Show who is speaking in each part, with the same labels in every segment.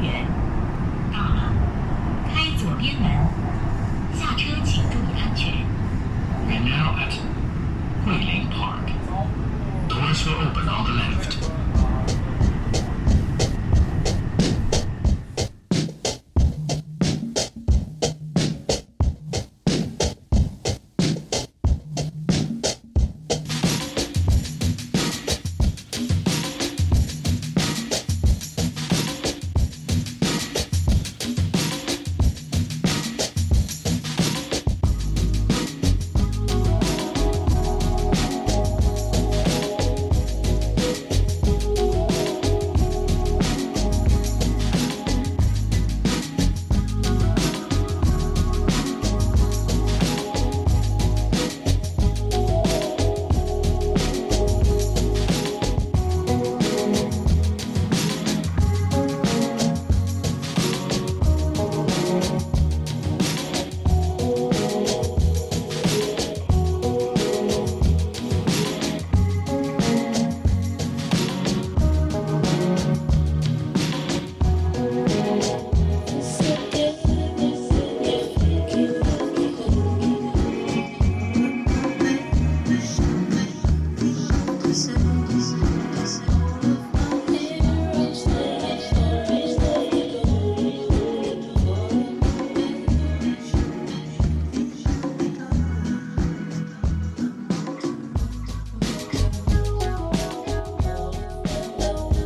Speaker 1: 元。到了，开左边门，下车请注意安全。
Speaker 2: We're now at Guilin Park. Doors will open on the left.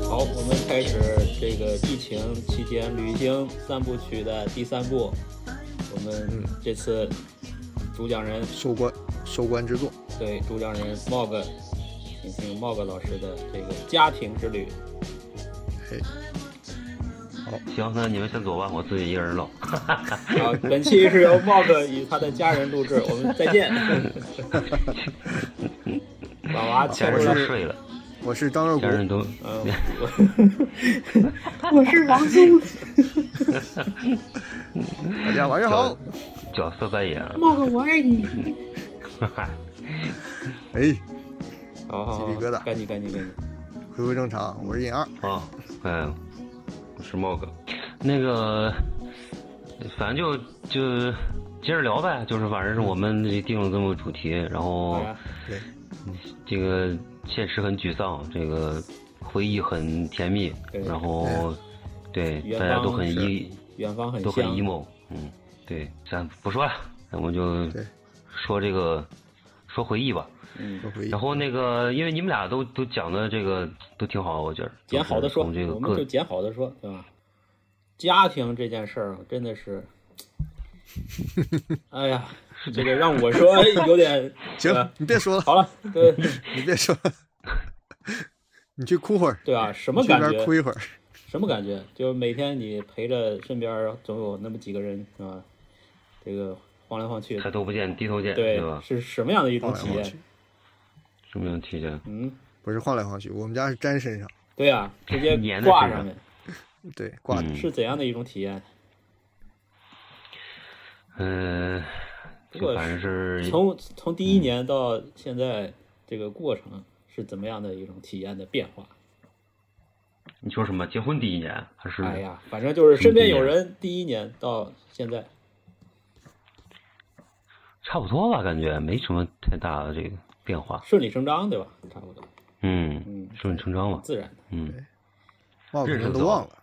Speaker 3: 好，我们开始这个疫情期间旅行三部曲的第三部。我们这次主讲人
Speaker 4: 收官收官之作，
Speaker 3: 对主讲人 Mog，请听 Mog 老师的这个家庭之旅。
Speaker 4: 嘿，
Speaker 5: 行，那你们先走吧，我自己一个人 唠。
Speaker 3: 好，本期是由 Mog 与他的家人录制，我们再 见。老娃
Speaker 5: 家
Speaker 3: 牵
Speaker 5: 人
Speaker 3: 出
Speaker 5: 都
Speaker 3: 来，
Speaker 5: 睡了，
Speaker 4: 我是张
Speaker 5: 家
Speaker 4: 热
Speaker 5: 人
Speaker 4: 谷，
Speaker 5: 都
Speaker 3: 嗯，
Speaker 6: 我是王宗，
Speaker 4: 大家晚上好。
Speaker 5: 角色扮演了。
Speaker 6: 冒个我 爱你。
Speaker 4: 哎，
Speaker 3: 好好好，
Speaker 4: 鸡皮疙瘩
Speaker 3: 赶紧赶紧赶紧。
Speaker 4: 回归正常，我是尹二。
Speaker 5: 啊，嗯，我是茂哥，那个，反正就就接着聊呗，就是反正是我们定了这么个主题，然
Speaker 4: 哦
Speaker 5: 后
Speaker 3: 好呀
Speaker 4: 对，
Speaker 5: 这个现实很沮丧，这个回忆很甜蜜
Speaker 3: 对，
Speaker 5: 然后对
Speaker 3: 远
Speaker 5: 大家都
Speaker 3: 方
Speaker 5: 很
Speaker 3: 是
Speaker 5: e
Speaker 3: 远方很
Speaker 5: 都很
Speaker 3: 香，
Speaker 5: emo，嗯，对，咱不说了，咱们就
Speaker 4: 对
Speaker 5: 说这个说回忆吧。
Speaker 3: 嗯，
Speaker 4: 我回忆
Speaker 5: 然。后那个，因为你们俩都都讲的这个都挺好，啊我觉得。
Speaker 3: 捡好的说，
Speaker 5: 就是从这个
Speaker 3: 我们
Speaker 5: 各
Speaker 3: 就捡好的说，对吧？家庭这件事儿啊真的 是，哎呀，这个让我说哎有点
Speaker 4: 行
Speaker 3: 呃，
Speaker 4: 你别说了，
Speaker 3: 好了，对
Speaker 4: 你别说了， 你去哭会儿，
Speaker 3: 对啊，什
Speaker 4: 什
Speaker 3: 么感
Speaker 4: 边哭
Speaker 3: 觉？
Speaker 4: 一会儿。
Speaker 3: 什么感觉？就是每天你陪着身边儿总有那么几个人啊，这个晃来晃去
Speaker 5: 抬
Speaker 3: 的，
Speaker 5: 头不见低头见，
Speaker 3: 对
Speaker 5: 吧，？
Speaker 3: 是什么样的一种
Speaker 4: 晃来
Speaker 3: 体
Speaker 4: 晃
Speaker 3: 验
Speaker 4: 去？，
Speaker 5: 什么样的体验？
Speaker 3: 嗯，
Speaker 4: 不是晃来晃去，我们家是粘身上，
Speaker 3: 对啊，直 接
Speaker 5: 粘在
Speaker 3: 挂
Speaker 5: 身
Speaker 3: 上
Speaker 5: 上
Speaker 3: 面，
Speaker 4: 对，挂的。
Speaker 5: 嗯
Speaker 3: 是怎样的一种体验？
Speaker 5: 嗯，
Speaker 3: 不
Speaker 5: 就
Speaker 3: 过
Speaker 5: 反正是
Speaker 3: 从从
Speaker 5: 嗯
Speaker 3: 第一年到现在这个过程是怎么样的一种体验的变化？
Speaker 5: 你说什么？结婚第一年还是？
Speaker 3: 哎呀，反正就是身边有人第一年到现在，
Speaker 5: 差不多吧，感觉没什么太大的这个变化。
Speaker 3: 顺理成章，对吧？差不多，
Speaker 5: 嗯，
Speaker 3: 嗯，
Speaker 5: 顺理成章吧。
Speaker 3: 自然的。
Speaker 5: 嗯，
Speaker 4: 忘了，
Speaker 5: 日子
Speaker 4: 可能都
Speaker 5: 早
Speaker 4: 忘了，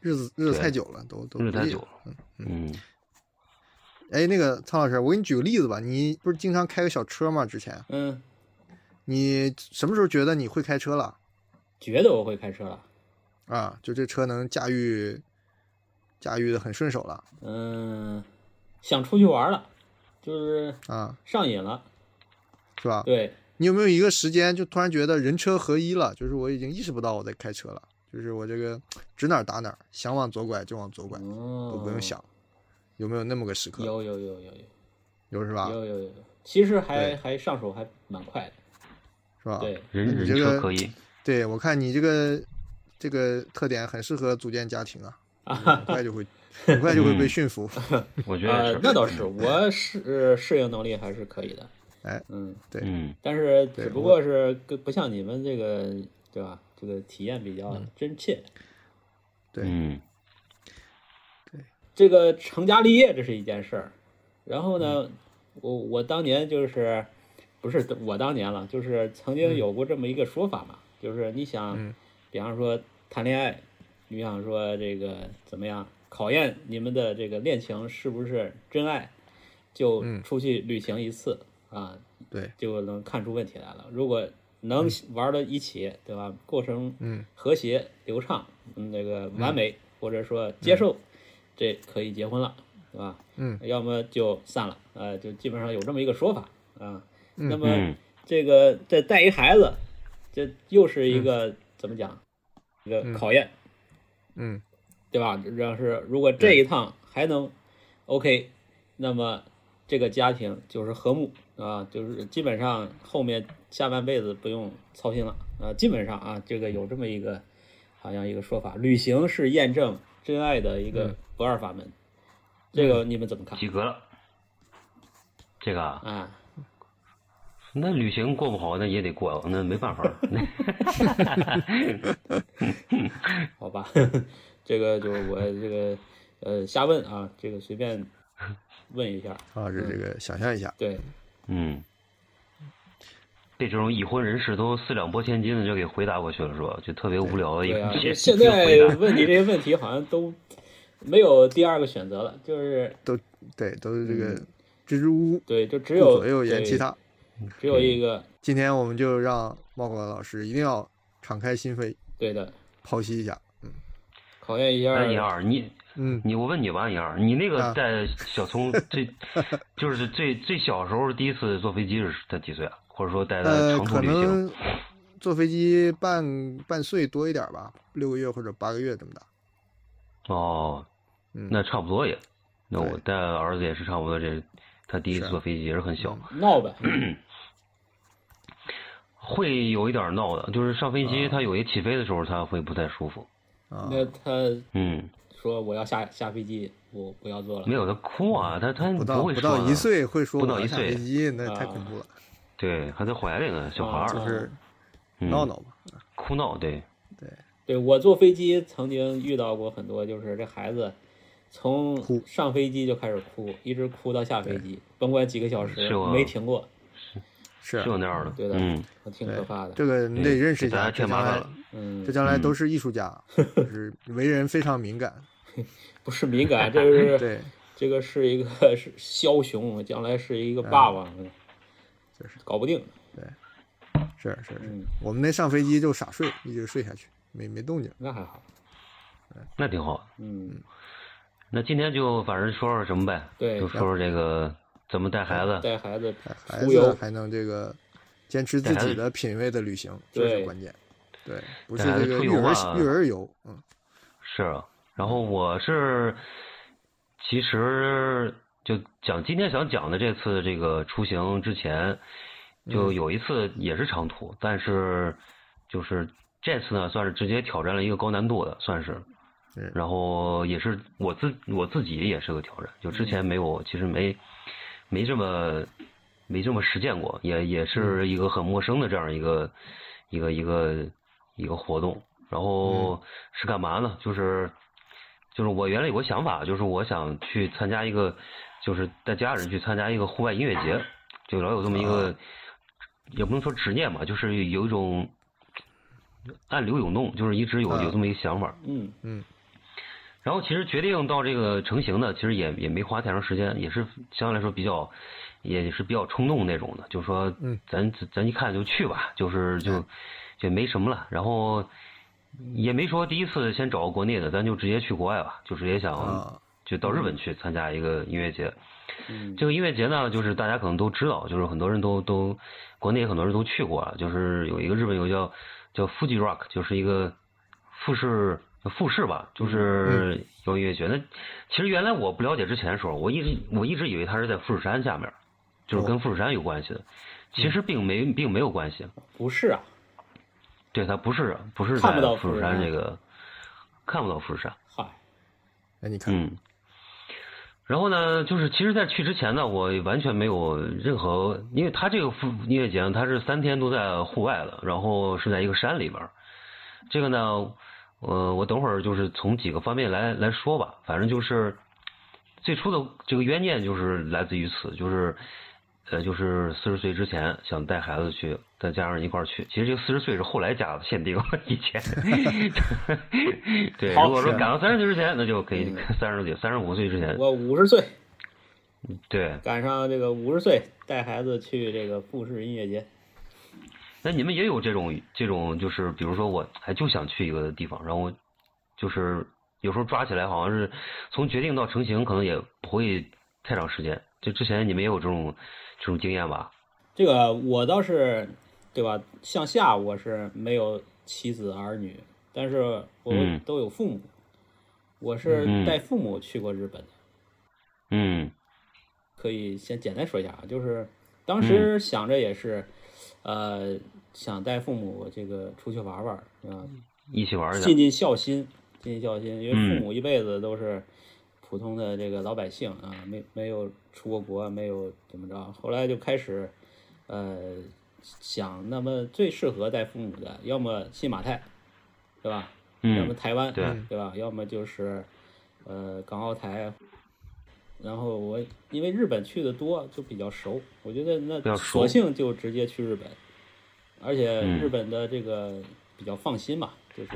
Speaker 4: 日子日子
Speaker 5: 对
Speaker 4: 太久了，都都
Speaker 5: 日子太
Speaker 4: 不记
Speaker 5: 久
Speaker 4: 得
Speaker 5: 了。嗯，
Speaker 4: 哎，那个苍老师，我给你举个例子吧。你不是经常开个小车吗？之前
Speaker 3: 嗯，
Speaker 4: 你什么时候觉得你会开车了
Speaker 3: 觉得我会开车了。
Speaker 4: 啊？就这车能驾驭，驾驭的很顺手了
Speaker 3: 嗯，想出去玩了，就是
Speaker 4: 啊，
Speaker 3: 上瘾了。
Speaker 4: 是吧？
Speaker 3: 对，
Speaker 4: 你有没有一个时间就突然觉得人车合一了？就是我已经意识不到我在开车了，就是我这个指哪儿打哪儿，想往左拐就往左拐，
Speaker 3: 哦
Speaker 4: 啊都，不用。想。有没有那么个时刻？
Speaker 3: 有有有有有
Speaker 4: 有是吧？
Speaker 3: 有有有，其实还
Speaker 4: 啊对啊
Speaker 3: 还上手还蛮快的。
Speaker 4: 是吧？
Speaker 3: 对，
Speaker 5: 人
Speaker 4: 你
Speaker 5: 人
Speaker 4: 这
Speaker 5: 车
Speaker 4: 个
Speaker 5: 可以。
Speaker 4: 对，我看你这个这个特点很适合组建家庭 啊，很快就会很快就会被驯服。
Speaker 5: 我觉得
Speaker 3: 呃
Speaker 5: 是，。
Speaker 3: 那倒是，我适呃适应能力还是可以的。
Speaker 4: 哎，
Speaker 3: 嗯，
Speaker 5: 嗯，
Speaker 3: 但是
Speaker 4: 对
Speaker 3: 只不
Speaker 4: 我
Speaker 3: 过是跟不像你们这
Speaker 4: 嗯
Speaker 3: 个，对吧？这个体验比较真切。
Speaker 4: 对
Speaker 5: 嗯，
Speaker 3: 这个成家立业这是一件事儿，然后
Speaker 4: 嗯
Speaker 3: 呢，我我当年就是不是我当年了，就是曾经有过这么一个说法嘛，就是你想，
Speaker 4: 嗯
Speaker 3: 比方说谈恋爱，你想说这个怎么样考验你们的这个恋情是不是真爱，就
Speaker 4: 嗯
Speaker 3: 出去旅行一次、啊，
Speaker 4: 对，
Speaker 3: 就能看出问题来了。如果能玩到一起，对吧？过程
Speaker 4: 嗯
Speaker 3: 和谐流畅，嗯，那个完美，或者说接受，这可以结婚了，对吧？
Speaker 4: 嗯，
Speaker 3: 要么就散了，呃，就基本上有这么一个说法啊。
Speaker 4: 嗯
Speaker 3: 那么
Speaker 5: 嗯
Speaker 3: 这个再带一孩子，这又是一个、怎么讲？一个考验，
Speaker 4: 嗯
Speaker 3: 对吧？要是如果这一趟还能 OK，那么这个家庭就是和睦啊，就是基本上后面下半辈子不用操心了啊。基本上啊，这个有这么一个好像一个说法，旅行是验证真爱的一个不二法门，这个你们怎么看？
Speaker 5: 及格了。这个啊，
Speaker 3: 啊，
Speaker 5: 那旅行过不好，那也得过，那没办法儿。
Speaker 3: 好吧， 这个就是我这个呃瞎问啊，这个随便问一下，
Speaker 4: 啊，这这个想象一下，
Speaker 3: 对，
Speaker 5: 嗯，被这种已婚人士都四两拨千斤的就给回答过去了，是吧？就特别无聊的一
Speaker 3: 对
Speaker 5: 个
Speaker 3: 啊，
Speaker 5: 一
Speaker 3: 就
Speaker 5: 个
Speaker 3: 现
Speaker 5: 回
Speaker 3: 在
Speaker 5: 答。
Speaker 3: 问你这些问题好像都没有第二个选择了，就是
Speaker 4: 对，都是这个支支吾吾，
Speaker 3: 对，就嗯只
Speaker 4: 顾
Speaker 3: 有
Speaker 4: 左右言
Speaker 3: 对
Speaker 4: 其他。嗯
Speaker 3: 只有一个
Speaker 4: 今天我们就让茂管老师一定要敞开心扉，
Speaker 3: 对的，
Speaker 4: 剖析一下。
Speaker 3: 考验一下
Speaker 5: 哎，一二，你
Speaker 4: 嗯，
Speaker 5: 你我问你吧，一二，你那
Speaker 4: 啊
Speaker 5: 个带小聪最，就是最最小时候第一次坐飞机是他几岁啊？或者说带他
Speaker 4: 呃，
Speaker 5: 长途
Speaker 4: 可
Speaker 5: 旅行？
Speaker 4: 能坐飞机半半岁多一点吧，六个月或者八个月这么大。
Speaker 5: 哦，
Speaker 4: 嗯，
Speaker 5: 那差不多也。那我
Speaker 4: 对
Speaker 5: 带儿子也是差不多这，他第一次
Speaker 4: 是啊嗯
Speaker 5: 坐飞机也是很小。
Speaker 3: 闹呗，
Speaker 5: 会有一点闹的，就是上飞
Speaker 3: 啊
Speaker 5: 机，他有一起飞的时候，他会不太舒服。
Speaker 4: 啊，
Speaker 3: 那他
Speaker 5: 嗯，
Speaker 3: 说我要下下飞机，我不要做了，
Speaker 5: 没有他哭啊，他他
Speaker 4: 不到
Speaker 5: 会
Speaker 4: 不
Speaker 5: 说啊
Speaker 4: 到
Speaker 5: 的
Speaker 4: 一，岁会说
Speaker 5: 不到
Speaker 4: 我要
Speaker 5: 一
Speaker 4: 下
Speaker 5: 岁
Speaker 4: 飞机，那太
Speaker 3: 啊
Speaker 4: 恐怖了，
Speaker 5: 对，还在怀里呢，小孩
Speaker 3: 啊
Speaker 5: 儿
Speaker 3: 就
Speaker 4: 就是
Speaker 5: 嗯
Speaker 4: 闹闹吧。
Speaker 5: 哭闹，对，
Speaker 3: 对我坐飞机曾经遇到过很多，就是这孩子从
Speaker 4: 哭
Speaker 3: 上飞机就开始哭，一直哭到下飞机，甭管几个小时
Speaker 5: 是吗
Speaker 3: 没停过，
Speaker 4: 是啊
Speaker 5: 是有那样的，
Speaker 3: 对的
Speaker 5: 嗯，
Speaker 3: 挺可怕的。
Speaker 4: 这个你得
Speaker 5: 对
Speaker 4: 认识一
Speaker 5: 给大
Speaker 4: 下，
Speaker 5: 家
Speaker 4: 这
Speaker 5: 添
Speaker 4: 将
Speaker 5: 麻烦
Speaker 4: 来
Speaker 5: 了。
Speaker 3: 嗯
Speaker 4: 这，将来
Speaker 5: 嗯
Speaker 4: 都是艺术家，啊 就是为人非常敏感。
Speaker 3: 不是敏感，这个是
Speaker 4: 对，
Speaker 3: 这个是一个 是枭雄，将来是一个霸王，
Speaker 4: 嗯就是
Speaker 3: 搞不定。
Speaker 4: 是是是
Speaker 3: 嗯，
Speaker 4: 我们那上飞机就傻睡，一直睡下去，没没动静。
Speaker 3: 那还好，
Speaker 5: 那挺好。
Speaker 3: 嗯，
Speaker 5: 那今天就反正说说什么呗，
Speaker 3: 对嗯
Speaker 5: 就说说这个怎么带孩子，
Speaker 3: 带孩子
Speaker 4: 哎孩
Speaker 3: 出游
Speaker 4: 子，还能这个坚持自
Speaker 5: 带孩
Speaker 4: 己
Speaker 5: 子
Speaker 4: 的品味的旅行，这是
Speaker 3: 对
Speaker 4: 关键。对，不是
Speaker 5: 带孩
Speaker 4: 这
Speaker 5: 子
Speaker 4: 个
Speaker 5: 出
Speaker 4: 育
Speaker 5: 游
Speaker 4: 儿
Speaker 5: 吧
Speaker 4: 育儿游，嗯
Speaker 5: 是啊。然后我是，其实就讲今天想讲的这次这个出行之前，就有一次也是长途，但是就是这次呢，算是直接挑战了一个高难度的，算是
Speaker 4: 嗯。
Speaker 5: 然后也是我自我自己也是个挑战，就之前没有，其实没没这么没这么实践过，也也是一个很陌生的这样一个一个一个一个活动。然后是干嘛呢？就是就是我原来有个想法，就是我想去参加一个，就是带家人去参加一个户外音乐节，就老有这么一个，也不能说执念吧，就是有一种暗流涌动，就是一直有有这么一个想法。
Speaker 3: 嗯
Speaker 5: 然后其实决定到这个成型呢，其实也也没花太长时间，也是相对来说比较，也是比较冲动那种的，就是说，
Speaker 4: 嗯哎
Speaker 5: 咱咱一看就去吧，就是就就没什么了。然后也没说第一次先找个国内的，咱就直接去国外吧，就直接想
Speaker 4: 啊
Speaker 5: 就到日本去参加一个音乐节。
Speaker 3: 嗯，
Speaker 5: 这个音乐节呢，就是大家可能都知道，就是很多人都都国内很多人都去过啊，就是有一个日本有个叫叫 Fuji Rock，就是一个富士富士吧，
Speaker 3: 嗯
Speaker 5: 就是有音乐节。那其实原来我不了解之前的时候，我一直我一直以为它是在富士山下面，就是
Speaker 3: 哦
Speaker 5: 跟富士山有关系的，
Speaker 3: 嗯
Speaker 5: 其实并没并没有关系。
Speaker 3: 不是啊，
Speaker 5: 对，它不是不是在
Speaker 3: 看不到富
Speaker 5: 富
Speaker 3: 士
Speaker 5: 士
Speaker 3: 山
Speaker 5: 山这个看不到富士山。
Speaker 3: 嗨，
Speaker 4: 哎，你看，
Speaker 5: 嗯，然后呢，就是其实，在去之前呢，我完全没有任何，因为他这个复音乐节呢，它是三天都在户外的，然后是在一个山里边儿。这个呢，呃，我等会儿就是从几个方面来来说吧，反正就是最初的这个冤念就是来自于此，就是呃，就是四十岁之前想带孩子去，带家人一块儿去。其实这个四十岁是后来加的限定，以前对，
Speaker 3: 好啊
Speaker 5: 如果说
Speaker 4: 是
Speaker 5: 赶到三十岁之前，那就可以
Speaker 3: 嗯
Speaker 5: 三十岁、三十五岁之前，
Speaker 3: 我五十岁
Speaker 5: 对。
Speaker 3: 赶上这个五十岁带孩子去这个富士音乐节，
Speaker 5: 那你们也有这种这种，就是比如说我还就想去一个地方，然后就是有时候抓起来好像是从决定到成型，可能也不会太长时间。就之前你们也有这种这种经验吧？
Speaker 3: 这个我倒是，对吧？向下我是没有妻子儿女，但是我
Speaker 5: 嗯
Speaker 3: 都有父母。我是
Speaker 5: 嗯
Speaker 3: 带父母去过日本的，
Speaker 5: 嗯
Speaker 3: 可以先简单说一下啊，就是当时想着也是，呃，想带父母这个出去玩玩，啊，
Speaker 5: 一起玩儿去
Speaker 3: 尽尽孝心，尽尽孝心，因为
Speaker 5: 嗯
Speaker 3: 父母一辈子都是普通的这个老百姓啊，没没有出过国，没有怎么着，后来就开始，呃，想那么最适合带父母的，要么新马泰，对吧？要么
Speaker 5: 嗯
Speaker 3: 台湾，
Speaker 5: 对
Speaker 3: 对吧？要么就是呃港澳台。然后我因为日本去的多，就比较熟，我觉得
Speaker 5: 比较
Speaker 3: 那
Speaker 5: 熟
Speaker 3: 索性就直接去日本，而且
Speaker 5: 嗯
Speaker 3: 日本的这个比较放心嘛，就是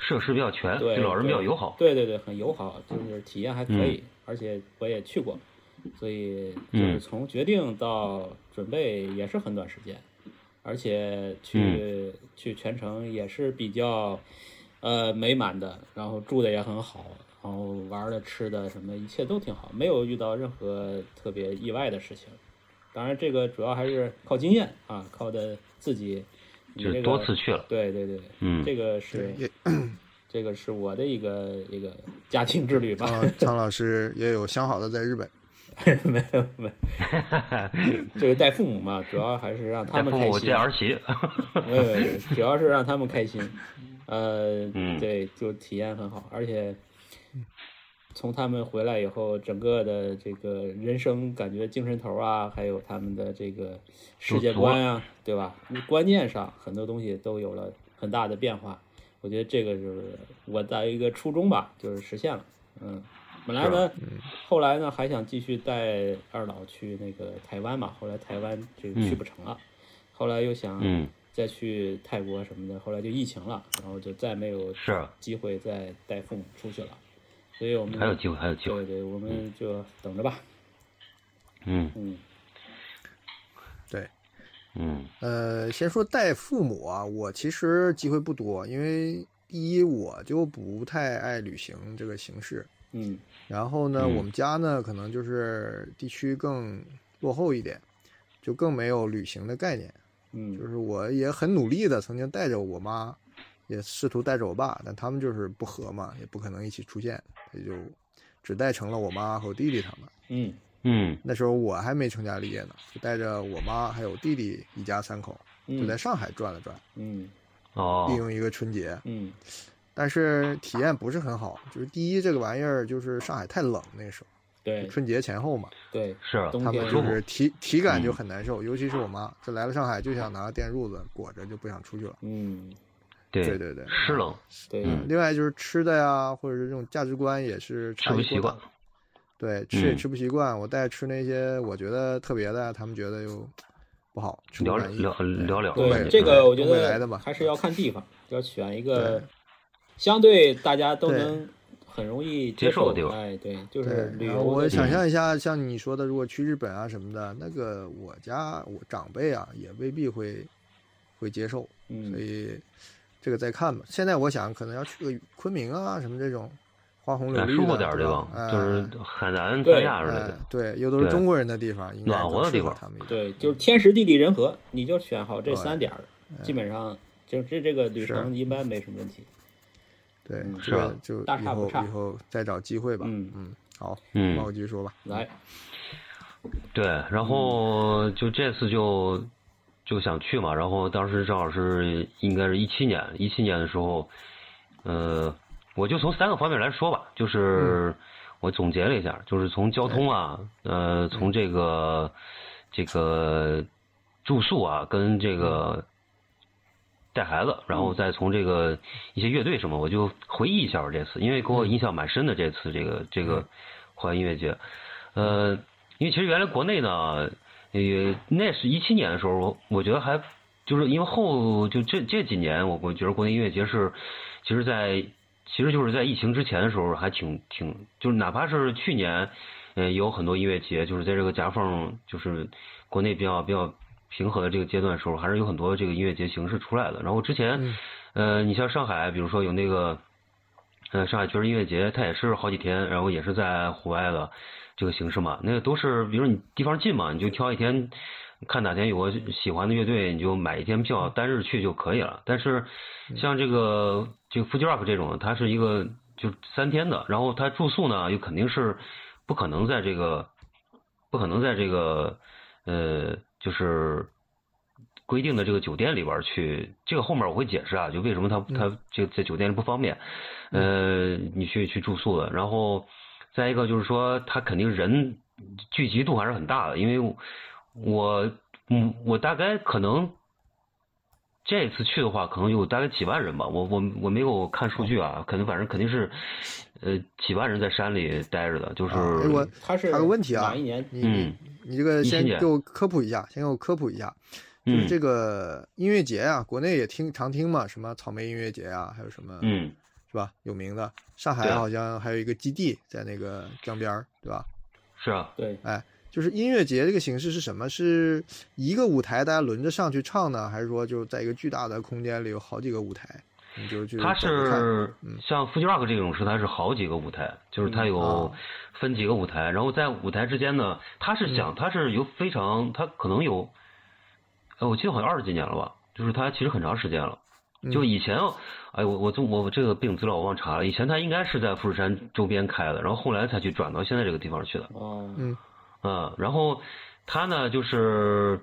Speaker 5: 设施比较全，
Speaker 3: 对
Speaker 5: 老人比较友好。
Speaker 3: 对对对，很友好，就是体验还可以，而且我也去过，所以就是
Speaker 5: 嗯
Speaker 3: 从决定到准备也是很短时间，而且
Speaker 5: 嗯
Speaker 3: 去、去全程也是比较呃美满的，然后住的也很好，然后玩的、吃的什么一切都挺好，没有遇到任何特别意外的事情。当然，这个主要还是靠经验啊，靠的自己。你
Speaker 5: 就
Speaker 3: 这个
Speaker 5: 多次去了
Speaker 3: 对对对，
Speaker 5: 嗯
Speaker 3: 这个是
Speaker 4: 也
Speaker 3: 这个是我的一个一个家庭之旅吧，
Speaker 4: 啊，苍老师也有相好的在日本，
Speaker 3: 没有没 有，这个带父母嘛，主要还是让他
Speaker 5: 带
Speaker 3: 们
Speaker 5: 父
Speaker 3: 开
Speaker 5: 母
Speaker 3: 心
Speaker 5: 见，儿媳，
Speaker 3: 没有没有没有，主要是让他们开心，呃，
Speaker 5: 嗯
Speaker 3: 对，就体验很好，而且从他们回来以后，整个的这个人生感觉精神头啊，还有他们的这个世界观啊，对吧？观念上很多东西都有了很大的变化，我觉得这个就是我的一个初衷吧，就是实现了。嗯，本来呢，
Speaker 5: 嗯
Speaker 3: 后来呢还想继续带二老去那个台湾嘛，后来台湾这个去不成了，后来又想
Speaker 5: 嗯
Speaker 3: 再去泰国什么的，后来就疫情了，然后就再没有
Speaker 5: 是
Speaker 3: 机会再带父母出去了，所以我们
Speaker 5: 还有机会，还有机会
Speaker 3: 对。对，我
Speaker 4: 嗯
Speaker 3: 们就等着吧。
Speaker 5: 嗯
Speaker 3: 嗯，
Speaker 4: 对，
Speaker 5: 嗯
Speaker 4: 呃，先说带父母啊，我其实机会不多，因为第一我就不太爱旅行这个形式，
Speaker 3: 嗯
Speaker 4: 然后呢，
Speaker 5: 嗯
Speaker 4: 我们家呢可能就是地区更落后一点，就更没有旅行的概念。就
Speaker 3: 嗯
Speaker 4: 是我也很努力的，曾经带着我妈，也试图带着我爸，但他们就是不和嘛，也不可能一起出现，也就只带成了我妈和我弟弟他们。
Speaker 3: 嗯
Speaker 5: 嗯
Speaker 4: 那时候我还没成家立业呢，就带着我妈还有弟弟一家三口，就在
Speaker 3: 嗯
Speaker 4: 上海转了转，
Speaker 3: 嗯
Speaker 5: 哦
Speaker 4: 利，用一个春节。
Speaker 3: 嗯
Speaker 4: 但是体验不是很好，就是第一这个玩意儿就是上海太冷，那个时候
Speaker 3: 对
Speaker 4: 春节前后嘛，
Speaker 3: 对，
Speaker 5: 是啊
Speaker 3: 冬
Speaker 4: 他
Speaker 3: 天
Speaker 4: 们
Speaker 5: 舒
Speaker 4: 就
Speaker 5: 服
Speaker 4: 是体体
Speaker 3: 嗯
Speaker 4: 感就很难受，尤其是我妈，这来了上海就想拿个电褥子裹着，就不想出去了。
Speaker 3: 嗯
Speaker 5: 对
Speaker 4: 对对对
Speaker 5: 湿冷
Speaker 3: 对
Speaker 5: 嗯
Speaker 4: 另外就是吃的呀，或者是这种价值观也是
Speaker 5: 吃
Speaker 4: 差
Speaker 5: 不
Speaker 4: 异
Speaker 5: 习
Speaker 4: 过
Speaker 5: 惯
Speaker 4: 大。，对，吃也
Speaker 5: 嗯
Speaker 4: 吃不习惯。我带吃那些我觉得特别的，他们觉得又不好，吃不
Speaker 5: 聊
Speaker 4: 满意。
Speaker 5: 聊聊聊。
Speaker 4: 东北
Speaker 3: 对
Speaker 4: 的
Speaker 3: 这个，我觉
Speaker 4: 东北来的
Speaker 3: 得
Speaker 4: 嘛
Speaker 3: 还是要看地方，要选一个
Speaker 4: 对
Speaker 3: 相对大家都
Speaker 4: 对
Speaker 3: 能很容易
Speaker 5: 接受的地方
Speaker 3: 哎，对，就是
Speaker 4: 对，
Speaker 3: 旅
Speaker 4: 然
Speaker 3: 游
Speaker 4: 后我
Speaker 3: 的
Speaker 4: 想
Speaker 3: 地方
Speaker 4: 象一下，像你说的，如果去日本啊什么的，那个我家我长辈啊也未必会会接受，所
Speaker 3: 嗯
Speaker 4: 以这个再看吧。现在我想可能要去个昆明啊什么这种花红柳
Speaker 5: 哎
Speaker 4: 绿
Speaker 5: 舒服
Speaker 4: 的
Speaker 5: 点儿地
Speaker 4: 对吧
Speaker 5: 方，
Speaker 4: 哎
Speaker 5: 就是海南、
Speaker 3: 对
Speaker 5: 三亚之类
Speaker 4: 哎
Speaker 5: 的。
Speaker 4: 对，又都是
Speaker 5: 对
Speaker 4: 中国人的地方，应该
Speaker 5: 暖和
Speaker 4: 更
Speaker 5: 的地
Speaker 4: 适合
Speaker 5: 方
Speaker 4: 他们一点。
Speaker 3: 对，就是天时地利人和，你就选好这
Speaker 4: 嗯对嗯
Speaker 3: 三点儿，基本上就这这个旅
Speaker 4: 是
Speaker 3: 程一般没什么问题。
Speaker 4: 对
Speaker 3: 嗯，
Speaker 4: 这
Speaker 5: 是啊
Speaker 4: 个就
Speaker 3: 大
Speaker 4: 以
Speaker 3: 差不
Speaker 4: 后
Speaker 3: 差
Speaker 4: 以后再找机会吧。
Speaker 3: 嗯
Speaker 4: 嗯，好，
Speaker 5: 嗯
Speaker 4: 那我继续说吧。
Speaker 3: 来，
Speaker 5: 对，然后就这次就就想去嘛，然后当时正好是应该是一七年，一七年的时候，呃，我就从三个方面来说吧，就是我总结了一下，就是从交通啊，呃，从这个这个住宿啊，跟这个带孩子，然后再从这个一些乐队什么，我就回忆一下我这次，因为给我印象蛮深的这次这个这个华语音乐节，呃，因为其实原来国内呢，也那是一七年的时候，我我觉得还就是因为后就这这几年，我我觉得国内音乐节是，其实在其实就是在疫情之前的时候还挺挺，就是哪怕是去年，嗯、也有很多音乐节，就是在这个夹缝，就是国内比较比较平和的这个阶段的时候，还是有很多这个音乐节形式出来的。然后之前，呃，你像上海，比如说有那个，呃，上海爵士音乐节，它也是好几天，然后也是在户外的这个形式嘛。那个都是，比如你地方近嘛，你就挑一天，看哪天有个喜欢的乐队，你就买一天票，单日去就可以了。但是像这个这个 Fuji Rock 这种，它是一个就三天的，然后它住宿呢又肯定是不可能在这个不可能在这个呃就是规定的这个酒店里边儿去，这个后面我会解释啊，就为什么
Speaker 4: 嗯
Speaker 5: 他他这在酒店里不方便，呃，你去去住宿的，然后再一个就是说，他肯定人聚集度还是很大的，因为我我嗯我大概可能这次去的话，可能有大概几万人吧，我我我没有看数据啊，可能反正肯定
Speaker 4: 哦
Speaker 5: 是呃几万人在山里待着的，就是、
Speaker 4: 啊哎我
Speaker 3: 他是
Speaker 4: 还有个问题啊
Speaker 3: 哪一年？
Speaker 4: 你
Speaker 5: 嗯
Speaker 4: 你你这个
Speaker 5: 你
Speaker 4: 先
Speaker 5: 先讲
Speaker 4: 给我科普一下，先给我科普一下，就
Speaker 5: 嗯
Speaker 4: 是这个音乐节啊，国内也听常听嘛，什么草莓音乐节啊，还有什么，
Speaker 5: 嗯
Speaker 4: 是吧？有名的，上
Speaker 5: 对
Speaker 4: 海
Speaker 5: 啊
Speaker 4: 好像还有一个基地在那个江边儿，对吧？
Speaker 5: 是啊
Speaker 3: 对，
Speaker 4: 就是音乐节这个形式是什么？是一个舞台大家轮着上去唱呢，还是说就在一个巨大的空间里有好几个舞台，你就去
Speaker 5: 它
Speaker 4: 走着看
Speaker 5: 是像 Fuji Rock 这种是它是好几个舞台，就是它有
Speaker 4: 啊
Speaker 5: 分几个舞台，然后在舞台之间呢，它
Speaker 4: 嗯
Speaker 5: 是想它是有非常它可能有，哎，我记得好像二十几年了吧，就是它其实很长时间了。
Speaker 4: 嗯
Speaker 5: 就以前，哎，我我我我这个背景资料我忘查了，以前它应该是在富士山周边开的，然后后来才去转到现在这个地方去的。
Speaker 3: 哦，
Speaker 4: 嗯
Speaker 5: 嗯，然后它呢就是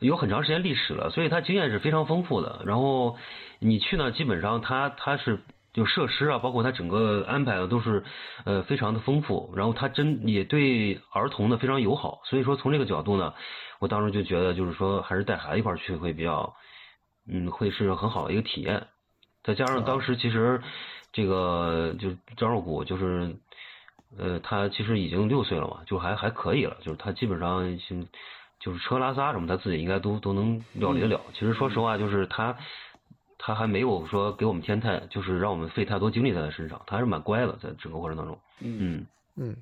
Speaker 5: 有很长时间历史了，所以它经验是非常丰富的。然后你去呢，基本上它它是就设施啊，包括它整个安排的啊都是呃非常的丰富。然后它真也对儿童呢非常友好，所以说从这个角度呢，我当时就觉得就是说还是带孩子一块儿去会比较，嗯，会是很好的一个体验。再加上当时其实这个就是张若谷就是。呃，他其实已经六岁了嘛，就还还可以了，就是他基本上是就是车拉撒什么，他自己应该都都能料理得了。其实说实话，就是他他还没有说给我们添太，就是让我们费太多精力在他身上，他还是蛮乖的，在整个过程当中，
Speaker 3: 嗯，
Speaker 5: 嗯。
Speaker 4: 嗯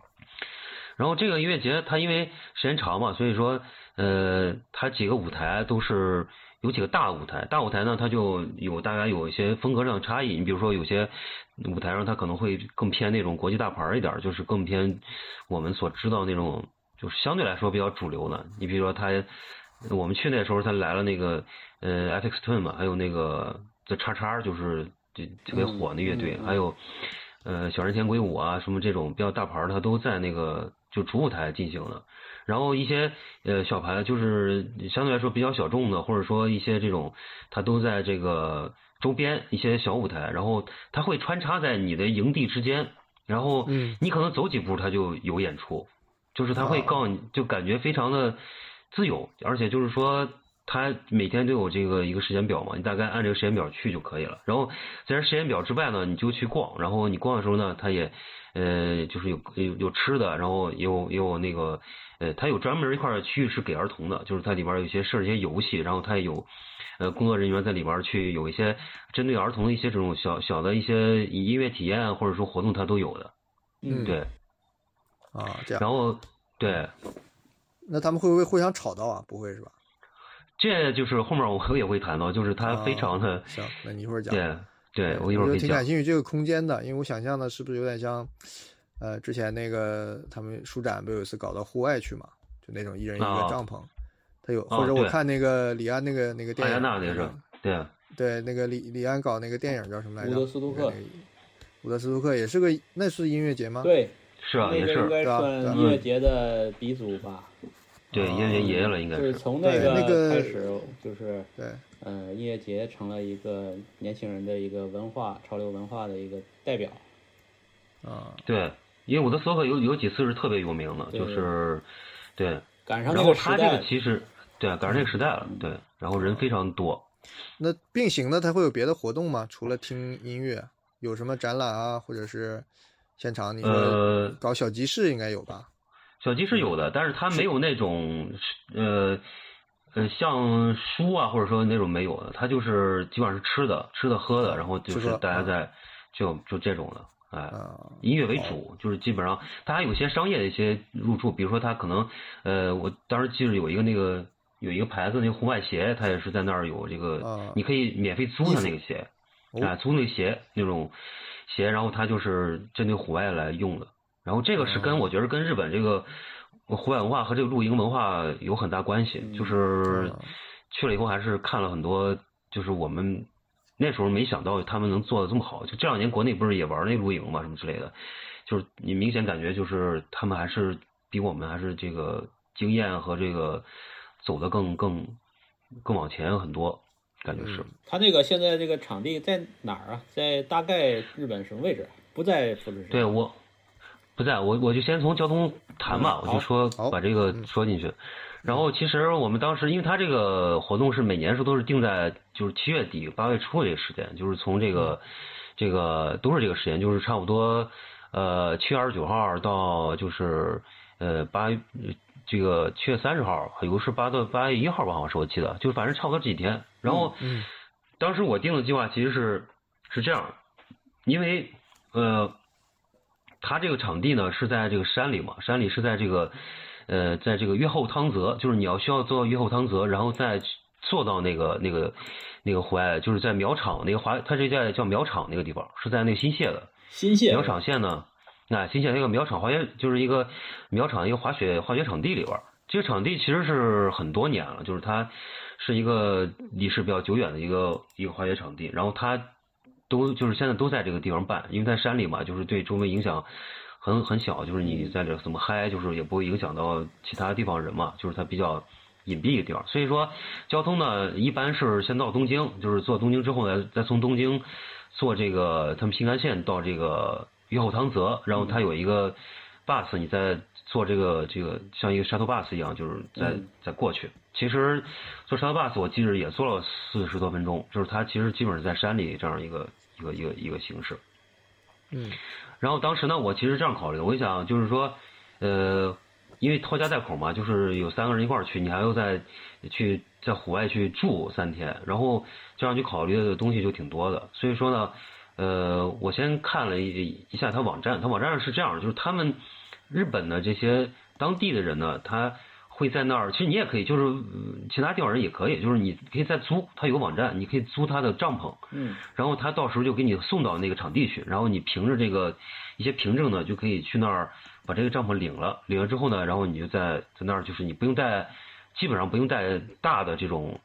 Speaker 5: 然后这个音乐节它因为时间长嘛，所以说呃，它几个舞台都是有几个大舞台，大舞台呢它就有大概有一些风格上的差异。你比如说有些舞台上它可能会更偏那种国际大牌儿一点儿，就是更偏我们所知道那种，就是相对来说比较主流的。你比如说它，我们去那时候它来了那个呃 FX Twin 嘛，还有那个 The 叉叉，就是这特别火的乐队，
Speaker 3: 嗯嗯嗯
Speaker 5: 还有。呃，小人前鬼舞啊，什么这种比较大牌儿，它都在那个就主舞台进行的。然后一些呃小牌，就是相对来说比较小众的，或者说一些这种，它都在这个周边一些小舞台，然后它会穿插在你的营地之间，然后
Speaker 4: 嗯
Speaker 5: 你可能走几步它就有演出，就是它会
Speaker 4: 啊
Speaker 5: 告诉你，就感觉非常的自由，而且就是说。它每天都有这个一个时间表嘛，你大概按这个时间表去就可以了。然后在这时间表之外呢，你就去逛。然后你逛的时候呢，它也呃，就是有有有吃的，然后也有也有那个呃，它有专门一块区域是给儿童的，就是它里边有一些设置一些游戏，然后它也有呃工作人员在里边去有一些针对儿童的一些这种小小的一些音乐体验啊或者说活动，它都有的。
Speaker 3: 嗯
Speaker 5: 对，
Speaker 4: 啊，这样，
Speaker 5: 然后对，
Speaker 4: 那他们会不会互相吵到啊？不会是吧？
Speaker 5: 这就是后面我也会谈到，就是它非常的、
Speaker 4: 啊行，那你一会儿讲。
Speaker 5: 对对，我一
Speaker 4: 我
Speaker 5: 会儿
Speaker 4: 就
Speaker 5: 会
Speaker 4: 挺
Speaker 5: 讲
Speaker 4: 感。兴趣这个空间的，因为我想象的是不是有点像，呃，之前那个他们书展不有一次搞到户外去嘛，就那种一人一个
Speaker 5: 啊
Speaker 4: 帐篷，他有
Speaker 5: 啊
Speaker 4: 或者我
Speaker 5: 对
Speaker 4: 看那个李安那个那个电
Speaker 5: 艾
Speaker 4: 影，
Speaker 5: 安娜哎那是
Speaker 4: 嗯
Speaker 5: 对。
Speaker 4: 对，那个李李安搞那个电影叫什么来着？
Speaker 3: 伍德斯托克
Speaker 4: 那个，伍德斯托克也是个，那是音乐节吗？，
Speaker 3: 对，
Speaker 5: 是啊，
Speaker 3: 那
Speaker 5: 也
Speaker 3: 个应
Speaker 5: 是，
Speaker 3: 该
Speaker 4: 对啊
Speaker 3: 算
Speaker 4: 对啊
Speaker 3: 音
Speaker 5: 嗯
Speaker 3: 乐节的鼻祖吧，
Speaker 5: 对，
Speaker 4: 啊
Speaker 5: 爷爷爷爷了，应该
Speaker 3: 就是
Speaker 5: 是，
Speaker 3: 从
Speaker 4: 对那
Speaker 3: 个
Speaker 4: 个
Speaker 3: 开始，就是
Speaker 4: 对，
Speaker 3: 呃，音乐节成了一个年轻人的一个文化潮流文化的一个代表。
Speaker 4: 啊，
Speaker 5: 对，因为我的索克有有几次是特别有名的，
Speaker 3: 对
Speaker 5: 就是，对，
Speaker 3: 赶上
Speaker 5: 然
Speaker 3: 那
Speaker 5: 后
Speaker 3: 个时
Speaker 5: 他这
Speaker 3: 代
Speaker 5: 个，其实，对，赶上这个时代了，对，然后人非常多，
Speaker 4: 那并行的它会有别的活动吗？除了听音乐，有什么展览啊，或者是现场你
Speaker 5: 呃
Speaker 4: 们搞小集市应该有吧？
Speaker 5: 小鸡是有的，嗯但是它没有那种呃呃像书啊，或者说那种没有的，它就是基本上是吃的、吃的、喝的，然后啊就
Speaker 4: 吃
Speaker 5: 是
Speaker 4: 喝
Speaker 5: 大家
Speaker 4: 嗯
Speaker 5: 在就就这种的，哎，
Speaker 4: 啊，
Speaker 5: 音乐为主，就是基本上它还有一些商业的一些入驻，比如说它可能呃，我当时记得有一个那个有一个牌子，那个红外鞋，它也是在那儿有这个，
Speaker 4: 啊
Speaker 5: 你可以免费租
Speaker 4: 衣
Speaker 5: 它
Speaker 4: 服
Speaker 5: 那个鞋，
Speaker 4: 哦
Speaker 5: 啊，租那个鞋那种鞋，然后它就是针对户外来用的。然后这个是
Speaker 4: 哦
Speaker 5: 跟我觉得跟日本这个呃户外文化和这个露营文化有很大关系，就是
Speaker 4: 啊
Speaker 5: 去了以后还是看了很多，就是我们那时候没想到他们能做的这么好。就这两年国内不是也玩那露营嘛，什么之类的，就是你明显感觉就是他们还是比我们还是这个经验和这个走得更更更往前很多，感觉是。
Speaker 3: 他那个现在这个场地在哪儿啊？在大概日本什么位置？啊不在富士山。
Speaker 4: 嗯
Speaker 5: 对我不在，我我就先从交通谈吧，
Speaker 3: 嗯
Speaker 5: 我就说
Speaker 4: 好嗯
Speaker 5: 把这个说进去。然后其实我们当时，因为它这个活动是每年是都是定在就是七月底八月初这个时间，就是从这个、
Speaker 4: 嗯
Speaker 5: 这个都是这个时间，就是差不多呃七月二十九号到就是呃八这个七月三十号，有的是八到八月一号吧，好像是我记得，就反正差不多这几天。然后、
Speaker 4: 嗯
Speaker 5: 当时我定的计划其实是是这样，因为呃，它这个场地呢是在这个山里嘛，山里是在这个呃，在这个越后汤泽，就是你要需要做到越后汤泽，然后再坐到那个那个那个户外，就是在苗场那个华，它是在叫苗场那个地方，是在那个新泻的，
Speaker 3: 新泻
Speaker 5: 苗场县呢，那新县那个苗场滑雪就是一个苗场一个滑雪滑雪场地里边儿，这个场地其实是很多年了，就是它是一个历史比较久远的一个一个滑雪场地，然后它都就是现在都在这个地方办，因为在山里嘛，就是对周围影响很很小，就是你在这怎么嗨，就是也不会影响到其他地方人嘛，就是它比较。隐蔽一个地方，所以说交通呢，一般是先到东京，就是坐东京之后呢，再从东京坐这个他们新干线到这个越后汤泽，然后它有一个 bus，你再坐这个这个像一个 shuttle bus 一样，就是再
Speaker 3: 嗯
Speaker 5: 再过去。其实坐 shuttle bus 我记着也坐了四十多分钟，就是它其实基本是在山里这样一个一个一个一个形式。
Speaker 4: 嗯
Speaker 5: 然后当时呢，我其实这样考虑的，我一想就是说，呃，因为拖家带口嘛，就是有三个人一块儿去，你还要在去在户外去住三天，然后这样去考虑的东西就挺多的。所以说呢，呃，我先看了一一下他网站，他网站上是这样的，就是他们日本的这些当地的人呢，他。会在那儿，其实你也可以，就是呃其他地方人也可以，就是你可以再租，他有个网站，你可以租他的帐篷，
Speaker 3: 嗯
Speaker 5: 然后他到时候就给你送到那个场地去，然后你凭着这个一些凭证呢，就可以去那儿把这个帐篷领了。领了之后呢，然后你就在在那儿，就是你不用带，基本上不用带大的这种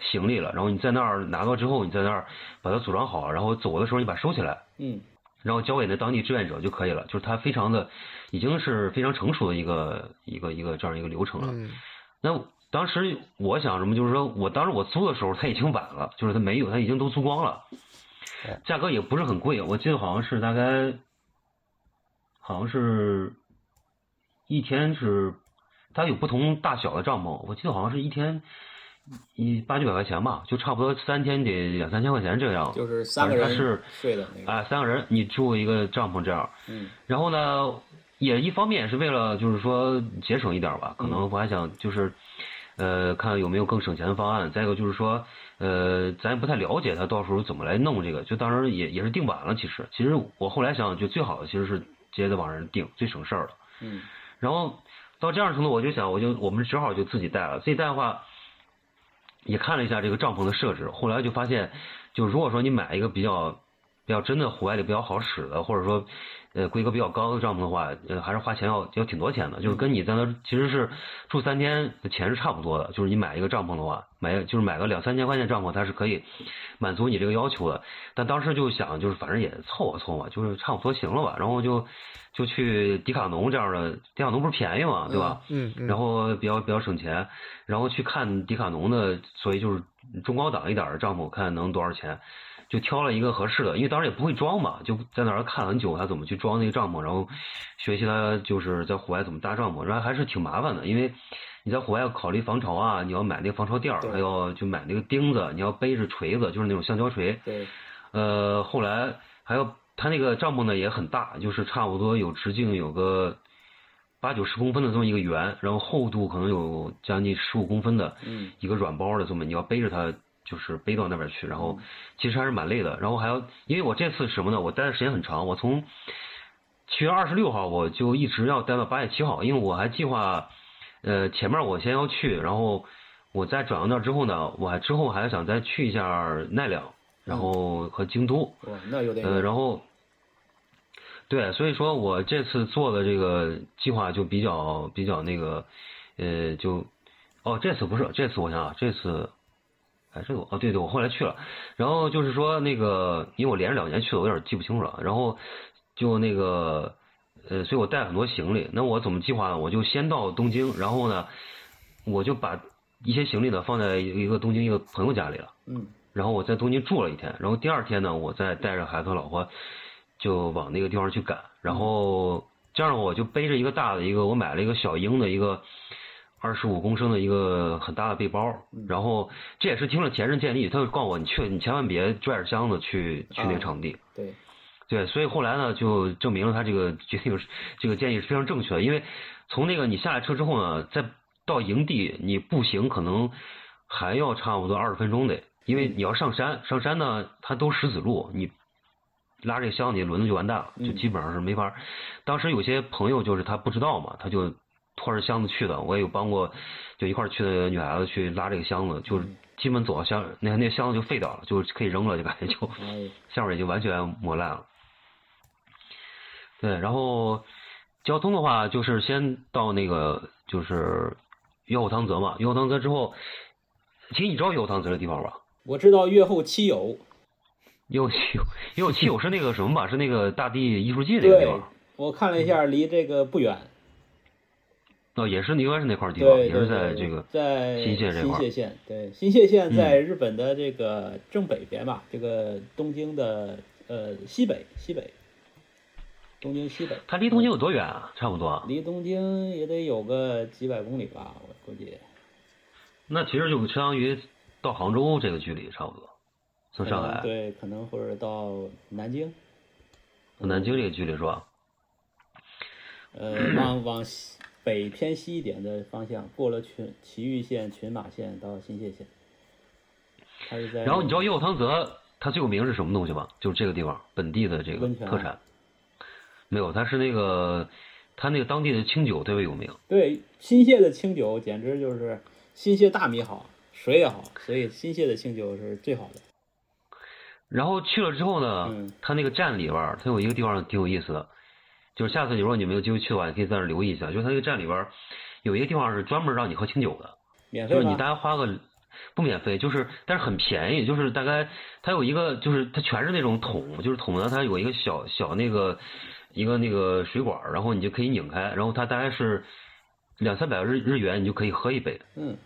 Speaker 5: 行李了。然后你在那儿拿到之后，你在那儿把它组装好，然后走的时候你把它收起来，
Speaker 3: 嗯
Speaker 5: 然后交给那当地志愿者就可以了。就是它非常的，已经是非常成熟的一个一个一个这样一个流程了。
Speaker 4: 嗯
Speaker 5: 那当时我想什么，就是说我当时我租的时候，它已经晚了，就是它没有，它已经都租光了
Speaker 4: 哦，
Speaker 5: 价格也不是很贵，我记得好像是大概，好像是一天是，它有不同大小的帐篷，我记得好像是一天一八九百块钱吧，就差不多三天得两三千块钱这个样，子。
Speaker 3: 就是三个
Speaker 5: 哦反
Speaker 3: 人
Speaker 5: 正它是
Speaker 3: 睡的那个。
Speaker 5: 啊，三个人你住一个帐篷这样，
Speaker 3: 嗯
Speaker 5: 然后呢，也一方面也是为了就是说节省一点吧，可能我还想就是，呃，看有没有更省钱的方案。再一个就是说，呃，咱也不太了解他到时候怎么来弄这个，就当时也也是定晚了。其实，其实我后来想，就最好的其实是直接在网上定，最省事儿了。
Speaker 3: 嗯
Speaker 5: 然后到这样的程度，我就想，我就我们只好就自己带了。自己带的话，也看了一下这个帐篷的设置，后来就发现，就如果说你买一个比较比较真的户外里比较好使的，或者说呃规格比较高的帐篷的话，呃还是花钱要要挺多钱的，就是跟你在那儿其实是住三天的钱是差不多的。就是你买一个帐篷的话，买一个就是买个两三千块钱的帐篷，它是可以满足你这个要求的。但当时就想，就是反正也凑合凑合，就是差不多行了吧。然后就就去迪卡侬这样的，迪卡侬不是便宜嘛，对吧？
Speaker 4: 嗯嗯，
Speaker 5: 然后比较比较省钱，然后去看迪卡侬的，所以就是中高档一点儿的帐篷，看能多少钱，就挑了一个合适的，因为当时也不会装嘛，就在那儿看很久，他怎么去装那个帐篷，然后学习他就是在户外怎么搭帐篷，然后还是挺麻烦的，因为你在户外要考虑防潮啊，你要买那个防潮垫儿，
Speaker 3: 对
Speaker 5: 还要就买那个钉子，你要背着锤子，就是那种橡胶锤，
Speaker 3: 对
Speaker 5: 呃，后来还要它那个帐篷呢也很大，就是差不多有直径有个八九十公分的这么一个圆，然后厚度可能有将近十五公分的
Speaker 3: 嗯
Speaker 5: 一个软包的这么，你要背着它就是背到那边去，然后其实还是蛮累的。然后还要，因为我这次什么呢？我待的时间很长，我从七月二十六号我就一直要待到八月七号，因为我还计划，呃，前面我先要去，然后我再转到那儿之后呢，我还之后还想再去一下奈良，然后和京都。
Speaker 3: 哇，那有点
Speaker 5: 呃，然后，对，所以说我这次做的这个计划就比较比较那个，呃，就，哦，这次不是，这次我想想，这次，哎，这个我哦，对对，我后来去了，然后就是说那个，因为我连着两年去的，我有点记不清楚了，然后就那个，呃，所以我带很多行李，那我怎么计划呢？我就先到东京，然后呢，我就把一些行李呢放在一个东京一个朋友家里了。
Speaker 3: 嗯
Speaker 5: 然后我在东京住了一天，然后第二天呢，我再带着孩子和老婆就往那个地方去赶，然后这样我就背着一个大的一个，我买了一个小鹰的一个二十五公升的一个很大的背包，然后这也是听了前任建议，他就告诉我你去你千万别拽着箱子去去那个场地，
Speaker 3: 对，
Speaker 5: 对，所以后来呢，就证明了他这个决定是这个建议是非常正确的，因为从那个你下了车之后呢，再到营地，你步行可能还要差不多二十分钟得，因为你要上山，上山呢它都石子路，你拉这箱你轮子就完蛋了，就
Speaker 3: 嗯
Speaker 5: 基本上是没法儿。当时有些朋友就是他不知道嘛，他就拖着箱子去的，我也有帮过，就一块儿去的女孩子去拉这个箱子，就是基本走到箱那那箱子就废掉了，就是可以扔了，就感觉就。
Speaker 3: 哎呦
Speaker 5: 下面已经完全磨烂了。对，然后交通的话，就是先到那个就是药后汤泽嘛，药后汤泽之后，其实你知道药后汤泽这地方吧？
Speaker 3: 我知道月后七友，
Speaker 5: 药后七友，药后七友是那个什么吧？是那个大地艺术季那个地
Speaker 3: 对
Speaker 5: 方，
Speaker 3: 我看了一
Speaker 5: 嗯
Speaker 3: 下，离这个不远，
Speaker 5: 哦，也是应该是那块地方，
Speaker 3: 对
Speaker 5: 也
Speaker 3: 对
Speaker 5: 是
Speaker 3: 对，
Speaker 5: 在
Speaker 3: 对
Speaker 5: 这个
Speaker 3: 在
Speaker 5: 新泻这
Speaker 3: 新
Speaker 5: 块儿嗯
Speaker 3: 泻县，对，新泻县在日本的这个正北边吧，这个东京的呃西北西北，东京西北，
Speaker 5: 它离东京有多远啊？差不多啊。
Speaker 3: 离东京也得有个几百公里吧，我估计。
Speaker 5: 那其实就相当于到杭州这个距离差不多，从
Speaker 3: 可
Speaker 5: 上
Speaker 3: 能
Speaker 5: 海
Speaker 3: 嗯对，可能或者到南京，
Speaker 5: 到南京这个距离是吧？
Speaker 3: 呃，往往西北偏西一点的方向，过了群崎玉县、群马县到新泻县，它是在
Speaker 5: 然后你知道药汤泽它最有名是什么东西吗？就是这个地方本地的这个
Speaker 3: 温泉啊
Speaker 5: 特产。没有，它是那个它那个当地的清酒特别有名。
Speaker 3: 对新泻的清酒简直就是新泻大米好，水也好，所以新泻的清酒是最好的。
Speaker 5: 然后去了之后呢，
Speaker 3: 嗯
Speaker 5: 它那个站里边儿它有一个地方挺有意思的，就是下次你如果你没有机会去的话，你可以在那儿留意一下。就是它那个站里边儿有一个地方是专门让你喝清酒的，
Speaker 3: 免
Speaker 5: 就
Speaker 3: 费
Speaker 5: 是你
Speaker 3: 吗？
Speaker 5: 大概花个不免费，就是但是很便宜，就是大概它有一个就是它全是那种桶，就是桶呢它有一个小小那个一个那个水管儿，然后你就可以拧开，然后它大概是两三百日日元你就可以喝一杯。
Speaker 3: 嗯，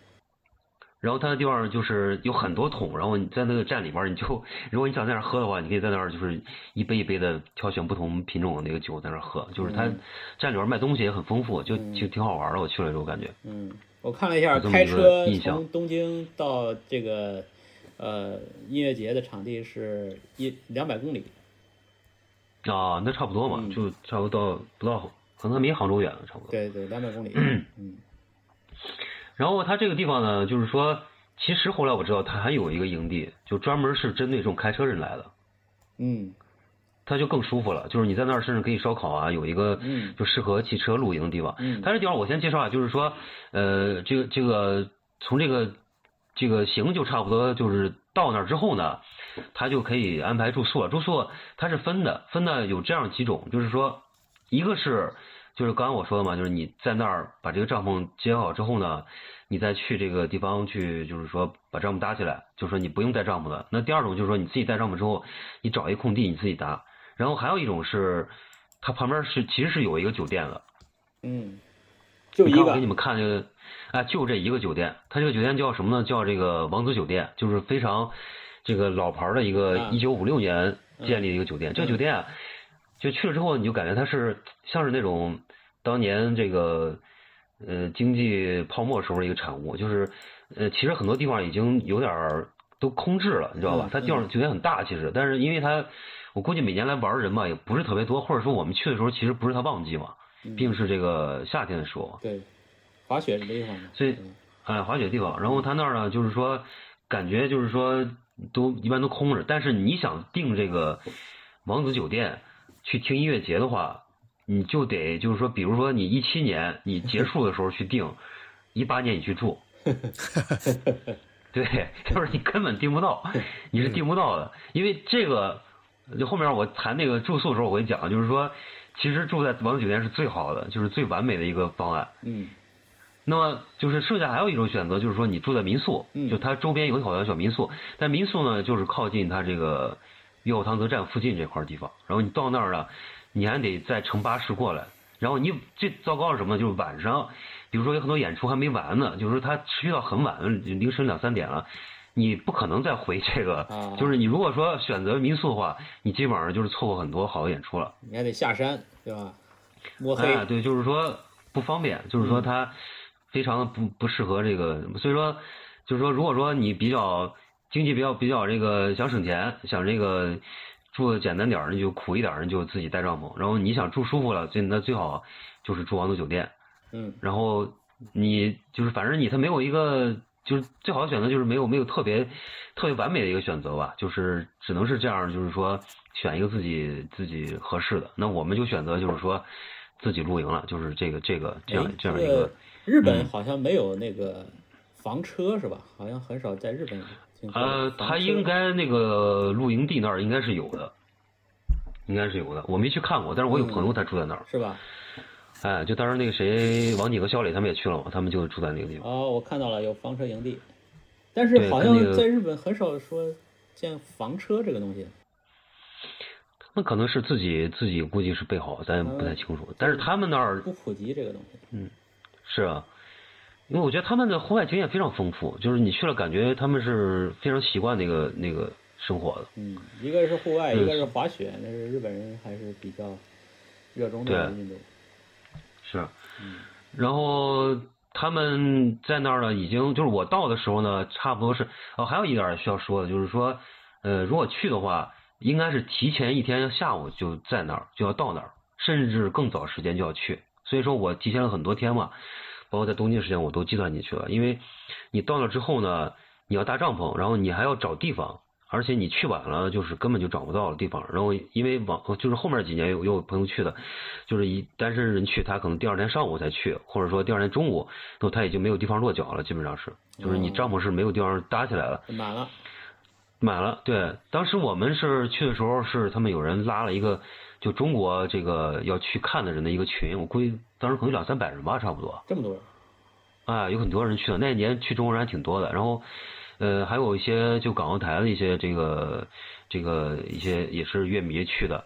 Speaker 5: 然后它的地方就是有很多桶，然后你在那个站里边儿，你就如果你想在那儿喝的话，你可以在那儿就是一杯一杯的挑选不同品种的那个酒在那儿喝，就是它
Speaker 3: 嗯
Speaker 5: 站里边儿卖东西也很丰富，就
Speaker 3: 嗯
Speaker 5: 就挺好玩儿的。我去了之后感觉，
Speaker 3: 嗯，我看了一下，
Speaker 5: 有这么
Speaker 3: 开
Speaker 5: 一个
Speaker 3: 车
Speaker 5: 印象
Speaker 3: 从东京到这个呃音乐节的场地是一两百公里。
Speaker 5: 啊，那差不多嘛，
Speaker 3: 嗯
Speaker 5: 就差不多到不到，可能还没杭州远了，差不多。。
Speaker 3: 对对，两百公里。嗯
Speaker 5: 然后它这个地方呢，就是说，其实后来我知道它还有一个营地，就专门是针对这种开车人来的，
Speaker 3: 嗯
Speaker 5: 它就更舒服了。就是你在那儿甚至可以烧烤啊，有一个
Speaker 3: 嗯
Speaker 5: 就适合汽车露营的地方。
Speaker 3: 嗯
Speaker 5: 它这地方我先介绍啊，就是说，呃，这个这个从这个这个行就差不多，就是到那儿之后呢，他就可以安排住宿了。住宿它是分的，分的有这样几种，就是说，一个是就是刚刚我说的嘛，就是你在那儿把这个帐篷接好之后呢，你再去这个地方去，就是说把帐篷搭起来，就是说你不用带帐篷的。那第二种就是说你自己带帐篷之后，你找一空地你自己搭。然后还有一种是，它旁边是其实是有一个酒店的，
Speaker 3: 嗯，就一
Speaker 5: 你看我给
Speaker 3: 个
Speaker 5: 你。们看这个，啊，就这一个酒店，它这个酒店叫什么呢？叫这个王子酒店，就是非常这个老牌儿的一个
Speaker 3: 啊
Speaker 5: 一九五六年
Speaker 3: 嗯
Speaker 5: 建立的一个酒店。这个酒店啊就去了之后，你就感觉它是像是那种当年这个呃经济泡沫时候的一个产物，就是呃其实很多地方已经有点儿都空置了，你知道吧
Speaker 3: 嗯？
Speaker 5: 它地方酒店很大，其实，但是因为它我估计每年来玩的人吧也不是特别多，或者说我们去的时候其实不是他旺季嘛，
Speaker 3: 嗯
Speaker 5: 毕竟是这个夏天的时候嘛，
Speaker 3: 对，滑雪的地方嘛，
Speaker 5: 所以
Speaker 3: 嗯
Speaker 5: 哎，滑雪地方。然后他那儿呢，就是说，感觉就是说都一般都空着。但是你想订这个王子酒店去听音乐节的话，你就得就是说，比如说你一七年你结束的时候去订，一八年你去住。对，就是你根本订不到，你是订不到的，因为这个，就后面我谈那个住宿的时候我会讲，就是说，其实住在王子酒店是最好的，就是最完美的一个方案。
Speaker 3: 嗯
Speaker 5: 那么就是剩下还有一种选择，就是说你住在民宿，
Speaker 3: 嗯
Speaker 5: 就它周边有好多小民宿，但民宿呢就是靠近它这个约奥汤泽站附近这块地方，然后你到那儿呢，你还得再乘巴士过来，然后你最糟糕是什么呢？就是晚上，比如说有很多演出还没完呢，就是说它持续到很晚，凌晨两三点了。你不可能再回这个
Speaker 3: 啊，
Speaker 5: 就是你如果说选择民宿的话，你基本上就是错过很多好的演出了。
Speaker 3: 你还得下山，对吧？摸黑，嗯
Speaker 5: 哎，对，就是说不方便，就是说它非常的不不适合这个，所以说就是说，如果说你比较经济比较比较这个想省钱，想这个住的简单点儿，那就苦一点儿，你就自己带帐篷。然后你想住舒服了，最那最好就是住王子酒店。
Speaker 3: 嗯
Speaker 5: 然后你就是反正你它没有一个就是最好的选择就是没有没有特别特别完美的一个选择吧，就是只能是这样，就是说选一个自己自己合适的。那我们就选择就是说自己露营了，就是这个这个这样
Speaker 3: 哎
Speaker 5: 这样一
Speaker 3: 这
Speaker 5: 个嗯
Speaker 3: 个。日本好像没有那个房车是吧？好像很少在日本听说
Speaker 5: 呃，
Speaker 3: 房
Speaker 5: 它
Speaker 3: 车
Speaker 5: 应该那个露营地那儿应该是有的，应该是有的。我没去看过，但是我有朋
Speaker 3: 嗯
Speaker 5: 友他住在那儿。
Speaker 3: 是吧？
Speaker 5: 哎，就当时那个谁王景和肖磊他们也去了嘛，他们就住在那个地方。
Speaker 3: 哦，我看到了有房车营地，但
Speaker 5: 对
Speaker 3: 是好
Speaker 5: 它
Speaker 3: 像
Speaker 5: 那个
Speaker 3: 在日本很少说见房车这个东西。
Speaker 5: 那可能是自己自己估计是备好，咱也不太清楚。但是他们那儿
Speaker 3: 不普及这个东西。
Speaker 5: 是啊，因为我觉得他们的户外经验非常丰富，就是你去了感觉他们是非常习惯那个那个生活的。
Speaker 3: 嗯，一个是户外，
Speaker 5: 嗯
Speaker 3: 一个是滑雪，那是日本人还是比较热衷这个
Speaker 5: 对
Speaker 3: 运动。
Speaker 5: 是，啊然后他们在那儿呢，已经就是我到的时候呢，差不多是哦，还有一点儿需要说的，就是说，呃，如果去的话，应该是提前一天下午就在那儿，就要到那儿，甚至更早时间就要去。所以说我提前了很多天嘛，包括在东京时间我都计算进去了，因为你到那之后呢，你要搭帐篷，然后你还要找地方。而且你去晚了，就是根本就找不到了地方。然后因为往就是后面几年有有朋友去的，就是一单身人去，他可能第二天上午才去，或者说第二天中午，那他已经没有地方落脚了，基本上是，就是你
Speaker 3: 哦
Speaker 5: 帐篷是没有地方搭起来了。
Speaker 3: 满了，
Speaker 5: 买了，对，当时我们是去的时候是他们有人拉了一个，就中国这个要去看的人的一个群，我估计当时可能有两三百人吧，差不多。
Speaker 3: 这么多人，
Speaker 5: 啊，有很多人去的，那一年去中国人还挺多的。然后，呃，还有一些就港澳台的一些这个这个一些也是乐迷去的。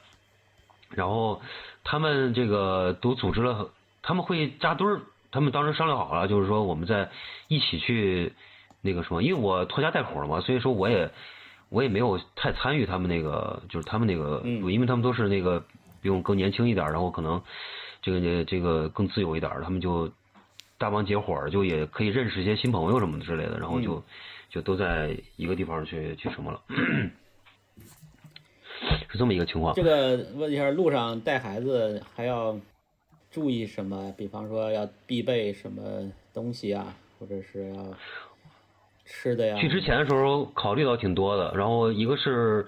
Speaker 5: 然后他们这个都组织了，他们会扎堆儿，他们当时商量好了，就是说我们在一起去那个什么，因为我拖家带口了嘛，所以说我也我也没有太参与他们那个，就是他们那个，
Speaker 3: 嗯
Speaker 5: 因为他们都是那个比我更年轻一点儿，然后可能这个这个更自由一点儿，他们就大帮结伙儿，就也可以认识一些新朋友什么之类的，然后就、就都在一个地方去去什么了， 是这么一个情况。
Speaker 3: 这个问一下，路上带孩子还要注意什么？比方说要必备什么东西啊，或者是要吃的呀？
Speaker 5: 去之前的时候考虑到挺多的，然后一个是，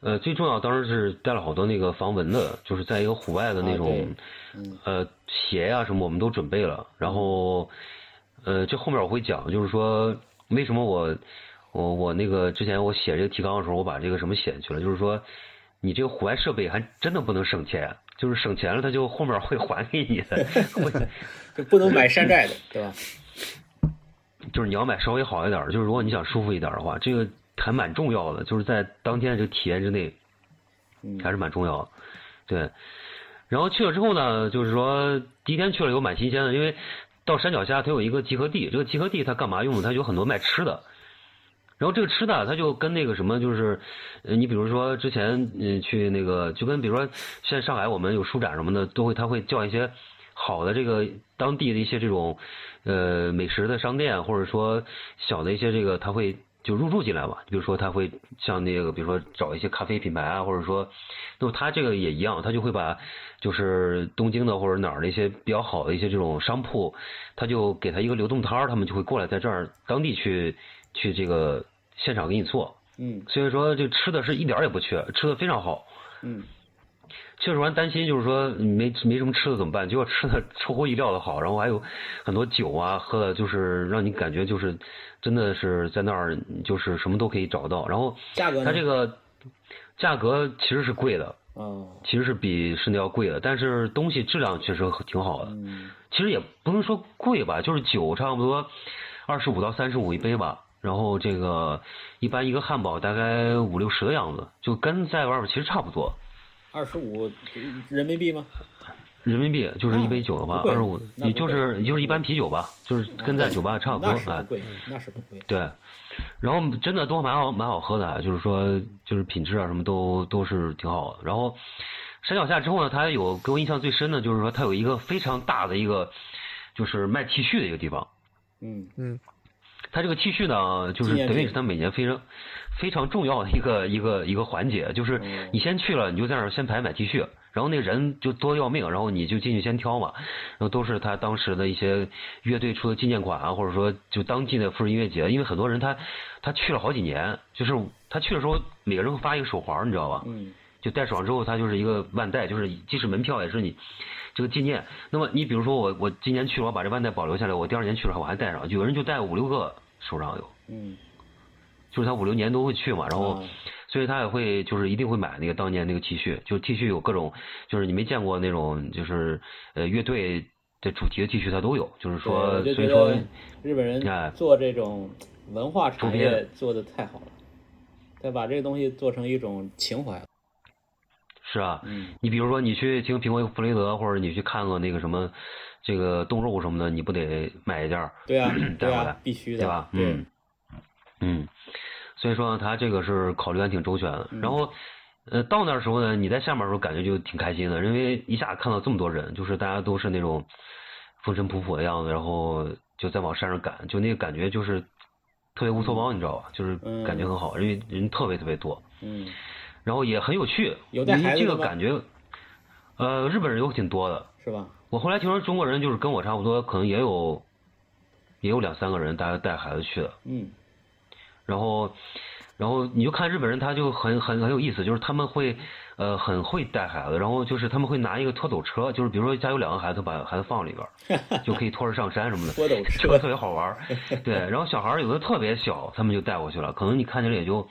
Speaker 5: 呃，最重要当时是带了好多那个防蚊的，就是在一个户外的那
Speaker 3: 啊对
Speaker 5: 种，
Speaker 3: 嗯
Speaker 5: 呃，鞋呀、什么我们都准备了。然后，呃，这后面我会讲，就是说为什么我我我那个之前我写这个提纲的时候，我把这个什么写进去了，就是说你这个户外设备还真的不能省钱，就是省钱了，它就后面会还给你的，会
Speaker 3: 就不能买山寨的，对吧？
Speaker 5: 就是你要买稍微好一点儿，就是如果你想舒服一点儿的话，这个还蛮重要的，就是在当天的这个体验之内
Speaker 3: 嗯，
Speaker 5: 还是蛮重要的。对，然后去了之后呢，就是说第一天去了以后蛮新鲜的，因为到山脚下它有一个集合地，这个集合地它干嘛用的？它有很多卖吃的。然后这个吃的啊，它就跟那个什么，就是，呃你比如说之前，嗯，去那个，就跟比如说现在上海我们有书展什么的，都会他会叫一些好的这个当地的一些这种，呃，美食的商店，或者说小的一些这个，他会就入驻进来吧。比如说他会像那个，比如说找一些咖啡品牌啊，或者说，那么他这个也一样，他就会把就是东京的或者哪儿的一些比较好的一些这种商铺，他就给他一个流动摊儿，他们就会过来在这儿当地去去这个现场给你做。
Speaker 3: 嗯
Speaker 5: 所以说，这吃的是一点儿也不缺，吃的非常好。
Speaker 3: 嗯
Speaker 5: 确实完担心就是说没没什么吃的怎么办？结果吃的出乎意料的好，然后还有很多酒啊喝的，就是让你感觉就是真的是在那儿就是什么都可以找到。然后
Speaker 3: 价格呢
Speaker 5: 它这个价格其实是贵的，
Speaker 3: 哦
Speaker 5: 其实是比室内要贵的，但是东西质量确实挺好的。
Speaker 3: 嗯
Speaker 5: 其实也不能说贵吧，就是酒差不多二十五到三十五一杯吧。然后这个一般一个汉堡大概五六十的样子，就跟在外边其实差不多。
Speaker 3: 二十五人民币吗？
Speaker 5: 人民币就是一杯酒的
Speaker 3: 哦
Speaker 5: 话，
Speaker 3: 不贵
Speaker 5: 二十五，
Speaker 3: 那不贵
Speaker 5: 也就是也就是一般啤酒吧，就是跟在酒吧差不多
Speaker 3: 那是
Speaker 5: 啊
Speaker 3: 不。贵，那是不贵。
Speaker 5: 对，然后真的都蛮好，蛮好喝的啊，就是说就是品质啊什么都都是挺好的。然后山脚下之后呢，它有给我印象最深的就是说它有一个非常大的一个就是卖 T 恤的一个地方，
Speaker 3: 嗯
Speaker 5: 它这个 T 恤呢，就是
Speaker 3: 纪念
Speaker 5: 等于
Speaker 3: 品
Speaker 5: 是它每年非常非常重要的一个一个一个环节，就是
Speaker 3: 哦
Speaker 5: 你先去了，你就在那儿先排买 T 恤，然后那人就多要命，然后你就进去先挑嘛，然后都是他当时的一些乐队出的纪念款啊，或者说就当季的富士音乐节，因为很多人他他去了好几年，就是他去的时候每个人会发一个手环，你知道吧？
Speaker 3: 嗯
Speaker 5: 就戴手上之后，它就是一个腕带，就是即使门票也是你这个纪念。那么你比如说我我今年去了，我把这腕带保留下来，我第二年去了我还戴上，有人就戴五六个手上有，
Speaker 3: 嗯，
Speaker 5: 就是他五六年都会去嘛，然后
Speaker 3: 啊
Speaker 5: 所以他也会就是一定会买那个当年那个 T 恤，就是 T 恤有各种，就是你没见过那种就是呃乐队的主题的 T 恤它都有，就是说
Speaker 3: 对我就
Speaker 5: 所以
Speaker 3: 觉
Speaker 5: 说
Speaker 3: 得日本
Speaker 5: 哎
Speaker 3: 人做这种文化产
Speaker 5: 图
Speaker 3: 业
Speaker 5: 片
Speaker 3: 做的太好了，他把这个东西做成一种情怀了。
Speaker 5: 是啊，
Speaker 3: 嗯
Speaker 5: 你比如说你去听苹果弗雷德，或者你去看看那个什么这个冻肉什么的，你不得买一件儿？，
Speaker 3: 对啊对
Speaker 5: 带回嗯来
Speaker 3: 啊，必须的，
Speaker 5: 对吧？
Speaker 3: 对
Speaker 5: 嗯，嗯，所以说呢，他这个是考虑还挺周全的。
Speaker 3: 嗯
Speaker 5: 然后，呃，到那时候呢，你在下面的时候感觉就挺开心的，因为一下看到这么多人，就是大家都是那种风尘仆仆的样子，然后就再往山上赶，就那个感觉就是特别乌托邦，你知道吧？就是感觉很好，因为人特别特别多，
Speaker 3: 嗯
Speaker 5: 然后也很有趣，
Speaker 3: 有带
Speaker 5: 你
Speaker 3: 孩子
Speaker 5: 这个
Speaker 3: 的吗
Speaker 5: 感觉，呃，日本人有挺多的。
Speaker 3: 是吧？
Speaker 5: 我后来听说中国人就是跟我差不多，可能也有也有两三个人，大家带孩子去的。
Speaker 3: 嗯
Speaker 5: 然后，然后你就看日本人，他就很很很有意思，就是他们会，呃，很会带孩子，然后就是他们会拿一个拖走车，就是比如说家有两个孩子，把孩子放里边儿，就可以拖着上山什么的，
Speaker 3: 拖斗车
Speaker 5: 这个特别好玩儿。对，然后小孩儿有的特别小，他们就带过去了，可能你看起来也就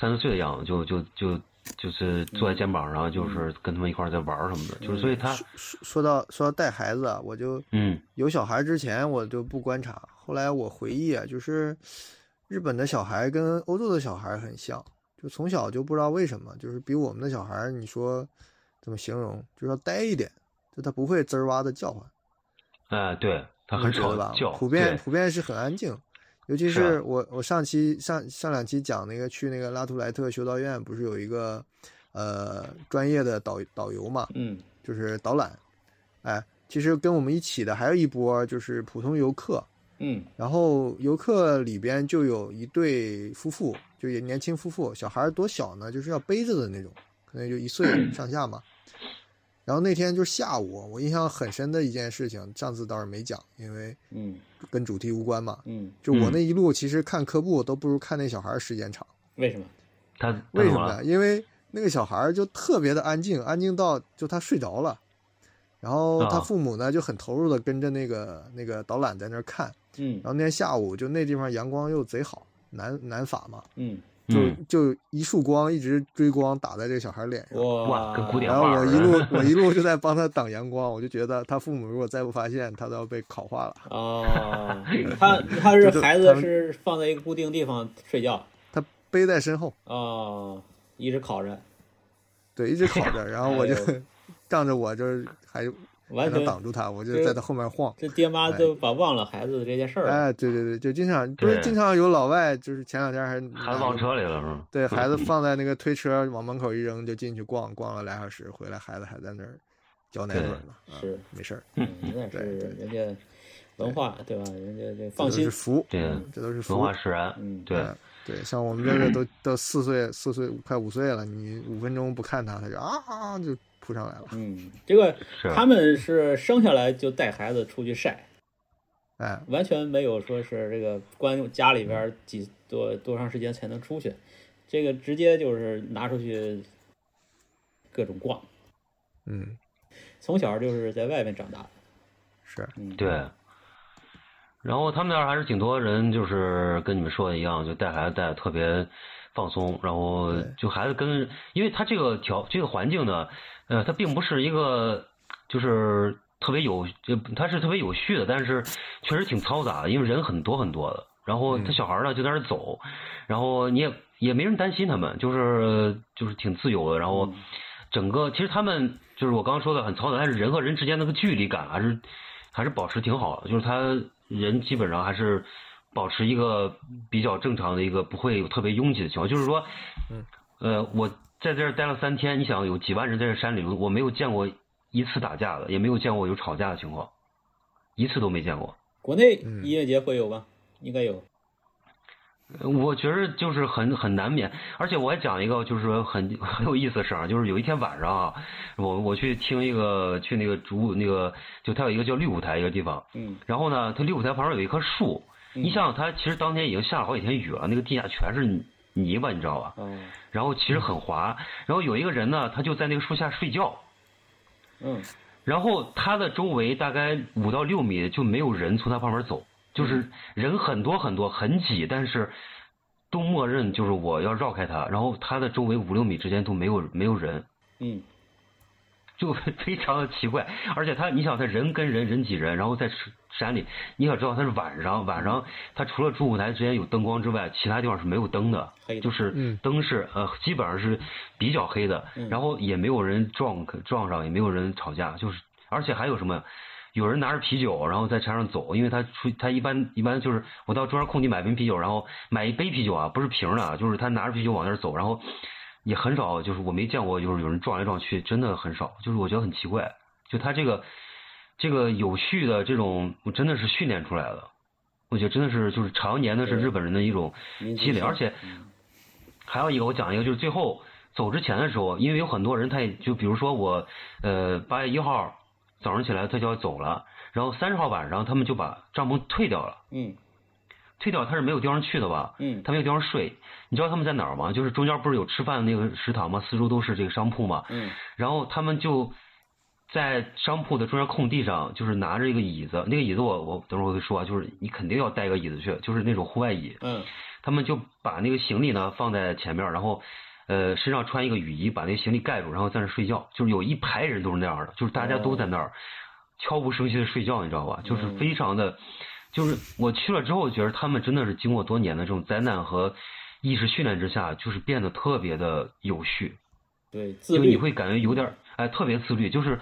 Speaker 5: 三四岁的样子，就就就就是坐在肩膀上，
Speaker 4: 嗯
Speaker 5: 就是跟他们一块儿在玩儿什么的，就是所以他，
Speaker 4: 说说到说到带孩子啊，我就
Speaker 5: 嗯
Speaker 4: 有小孩之前我就不观察，后来我回忆啊，就是日本的小孩跟欧洲的小孩很像，就从小就不知道为什么，就是比我们的小孩，你说怎么形容，就是要呆一点，就他不会吱儿哇的叫唤，
Speaker 5: 哎、对他
Speaker 4: 你
Speaker 5: 很
Speaker 4: 觉得
Speaker 5: 少
Speaker 4: 吧
Speaker 5: 叫，
Speaker 4: 普遍
Speaker 5: 对
Speaker 4: 普遍是很安静，尤其
Speaker 5: 是啊
Speaker 4: 是我我上期上上两期讲那个去那个拉图莱特修道院，不是有一个呃专业的导导游嘛，
Speaker 3: 嗯
Speaker 4: 就是导览，哎，其实跟我们一起的还有一波就是普通游客，
Speaker 3: 嗯
Speaker 4: 然后游客里边就有一对夫妇，就也年轻夫妇，小孩儿多小呢，就是要背着的那种，可能就一岁上下嘛。然后那天就是下午，我印象很深的一件事情，上次倒是没讲，因为
Speaker 3: 嗯
Speaker 4: 跟主题无关嘛。
Speaker 3: 嗯，
Speaker 4: 就我那一路其实看科布都不如看那小孩儿时间长，
Speaker 3: 为什么？
Speaker 5: 他他
Speaker 4: 为什
Speaker 5: 怎
Speaker 4: 么
Speaker 5: 了？
Speaker 4: 呢？因为那个小孩儿就特别的安静，安静到就他睡着了，然后他
Speaker 5: 啊
Speaker 4: 父母呢就很投入的跟着那个那个导览在那儿看，
Speaker 3: 嗯
Speaker 4: 然后那天下午就那地方阳光又贼好，南南法嘛，
Speaker 3: 嗯，
Speaker 4: 就
Speaker 5: 嗯
Speaker 4: 就一束光一直追光打在这个小孩脸上，
Speaker 3: 哇，
Speaker 5: 跟古典
Speaker 4: 然后我一路
Speaker 5: 电
Speaker 4: 我一路就在帮他挡阳光，我就觉得他父母如果再不发现，他都要被烤化了。
Speaker 3: 哦，他他是
Speaker 4: 这就
Speaker 3: 孩
Speaker 4: 他
Speaker 3: 子
Speaker 4: 们
Speaker 3: 是放在一个固定地方睡觉，
Speaker 4: 他背在身后，
Speaker 3: 哦，一直烤着，
Speaker 4: 对，一直烤着，然后我就
Speaker 3: 哎呦
Speaker 4: 仗着我就是还还
Speaker 3: 完
Speaker 4: 能
Speaker 3: 全
Speaker 4: 挡住他，我就
Speaker 3: 这
Speaker 4: 在他后面晃。
Speaker 3: 这爹妈都把忘了孩子的这件事儿了。
Speaker 4: 哎，对对对，就经常不是
Speaker 5: 对
Speaker 4: 经常有老外，就是前两天还
Speaker 5: 孩子往车里了是吗？
Speaker 4: 对孩子放在那个推车往门口一扔就进去逛，逛了俩小时，回来孩子还在那儿嚼奶
Speaker 5: 对
Speaker 4: 嘴呢，啊
Speaker 3: 是，
Speaker 4: 没事儿。
Speaker 3: 嗯，那
Speaker 4: 对
Speaker 3: 是人家文化，对吧？人家这
Speaker 4: 这
Speaker 3: 放
Speaker 4: 都
Speaker 3: 心
Speaker 4: 是，福，
Speaker 5: 对
Speaker 4: 嗯这都是
Speaker 5: 文
Speaker 4: 福
Speaker 5: 化。使
Speaker 3: 嗯
Speaker 5: 然，对
Speaker 4: 嗯对，像我们这个都都四岁、四岁快五岁了，你五分钟不看他，他就啊啊就扑上来了。
Speaker 3: 嗯，这个
Speaker 5: 是啊
Speaker 3: 他们是生下来就带孩子出去晒，
Speaker 4: 哎，
Speaker 3: 完全没有说是这个关家里边儿几多多长时间才能出去，这个直接就是拿出去各种逛，
Speaker 4: 嗯，
Speaker 3: 从小就是在外面长大的。
Speaker 4: 是，
Speaker 3: 嗯，
Speaker 5: 对。然后他们那儿还是挺多人，就是跟你们说的一样，就带孩子带的特别放松，然后
Speaker 4: 对
Speaker 5: 就孩子跟，因为他这个条这个环境呢，呃，它并不是一个就是特别有，就它是特别有序的，但是确实挺嘈杂的，因为人很多很多的。然
Speaker 3: 嗯
Speaker 5: 后他小孩儿呢就在那儿走，然后你也也没人担心他们，就是就是挺自由的。
Speaker 3: 嗯
Speaker 5: 然后整个其实他们就是我刚刚说的很嘈杂，但是人和人之间那个距离感还是还是保持挺好的，就是他人基本上还是保持一个比较正常的一个不会有特别拥挤的情况，就是说，呃，我在这儿待了三天，你想有几万人在这山里，我没有见过一次打架的，也没有见过有吵架的情况，一次都没见过。
Speaker 3: 国内
Speaker 4: 嗯
Speaker 3: 音乐节会有吧？应该有。
Speaker 5: 我觉得就是很很难免，而且我还讲一个就是说很 很有意思的事儿，就是有一天晚上啊，我我去听一个去那个主那个就它有一个叫绿舞台一个地方，
Speaker 3: 嗯，
Speaker 5: 然后呢，它绿舞台旁边有一棵树，你想想它其实当天已经下了好几天雨了，那个地下全是泥泥巴，你知道吧？
Speaker 3: 哦，
Speaker 5: 然后其实很滑，然后有一个人呢，他就在那个树下睡觉，
Speaker 3: 嗯，
Speaker 5: 然后他的周围大概五到六米就没有人从他旁边走，
Speaker 3: 嗯
Speaker 5: 就是人很多很多很挤，但是都默认就是我要绕开他，然后他的周围五六米之间都没有没有人，
Speaker 3: 嗯，
Speaker 5: 就 非常的奇怪。而且他，你想他人跟人人挤人，然后在山里，你想知道他是晚上，晚上他除了主舞台之间有灯光之外，其他地方是没有灯的
Speaker 3: 黑的，
Speaker 5: 就是
Speaker 4: 嗯
Speaker 5: 灯是呃基本上是比较黑的
Speaker 3: 嗯，
Speaker 5: 然后也没有人撞撞上，也没有人吵架，就是而且还有什么。有人拿着啤酒，然后在山上走，因为他出他一般一般就是我到中央空地买瓶啤酒，然后买一杯啤酒啊，不是瓶儿的啊，就是他拿着啤酒往那儿走，然后也很少，就是我没见过，就是有人撞来撞去，真的很少，就是我觉得很奇怪，就他这个这个有序的这种，我真的是训练出来的，我觉得真的是就是常年的是
Speaker 3: 对
Speaker 5: 日本人的一种
Speaker 3: 民族
Speaker 5: 积累，
Speaker 3: 性
Speaker 5: 而且
Speaker 3: 嗯
Speaker 5: 还有一个，我讲一个，就是最后走之前的时候，因为有很多人，他也就比如说我，呃，八月一号早上起来他就要走了，然后三十号晚上他们就把帐篷退掉了，
Speaker 3: 嗯
Speaker 5: 退掉他是没有地方去的吧？
Speaker 3: 嗯
Speaker 5: 他没有地方睡，你知道他们在哪儿吗？就是中间不是有吃饭的那个食堂吗？四周都是这个商铺嘛，
Speaker 3: 嗯
Speaker 5: 然后他们就在商铺的中间空地上，就是拿着一个椅子，那个椅子我我等会儿我会说啊，就是你肯定要带个椅子去，就是那种户外椅，
Speaker 3: 嗯
Speaker 5: 他们就把那个行李呢放在前面儿，然后呃身上穿一个雨衣，把那个行李盖住，然后在那儿睡觉。就是有一排人都是那样的，就是大家都在那儿、悄无声息的睡觉，你知道吧？就是非常的，就是我去了之后，觉得他们真的是经过多年的这种灾难和意识训练之下，就是变得特别的有序。
Speaker 3: 对，自
Speaker 5: 就
Speaker 3: 律嗯
Speaker 5: 你会感觉有点儿哎特别自律，就是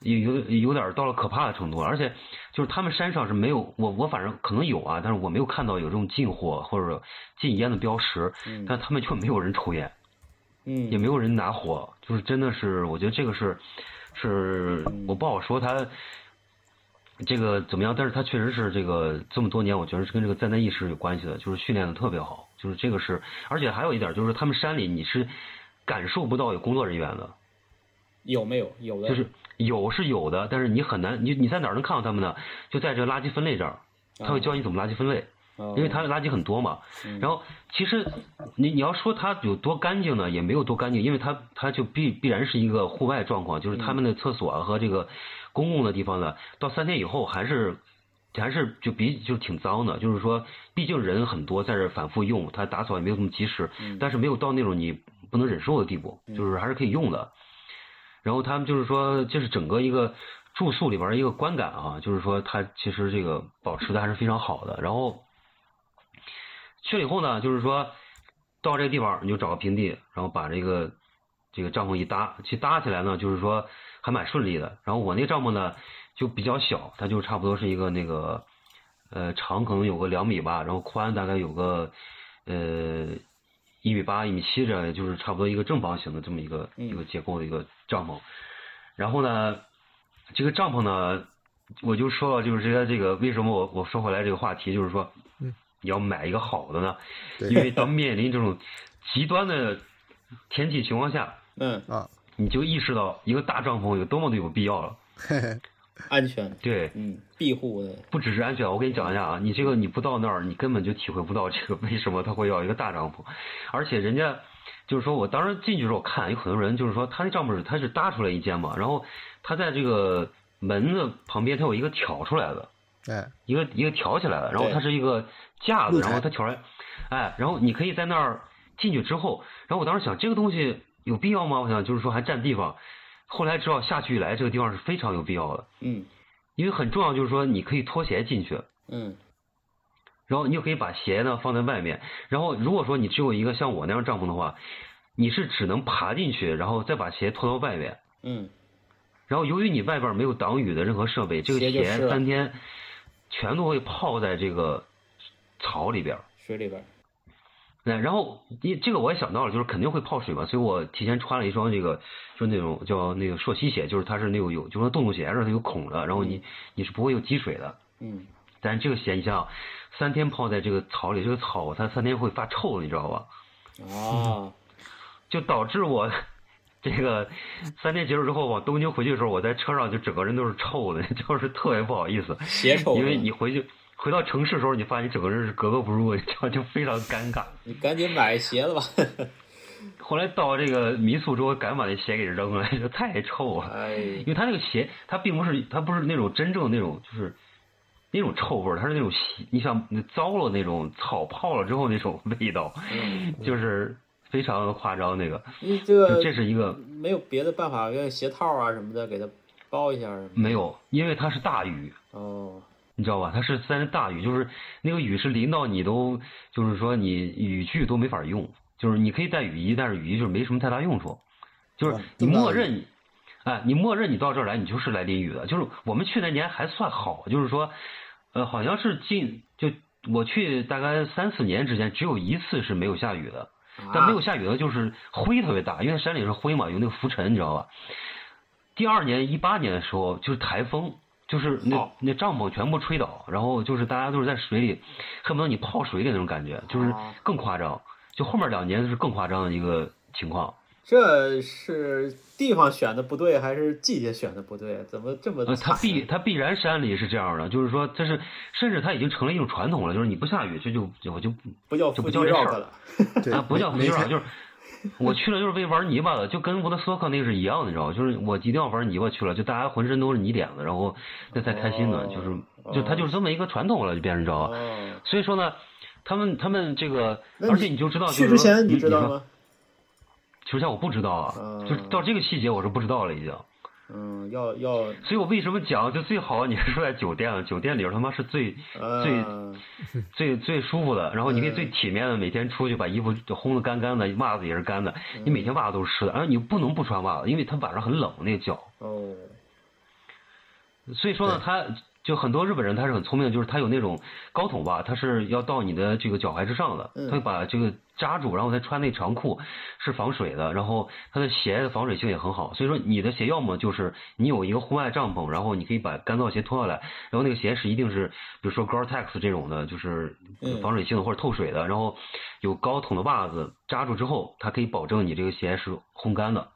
Speaker 5: 有有有点儿到了可怕的程度，而且就是他们山上是没有我我反正可能有啊，但是我没有看到有这种禁火或者禁烟的标识，
Speaker 3: 嗯
Speaker 5: 但他们却没有人抽烟，
Speaker 3: 嗯
Speaker 5: 也没有人拿火，就是真的是我觉得这个是是我不好说他。这个怎么样？但是他确实是这个这么多年，我觉得是跟这个灾难意识有关系的，就是训练的特别好，就是这个是，而且还有一点就是他们山里你是感受不到有工作人员的，
Speaker 3: 有没有有的
Speaker 5: 就是有是有的，但是你很难，你你在哪儿能看到他们呢？就在这垃圾分类这儿，他会教你怎么垃圾分类，
Speaker 3: 哦嗯
Speaker 5: 因为他的垃圾很多嘛。然后其实你你要说它有多干净呢，也没有多干净，因为它它就必必然是一个户外状况，就是他们的厕所啊和这个公共的地方呢，到三天以后还是。还是就比就是挺脏的，就是说，毕竟人很多，在这儿反复用，它打扫也没有那么及时，但是没有到那种你不能忍受的地步，就是还是可以用的。然后他们就是说，这是整个一个住宿里边儿一个观感啊，就是说它其实这个保持的还是非常好的。然后去了以后呢，就是说到这个地方你就找个平地，然后把这个这个帐篷一搭，去搭起来呢，就是说还蛮顺利的。然后我那个帐篷呢就比较小，它就差不多是一个那个呃长可能有个两米吧，然后宽大概有个呃一米八、一米七这样，就是差不多一个正方形的这么一个、一个结构的一个帐篷。然后呢，这个帐篷呢，我就说到就是这这个为什么我我说回来这个话题，就是说，
Speaker 4: 嗯，
Speaker 5: 要买一个好的呢，
Speaker 4: 对
Speaker 5: 因为当面临这种极端的天气情况下，
Speaker 3: 嗯，
Speaker 4: 啊，
Speaker 5: 你就意识到一个大帐篷有多么的有必要了。
Speaker 4: 嘿嘿，
Speaker 3: 安全，
Speaker 5: 对，
Speaker 3: 嗯，庇护的，
Speaker 5: 不只是安全，我给你讲一下啊，你这个你不到那儿，你根本就体会不到这个为什么他会要一个大帐篷，而且人家就是说我当时进去的时候看，有很多人就是说他那帐篷是他是搭出来一间嘛，然后他在这个门的旁边，他有一个挑出来的，
Speaker 4: 哎，
Speaker 5: 一个一个挑起来的，然后
Speaker 3: 对
Speaker 5: 它是一个架子，
Speaker 4: 露台
Speaker 5: 然后它挑来，哎，然后你可以在那儿进去之后，然后我当时想这个东西有必要吗？我想就是说还占地方，后来知道下去以来这个地方是非常有必要的，
Speaker 3: 嗯
Speaker 5: 因为很重要就是说你可以脱鞋进去，
Speaker 3: 嗯
Speaker 5: 然后你就可以把鞋呢放在外面，然后如果说你只有一个像我那样帐篷的话，你是只能爬进去，然后再把鞋脱到外面，
Speaker 3: 嗯，
Speaker 5: 然后由于你外边没有挡雨的任何设备，这个
Speaker 3: 鞋就
Speaker 5: 鞋
Speaker 3: 湿了
Speaker 5: 三天全都会泡在这个草里边儿。
Speaker 3: 水里边儿，
Speaker 5: 那然后因这个我也想到了，就是肯定会泡水嘛，所以我提前穿了一双这个，就是那种叫那个溯溪鞋，就是它是那种有，就是说洞洞鞋是它有孔的，然后你你是不会有积水的。
Speaker 3: 嗯
Speaker 5: 但是这个鞋你想想，三天泡在这个草里，这个草它三天会发臭的，你知道吧？
Speaker 3: 啊，
Speaker 5: 就导致我这个三天结束之后往东京回去的时候，我在车上就整个人都是臭的， 就是特别不好意思，
Speaker 3: 鞋臭了，
Speaker 5: 因为你回去回到城市的时候，你发现你整个人是格格不入，你知道就非常尴尬。
Speaker 3: 你赶紧买鞋子吧，
Speaker 5: 后来到这个民宿之后，赶紧把那鞋给扔了， 这太臭了。
Speaker 3: 哎，
Speaker 5: 因为它那个鞋，它并不是它不是那种真正那种就是那种臭味儿，它是那种洗你想糟了那种草泡了之后那种味道，
Speaker 3: 嗯
Speaker 5: 就是非常的夸张。那个
Speaker 3: 你这
Speaker 5: 就
Speaker 3: 个
Speaker 5: 这是一个
Speaker 3: 没有别的办法，用鞋套啊什么的给它包一下什么
Speaker 5: 没有，因为它是大雨，
Speaker 3: 的，哦，
Speaker 5: 你知道吧？它是在那大雨，就是那个雨是淋到你都就是说你雨具都没法用，就是你可以带雨衣，但是雨衣就是没什么太大用处，就是
Speaker 4: 哇啊这
Speaker 5: 你
Speaker 4: 么大
Speaker 5: 默
Speaker 4: 雨
Speaker 5: 认你，哎，你默认你到这儿来，你就是来淋雨的。就是我们去那年还算好，就是说，呃，好像是近就我去大概三四年之间，只有一次是没有下雨的，但没有
Speaker 3: 啊
Speaker 5: 下雨的就是灰特别大，因为山里是灰嘛，有那个浮尘，你知道吧？第二年一八年的时候就是台风，就是那、
Speaker 3: 哦
Speaker 5: 那帐篷全部吹倒，然后就是大家都是在水里，恨不得你泡水里那种感觉，就是
Speaker 3: 啊
Speaker 5: 更夸张。就后面两年是更夸张的一个情况。
Speaker 3: 这是地方选的不对，还是季节选的不对？怎么这么
Speaker 5: 呃，它
Speaker 3: 惨
Speaker 5: 必它必然山里是这样的，就是说这是甚至它已经成了一种传统了，就是你不下雨这就就我就
Speaker 3: 不叫
Speaker 5: 就
Speaker 3: 腹
Speaker 5: 不
Speaker 3: 肌
Speaker 5: 叫这事儿
Speaker 3: rock 了？
Speaker 4: 对，
Speaker 5: 啊，不叫
Speaker 4: 没
Speaker 5: 没事儿，
Speaker 4: 没
Speaker 5: 就是我去了就是为玩泥巴的，就跟俄罗斯克那个是一样的，你知道吗？就是我一定要玩泥巴去了，就大家浑身都是泥点子，然后那才开心呢，就是就他就是这么一个传统了，就变成你知道吧？
Speaker 3: 哦，
Speaker 5: 所以说呢，他们他们这个，
Speaker 3: 那
Speaker 5: 而
Speaker 3: 你
Speaker 5: 且你就知道，就
Speaker 3: 去
Speaker 5: 是
Speaker 3: 之
Speaker 5: 说
Speaker 3: 前
Speaker 5: 你
Speaker 3: 你知道？
Speaker 5: 你说
Speaker 3: 吗？哦
Speaker 5: 去之前我不知道啊，就是到这个细节我是不知道了已经。
Speaker 3: 嗯，要要
Speaker 5: 所以我为什么讲就最好你是住在酒店了，酒店里边他妈是最最
Speaker 3: 呃，
Speaker 5: 最最舒服的，然后你可以
Speaker 3: 嗯
Speaker 5: 最体面的，每天出去把衣服烘得干干的，袜子也是干的，你每天袜子都是湿的，然后你不能不穿袜子，因为它晚上很冷那个脚，
Speaker 3: 哦，
Speaker 5: 所以说呢，他就很多日本人他是很聪明的，就是他有那种高筒袜，他是要到你的这个脚踝之上的，
Speaker 3: 嗯
Speaker 5: 他会把这个扎住，然后再穿那长裤是防水的，然后他的鞋的防水性也很好，所以说你的鞋要么就是你有一个户外帐篷，然后你可以把干燥鞋脱下来，然后那个鞋是一定是比如说 Gore-Tex 这种的，就是
Speaker 3: 嗯
Speaker 5: 防水性的或者透水的，然后有高筒的袜子扎住之后，它可以保证你这个鞋是烘干的。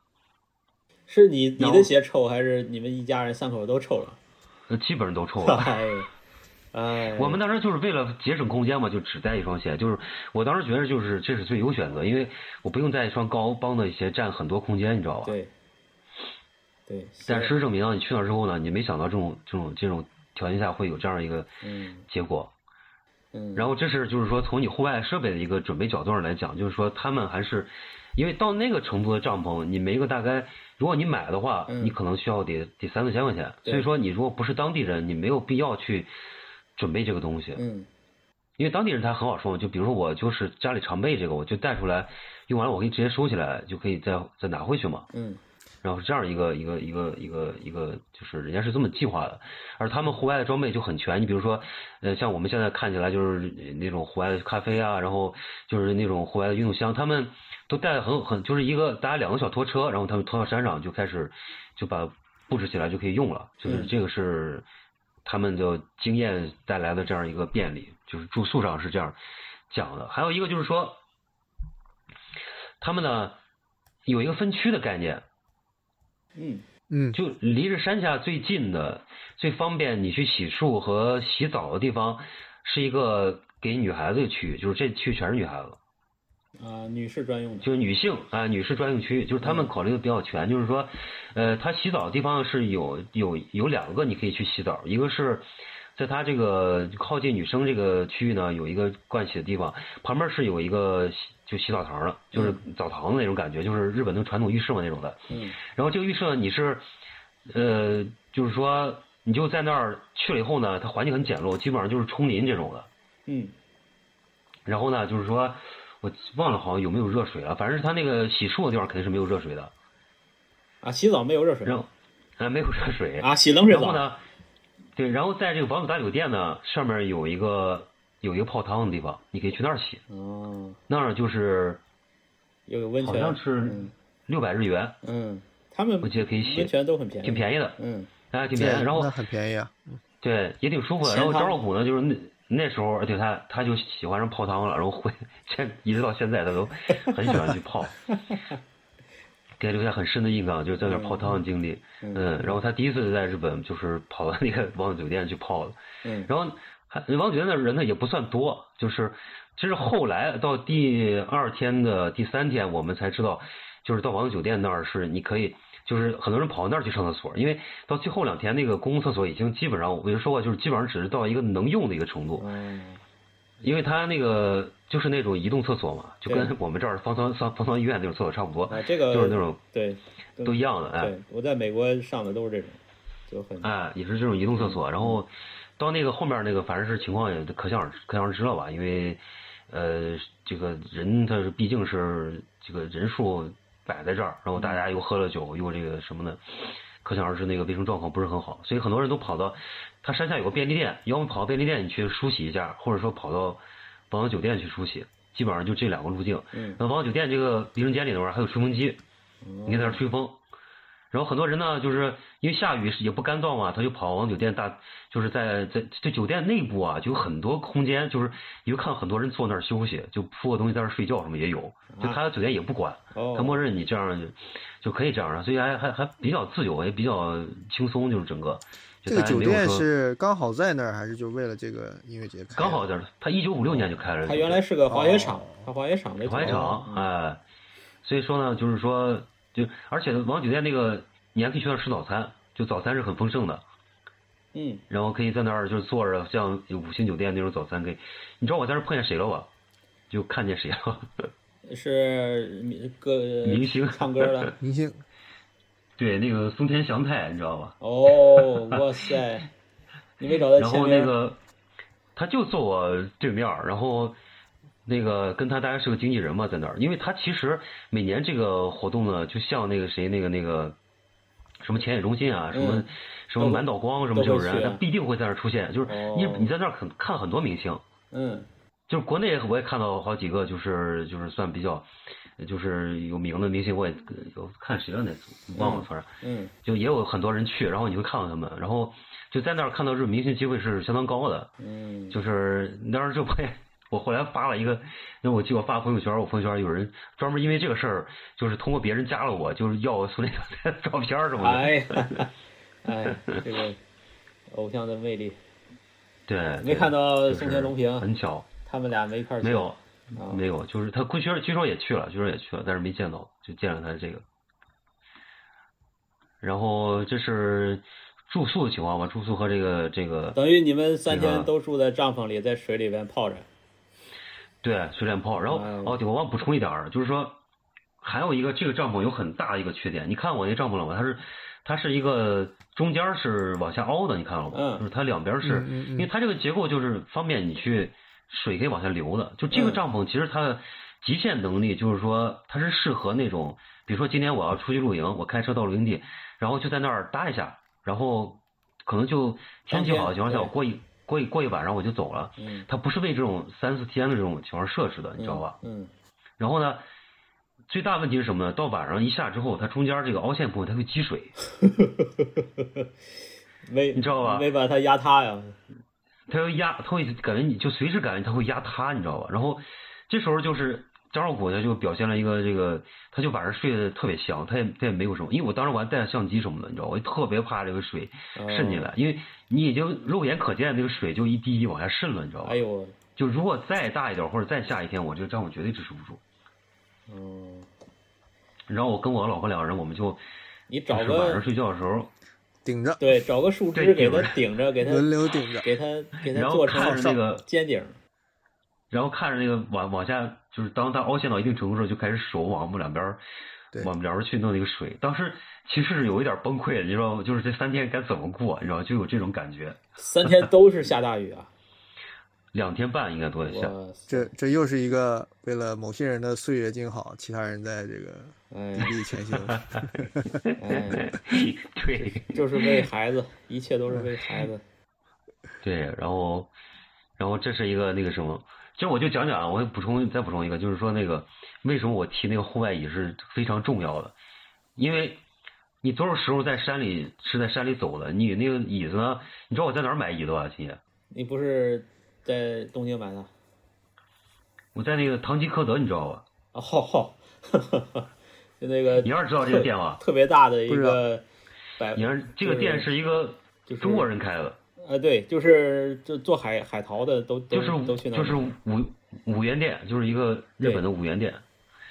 Speaker 3: 是你你
Speaker 5: 然
Speaker 3: 的
Speaker 5: 后
Speaker 3: 鞋臭，还是你们一家人三口都臭了？
Speaker 5: 那基本上都臭了，
Speaker 3: 哎，哎，
Speaker 5: 我们当时就是为了节省空间嘛，就只带一双鞋。就是我当时觉得，就是这是最优选择，因为我不用带一双高帮的鞋占很多空间，你知道吧？
Speaker 3: 对对，
Speaker 5: 但
Speaker 3: 鞋
Speaker 5: 事实证明啊，你去那儿之后呢，你没想到这种这种这种条件下会有这样一个
Speaker 3: 嗯
Speaker 5: 结果。
Speaker 3: 嗯，
Speaker 5: 然后这是就是说从你户外设备的一个准备角度上来讲，就是说他们还是，因为到那个程度的帐篷，你没个大概，如果你买的话，
Speaker 3: 嗯
Speaker 5: 你可能需要得得三四千块钱。
Speaker 3: 对
Speaker 5: 所以说你如果不是当地人，你没有必要去准备这个东西。
Speaker 3: 嗯
Speaker 5: 因为当地人他很好说，就比如说我就是家里常备这个，我就带出来，用完了我可以直接收起来，就可以再再拿回去嘛。
Speaker 3: 嗯
Speaker 5: 然后是这样一个一个一个一个一个，就是人家是这么计划的，而他们户外的装备就很全。你比如说，呃，像我们现在看起来就是呃那种户外的咖啡啊，然后就是那种户外的运动箱，他们都带得很很，就是一个大家两个小拖车，然后他们拖到山上就开始就把布置起来就可以用了，就是
Speaker 3: 嗯
Speaker 5: 这个是他们的经验带来的这样一个便利，就是住宿上是这样讲的。还有一个就是说，他们呢有一个分区的概念，
Speaker 3: 嗯，
Speaker 4: 嗯，
Speaker 5: 就离着山下最近的、最方便你去洗漱和洗澡的地方，是一个给女孩子的区域，就是这区全是女孩子。
Speaker 3: 啊，女士专用的，
Speaker 5: 就是女性啊、女士专用区域，就是他们考虑的比较全，就是说，呃，他洗澡的地方是有有有两个你可以去洗澡，一个是在他这个靠近女生这个区域呢，有一个盥洗的地方，旁边是有一个洗就洗澡堂的，就是澡堂子那种感觉，就是日本的传统浴室嘛那种的。
Speaker 3: 嗯
Speaker 5: 然后这个浴室呢，你是，呃，就是说你就在那儿去了以后呢，它环境很简陋，基本上就是冲淋这种的。
Speaker 3: 嗯
Speaker 5: 然后呢，就是说我忘了好像有没有热水了，反正是他那个洗漱的地方肯定是没有热水的，
Speaker 3: 啊，洗澡没有热水
Speaker 5: 然后哎没有热水，
Speaker 3: 啊，洗冷水
Speaker 5: 然后
Speaker 3: 澡，
Speaker 5: 呢，对，然后在这个王子大酒店呢，上面有一个有一个泡汤的地方，你可以去那儿洗，
Speaker 3: 哦，
Speaker 5: 那儿就是
Speaker 3: 有个温
Speaker 5: 好
Speaker 3: 泉，
Speaker 5: 像是
Speaker 3: 嗯
Speaker 5: 六百日元，
Speaker 3: 嗯，他们
Speaker 5: 我记得可以
Speaker 3: 温
Speaker 5: 洗，
Speaker 3: 泉都很便宜，
Speaker 5: 挺便宜的，
Speaker 3: 嗯
Speaker 5: 哎，挺
Speaker 4: 对
Speaker 5: 便宜的。然后
Speaker 4: 那很便宜啊，
Speaker 5: 对，也挺舒服的。
Speaker 3: 咸
Speaker 5: 然后
Speaker 3: 汤
Speaker 5: 张少虎呢，就是那那时候，对他他就喜欢上泡汤了，然后回现一直到现在，他都很喜欢去 泡，给他留下很深的印象，就是在那儿泡汤的经历。嗯，然后他第一次在日本就是跑到那个王子酒店去泡的，
Speaker 3: 嗯
Speaker 5: 然后还王子酒店的人呢也不算多，就是这是后来到第二天的第三天，我们才知道，就是到王子酒店那儿是你可以。就是很多人跑到那儿去上厕所，因为到最后两天那个公共厕所已经基本上，我就说过，就是基本上只是到一个能用的一个程度，
Speaker 3: 哦
Speaker 5: 因为它那个就是那种移动厕所嘛，就
Speaker 3: 对
Speaker 5: 跟我们这儿方舱方方舱医院那种厕所差不多，
Speaker 3: 啊，这个
Speaker 5: 就是那种
Speaker 3: 对
Speaker 5: 都一样的，哎，
Speaker 3: 对，我在美国上的都是这种，就很
Speaker 5: 哎，也是这种移动厕所。然后到那个后面那个，反正是情况也可想而知可想而知了吧？因为呃，这个人他是毕竟是这个人数摆在这儿，然后大家又喝了酒，又这个什么的，可想而知那个卫生状况不是很好，所以很多人都跑到他山下有个便利店，要么跑到便利店你去梳洗一下，或者说跑到王子酒店去梳洗。基本上就这两个路径。
Speaker 3: 嗯哦
Speaker 5: 那王子酒店这个卫生间里头啊还有吹风机，你可以在那儿吹风。然后很多人呢，就是因为下雨也不干燥嘛，他就跑往酒店大，就是在在这酒店内部啊，就有很多空间，就是你会看很多人坐那儿休息，就铺个东西在那儿睡觉什么也有，就他酒店也不管，
Speaker 3: 嗯哦
Speaker 5: 他默认你这样就就可以这样啊了，所以还还还比较自由，也比较轻松，就是整个。就
Speaker 4: 这个
Speaker 5: 大家
Speaker 4: 酒
Speaker 5: 没有
Speaker 4: 店
Speaker 5: 说
Speaker 4: 是刚好在那儿，还是就为了这个音乐节开的？
Speaker 5: 刚好在这儿，他一九五六年就开了。
Speaker 3: 它原来是个滑雪场，它滑雪场的
Speaker 5: 哦滑雪场，
Speaker 3: 嗯
Speaker 5: 哎，所以说呢，就是说，就而且王酒店那个，你还可以去那儿吃早餐，就早餐是很丰盛的，
Speaker 3: 嗯，
Speaker 5: 然后可以在那儿就是坐着，像五星酒店那种早餐可以。你知道我在那儿碰见谁了吧？就看见谁了？
Speaker 3: 是民歌
Speaker 5: 明星
Speaker 3: 唱歌 的
Speaker 4: 明星
Speaker 5: 对，那个松田翔太，你知道吧？
Speaker 3: 哦，哇 塞，你没找到
Speaker 5: 然
Speaker 3: 前
Speaker 5: 后
Speaker 3: 面
Speaker 5: 那个他就坐我对面儿，然后那个跟他大概是个经纪人嘛，在那儿，因为他其实每年这个活动呢，就像那个谁那个那个什么浅野中心啊，什么、
Speaker 3: 嗯
Speaker 5: 什么满岛光什
Speaker 3: 都
Speaker 5: 么这种
Speaker 3: 会
Speaker 5: 人
Speaker 3: 去
Speaker 5: 啊，
Speaker 3: 啊
Speaker 5: 他必定会在那儿出现，就是你、
Speaker 3: 哦
Speaker 5: 你在那儿很看很多明星。
Speaker 3: 嗯
Speaker 5: 就是国内我也看到好几个，就是就是算比较，就是有名的明星，我也有看谁了那次忘了，反正
Speaker 3: 嗯
Speaker 5: 就也有很多人去，然后你会看到他们，然后就在那儿看到这种明星机会是相当高的，
Speaker 3: 嗯，
Speaker 5: 就是当时就我也我后来发了一个，那我记得我发朋友圈，我朋友圈有人专门因为这个事儿，就是通过别人加了我，就是要我 孙俪的照片儿什么的。
Speaker 3: 哎 呀哎，这个偶像的魅力，
Speaker 5: 对，对
Speaker 3: 没看到
Speaker 5: 就是
Speaker 3: 宋田龙平
Speaker 5: 很巧，
Speaker 3: 他们俩没一块儿去
Speaker 5: 没有
Speaker 3: 啊
Speaker 5: 没有，就是他据说据说也去了，据说也去了，但是没见到，就见了他这个。然后这是住宿的情况吧，住宿和这个这个
Speaker 3: 等于你们三
Speaker 5: 对
Speaker 3: 天
Speaker 5: 吧
Speaker 3: 都住在帐篷里，在水里边泡着。
Speaker 5: 对，水脸泡。然后
Speaker 3: 哎呦
Speaker 5: 哦，对，我忘补充一点儿，就是说还有一个这个帐篷有很大的一个缺点，你看我那帐篷了吗？它是它是一个中间儿是往下凹的，你看了吗？
Speaker 3: 嗯
Speaker 5: 就是它两边儿是，
Speaker 4: 嗯嗯嗯
Speaker 5: 因为它这个结构就是方便你去水可以往下流的。就这个
Speaker 3: 嗯
Speaker 5: 帐篷其实它的极限能力就是说它是适合那种，比如说今天我要出去露营，我开车到露营地，然后就在那儿搭一下，然后可能就天气好的情况
Speaker 3: 当
Speaker 5: 下，
Speaker 3: 天
Speaker 5: 我过一过一过一晚上我就走了。
Speaker 3: 嗯，
Speaker 5: 它不是为这种三四天的这种情况设置的，你知道吧？
Speaker 3: 嗯？
Speaker 5: 然后呢，最大问题是什么呢？到晚上一下之后，它中间这个凹陷部分它会积水，
Speaker 3: 嗯，没
Speaker 5: 你知道吧
Speaker 3: 嗯没把他压塌呀，
Speaker 5: 他要压，他会感觉你就随时感觉他会压塌，你知道吧？然后这时候就是张若昄呢，就表现了一个这个，他就晚上睡得特别香，他也他也没有什么，因为我当时我还带着相机什么的，你知道吧，我就特别怕这个水
Speaker 3: 哦
Speaker 5: 渗进来，因为你已经肉眼可见那个水就一滴一滴往下渗了，你知道吧？
Speaker 3: 哎呦，
Speaker 5: 就如果再大一点或者再下一天，我这个账我绝对支持不住。
Speaker 3: 嗯，
Speaker 5: 然后我跟我老婆两个人，我们就
Speaker 3: 你
Speaker 5: 就
Speaker 3: 找
Speaker 5: 是晚上
Speaker 3: 个
Speaker 5: 睡觉的时候，
Speaker 4: 顶着，
Speaker 3: 对，找个树枝
Speaker 5: 对
Speaker 3: 给
Speaker 5: 顶
Speaker 3: 他顶着，给他
Speaker 4: 轮流顶着。
Speaker 3: 给他给他
Speaker 5: 然后
Speaker 3: 做成
Speaker 5: 看着那个
Speaker 3: 尖顶儿，
Speaker 5: 然后看着那个往往下，就是当它凹陷到一定程度的时候，就开始手往我们两边儿，
Speaker 4: 对
Speaker 5: 往我们两边儿去弄那个水。当时其实是有一点崩溃的，你知道吗？就是这三天该怎么过，你知道吗就有这种感觉。
Speaker 3: 三天都是下大雨 啊，
Speaker 5: 两天半应该多得下，
Speaker 3: 我
Speaker 4: 这这又是一个为了某些人的岁月静好，其他人在这个
Speaker 3: 哎
Speaker 4: 砥砺 前行。
Speaker 3: 哎，
Speaker 5: 对
Speaker 3: 就是为孩子，一切都是为孩子，
Speaker 5: 对。然后，然后这是一个那个什么，其实我就讲讲啊，我也补充再补充一个，就是说那个为什么我提那个户外椅是非常重要的，因为你多少时候在山里是在山里走的，你那个椅子呢？你知道我在哪儿买椅子吧，秦爷？
Speaker 3: 你不是在东京买的？
Speaker 5: 我在那个唐吉诃德，你知道吧？
Speaker 3: 哦， 吼呵呵就那个
Speaker 5: 你要是知道这个店吧，
Speaker 3: 特别大的一
Speaker 4: 不知
Speaker 3: 个百
Speaker 5: 你要是这个店是一个
Speaker 3: 就是
Speaker 5: 中国人开的，
Speaker 3: 呃，对，就是就做海海淘的都都
Speaker 5: 就是
Speaker 3: 都去那儿
Speaker 5: 就是五五元店，就是一个日本的五元店，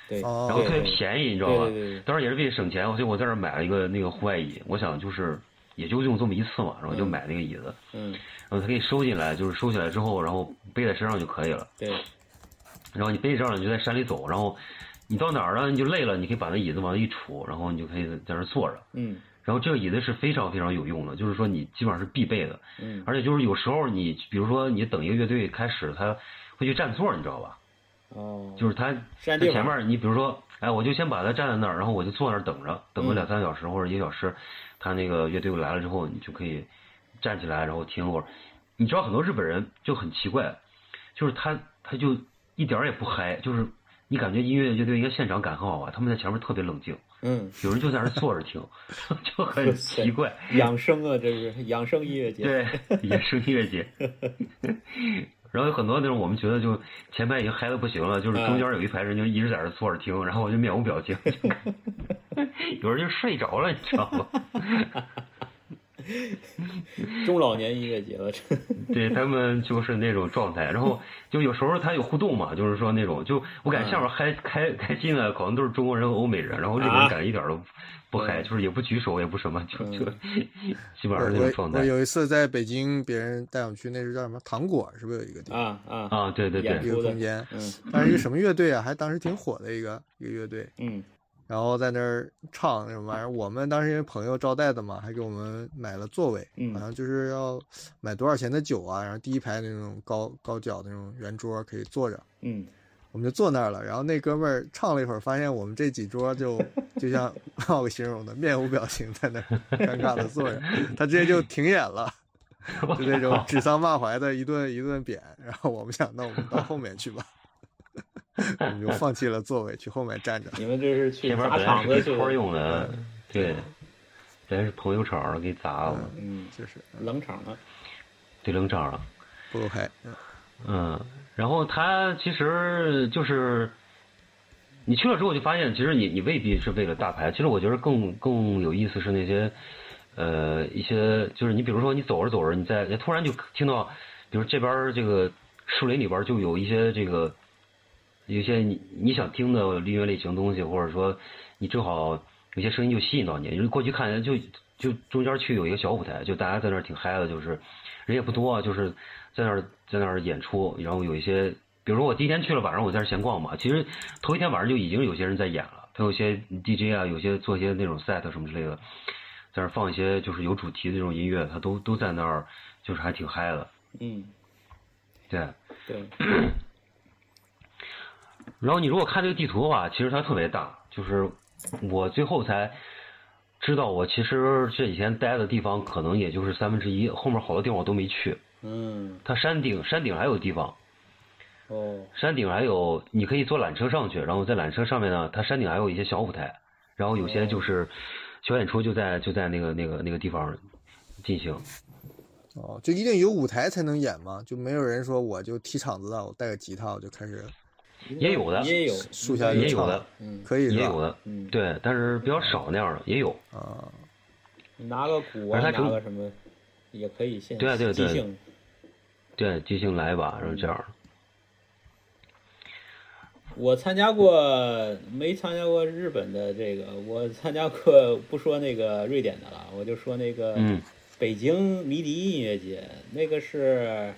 Speaker 3: 对，
Speaker 4: 哦
Speaker 5: 然后
Speaker 3: 对
Speaker 5: 特别
Speaker 3: 对
Speaker 5: 便宜，你知道
Speaker 3: 对
Speaker 5: 吧
Speaker 3: 对？对
Speaker 5: 当时也是为了省钱，我就我在那儿买了一个那个户外椅，我想就是也就用这么一次嘛，然后就
Speaker 3: 嗯
Speaker 5: 买那个椅子，
Speaker 3: 嗯，
Speaker 5: 然后他给你收进来，就是收起来之后，然后背在身上就可以了。
Speaker 3: 对，
Speaker 5: 然后你背着上，你就在山里走，然后你到哪儿了你就累了，你可以把那椅子往那一杵，然后你就可以在那儿坐着。
Speaker 3: 嗯
Speaker 5: 然后这个椅子是非常非常有用的，就是说你基本上是必备的，
Speaker 3: 嗯，
Speaker 5: 而且就是有时候你比如说你等一个乐队开始，他会去占座，你知道吧？
Speaker 3: 哦，
Speaker 5: 就是他
Speaker 3: 占
Speaker 5: 在
Speaker 3: 地方
Speaker 5: 前面，你比如说，哎，我就先把他站在那儿，然后我就坐那儿等着，等个
Speaker 3: 嗯
Speaker 5: 两三个小时或者一个小时，他那个乐队来了之后，你就可以站起来，然后听会儿。你知道很多日本人就很奇怪，就是他他就一点儿也不嗨，就是你感觉音乐乐队应该现场感很好啊，他们在前面特别冷静，
Speaker 3: 嗯，
Speaker 5: 有人就在那儿坐着听， 就很奇怪。
Speaker 3: 养生啊，这是养生音乐节，
Speaker 5: 对， 也是音乐节。然后有很多那种我们觉得就前排已经嗨的不行了，就是中间
Speaker 4: 嗯
Speaker 5: 有一排人就一直在那坐着听，然后我就面无表情， 就看有人就睡着了，你知道吗？
Speaker 3: 中老年音乐节了，这
Speaker 5: 对他们就是那种状态，然后就有时候他有互动嘛，就是说那种就我感觉
Speaker 4: 嗯
Speaker 5: 下面嗨开开心的，可能都是中国人和欧美人，然后日本
Speaker 3: 啊
Speaker 5: 人感觉一点儿都不嗨，就是也不举手也不什么，就 就基本上是那
Speaker 4: 嗯
Speaker 5: 种
Speaker 4: 我
Speaker 5: 状
Speaker 4: 我
Speaker 5: 态
Speaker 4: 有一次在北京，别人带我们去，那是叫什么糖果，是不是有一个地方？
Speaker 3: 啊啊，
Speaker 5: 啊，对对对
Speaker 3: 演
Speaker 4: 一
Speaker 3: 出
Speaker 4: 个
Speaker 3: 的
Speaker 4: 空间，
Speaker 3: 嗯
Speaker 4: 但是一个什么乐队啊，还当时挺火的一个一个乐队，
Speaker 3: 嗯
Speaker 4: 然后在那儿唱什么玩意儿。我们当时因为朋友招待的嘛，还给我们买了座位，
Speaker 3: 嗯
Speaker 4: 好像就是要买多少钱的酒啊，然后第一排那种高高脚那种圆桌可以坐着，
Speaker 3: 嗯，
Speaker 4: 我们就坐那儿了。然后那哥们儿唱了一会儿，发现我们这几桌 就就像 让我形容的，面无表情在那儿尴尬的坐着，他直接就停演了。就那种指桑骂槐的一顿一顿扁，然后我们想，那我们到后面去吧， 我们就放弃了座位，去后面站着。
Speaker 3: 你们这是去
Speaker 5: 这边
Speaker 3: 砸
Speaker 5: 本来
Speaker 3: 场
Speaker 5: 是
Speaker 3: 子嗯
Speaker 5: 给
Speaker 3: 去
Speaker 5: 托儿
Speaker 3: 了，
Speaker 5: 用的，对，本来是朋友场儿给砸了，
Speaker 3: 嗯，
Speaker 4: 就是
Speaker 3: 冷场了，
Speaker 5: 对冷场了。
Speaker 4: 不够嗨。嗯
Speaker 5: 嗯，然后他其实就是你去了之后就发现，其实你你未必是为了大牌，其实我觉得更更有意思是那些呃一些就是你比如说你走着走着，你在突然就听到，比如这边儿这个树林里边儿就有一些这个有一些你你想听的音乐类型东西，或者说你正好有些声音就吸引到你，你过去看就就中间去有一个小舞台，就大家在那儿挺嗨的，就是人也不多啊，就是在那儿在那儿演出，然后有一些，比如说我第一天去了，晚上我在那儿闲逛嘛，其实头一天晚上就已经有些人在演了，他有些 DJ 啊，有些做一些那种 set 什么之类的，在那儿放一些就是有主题的那种音乐，他都都在那儿，就是还挺嗨的，
Speaker 3: 嗯，
Speaker 5: 对。
Speaker 3: 对，
Speaker 5: 然后你如果看这个地图的话，其实它特别大，就是我最后才知道，我其实这几天待的地方可能也就是三分之一，后面好多地方我都没去。
Speaker 3: 嗯
Speaker 5: 它山顶山顶还有地方，
Speaker 3: 哦，
Speaker 5: 山顶还有你可以坐缆车上去，然后在缆车上面呢，它山顶还有一些小舞台，然后有些就是小演出就在就在那个那个那个地方，进行。
Speaker 4: 哦，就一定有舞台才能演吗？就没有人说我就踢场子了，我带个吉他我就开始
Speaker 5: 也有的
Speaker 3: 也有
Speaker 4: 树下
Speaker 5: 也
Speaker 4: 就
Speaker 5: 有
Speaker 4: 唱
Speaker 5: 的，
Speaker 3: 嗯
Speaker 4: 可以是吧哦
Speaker 5: 也有的，
Speaker 3: 嗯，
Speaker 5: 对，但是比较少那样的，也有。
Speaker 4: 啊，
Speaker 3: 你拿个鼓啊，
Speaker 5: 而
Speaker 3: 拿
Speaker 5: 它成
Speaker 3: 个什么也可以现
Speaker 5: 对啊对啊
Speaker 3: 即
Speaker 5: 对啊
Speaker 3: 兴，
Speaker 5: 对，即兴来吧，然后这样的。
Speaker 3: 我参加过，没参加过日本的这个，我参加过不说那个瑞典的了，我就说那个
Speaker 5: 嗯
Speaker 3: 北京迷笛音乐节，那个是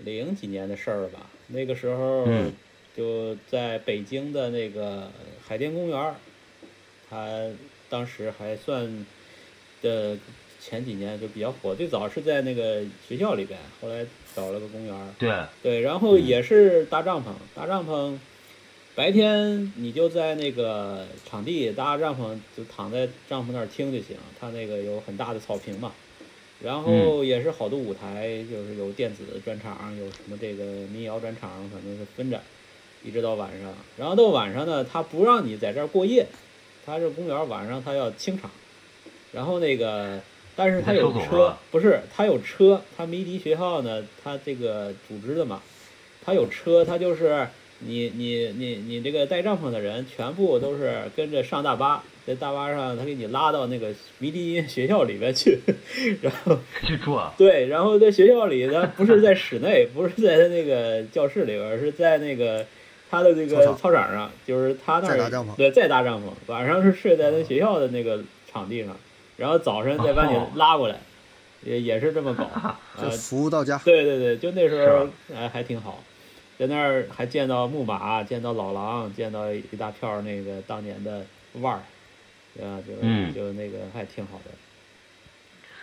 Speaker 3: 零几年的事儿吧？那个时候
Speaker 5: 嗯
Speaker 3: 就在北京的那个海淀公园儿，它当时还算的前几年就比较火，最早是在那个学校里边，后来找了个公园儿。
Speaker 5: 对，
Speaker 3: 对，然后
Speaker 5: 嗯
Speaker 3: 也是搭帐篷，搭帐篷，白天你就在那个场地搭帐篷，就躺在帐篷那儿听就行。它那个有很大的草坪嘛，然后也是好多舞台，就是有电子专场，有什么这个民谣专场，反正是分展，一直到晚上。然后到晚上呢，他不让你在这儿过夜，他这公园晚上他要清场，然后那个。但是他有
Speaker 5: 你还收走
Speaker 3: 车
Speaker 5: 了，啊
Speaker 3: 不是他有车，他迷笛学校呢，他这个组织的嘛，他有车，他就是你你你你这个带帐篷的人，全部都是跟着上大巴，在大巴上他给你拉到那个迷笛音乐学校里边去， 然后
Speaker 5: 去住啊，
Speaker 3: 对，然后在学校里呢，不是在室内，不是在他那个教室里边，而是在那个他的这
Speaker 4: 操
Speaker 3: 个
Speaker 4: 场
Speaker 3: 操场上，就是他那
Speaker 4: 再
Speaker 3: 儿
Speaker 4: 搭帐篷
Speaker 3: 对，再搭帐篷，啊晚上是睡在他学校的那个场地上，然后早上再把你
Speaker 5: 哦
Speaker 3: 拉过来， 也也是这么搞，呃
Speaker 4: 就，服务到家，
Speaker 3: 对对对，就那时候
Speaker 5: 是吧
Speaker 3: 哎还挺好，在那儿还见到木马，见到老狼，见到一大票儿那个当年的腕儿，啊，就、
Speaker 5: 嗯
Speaker 3: 就那个还挺好的。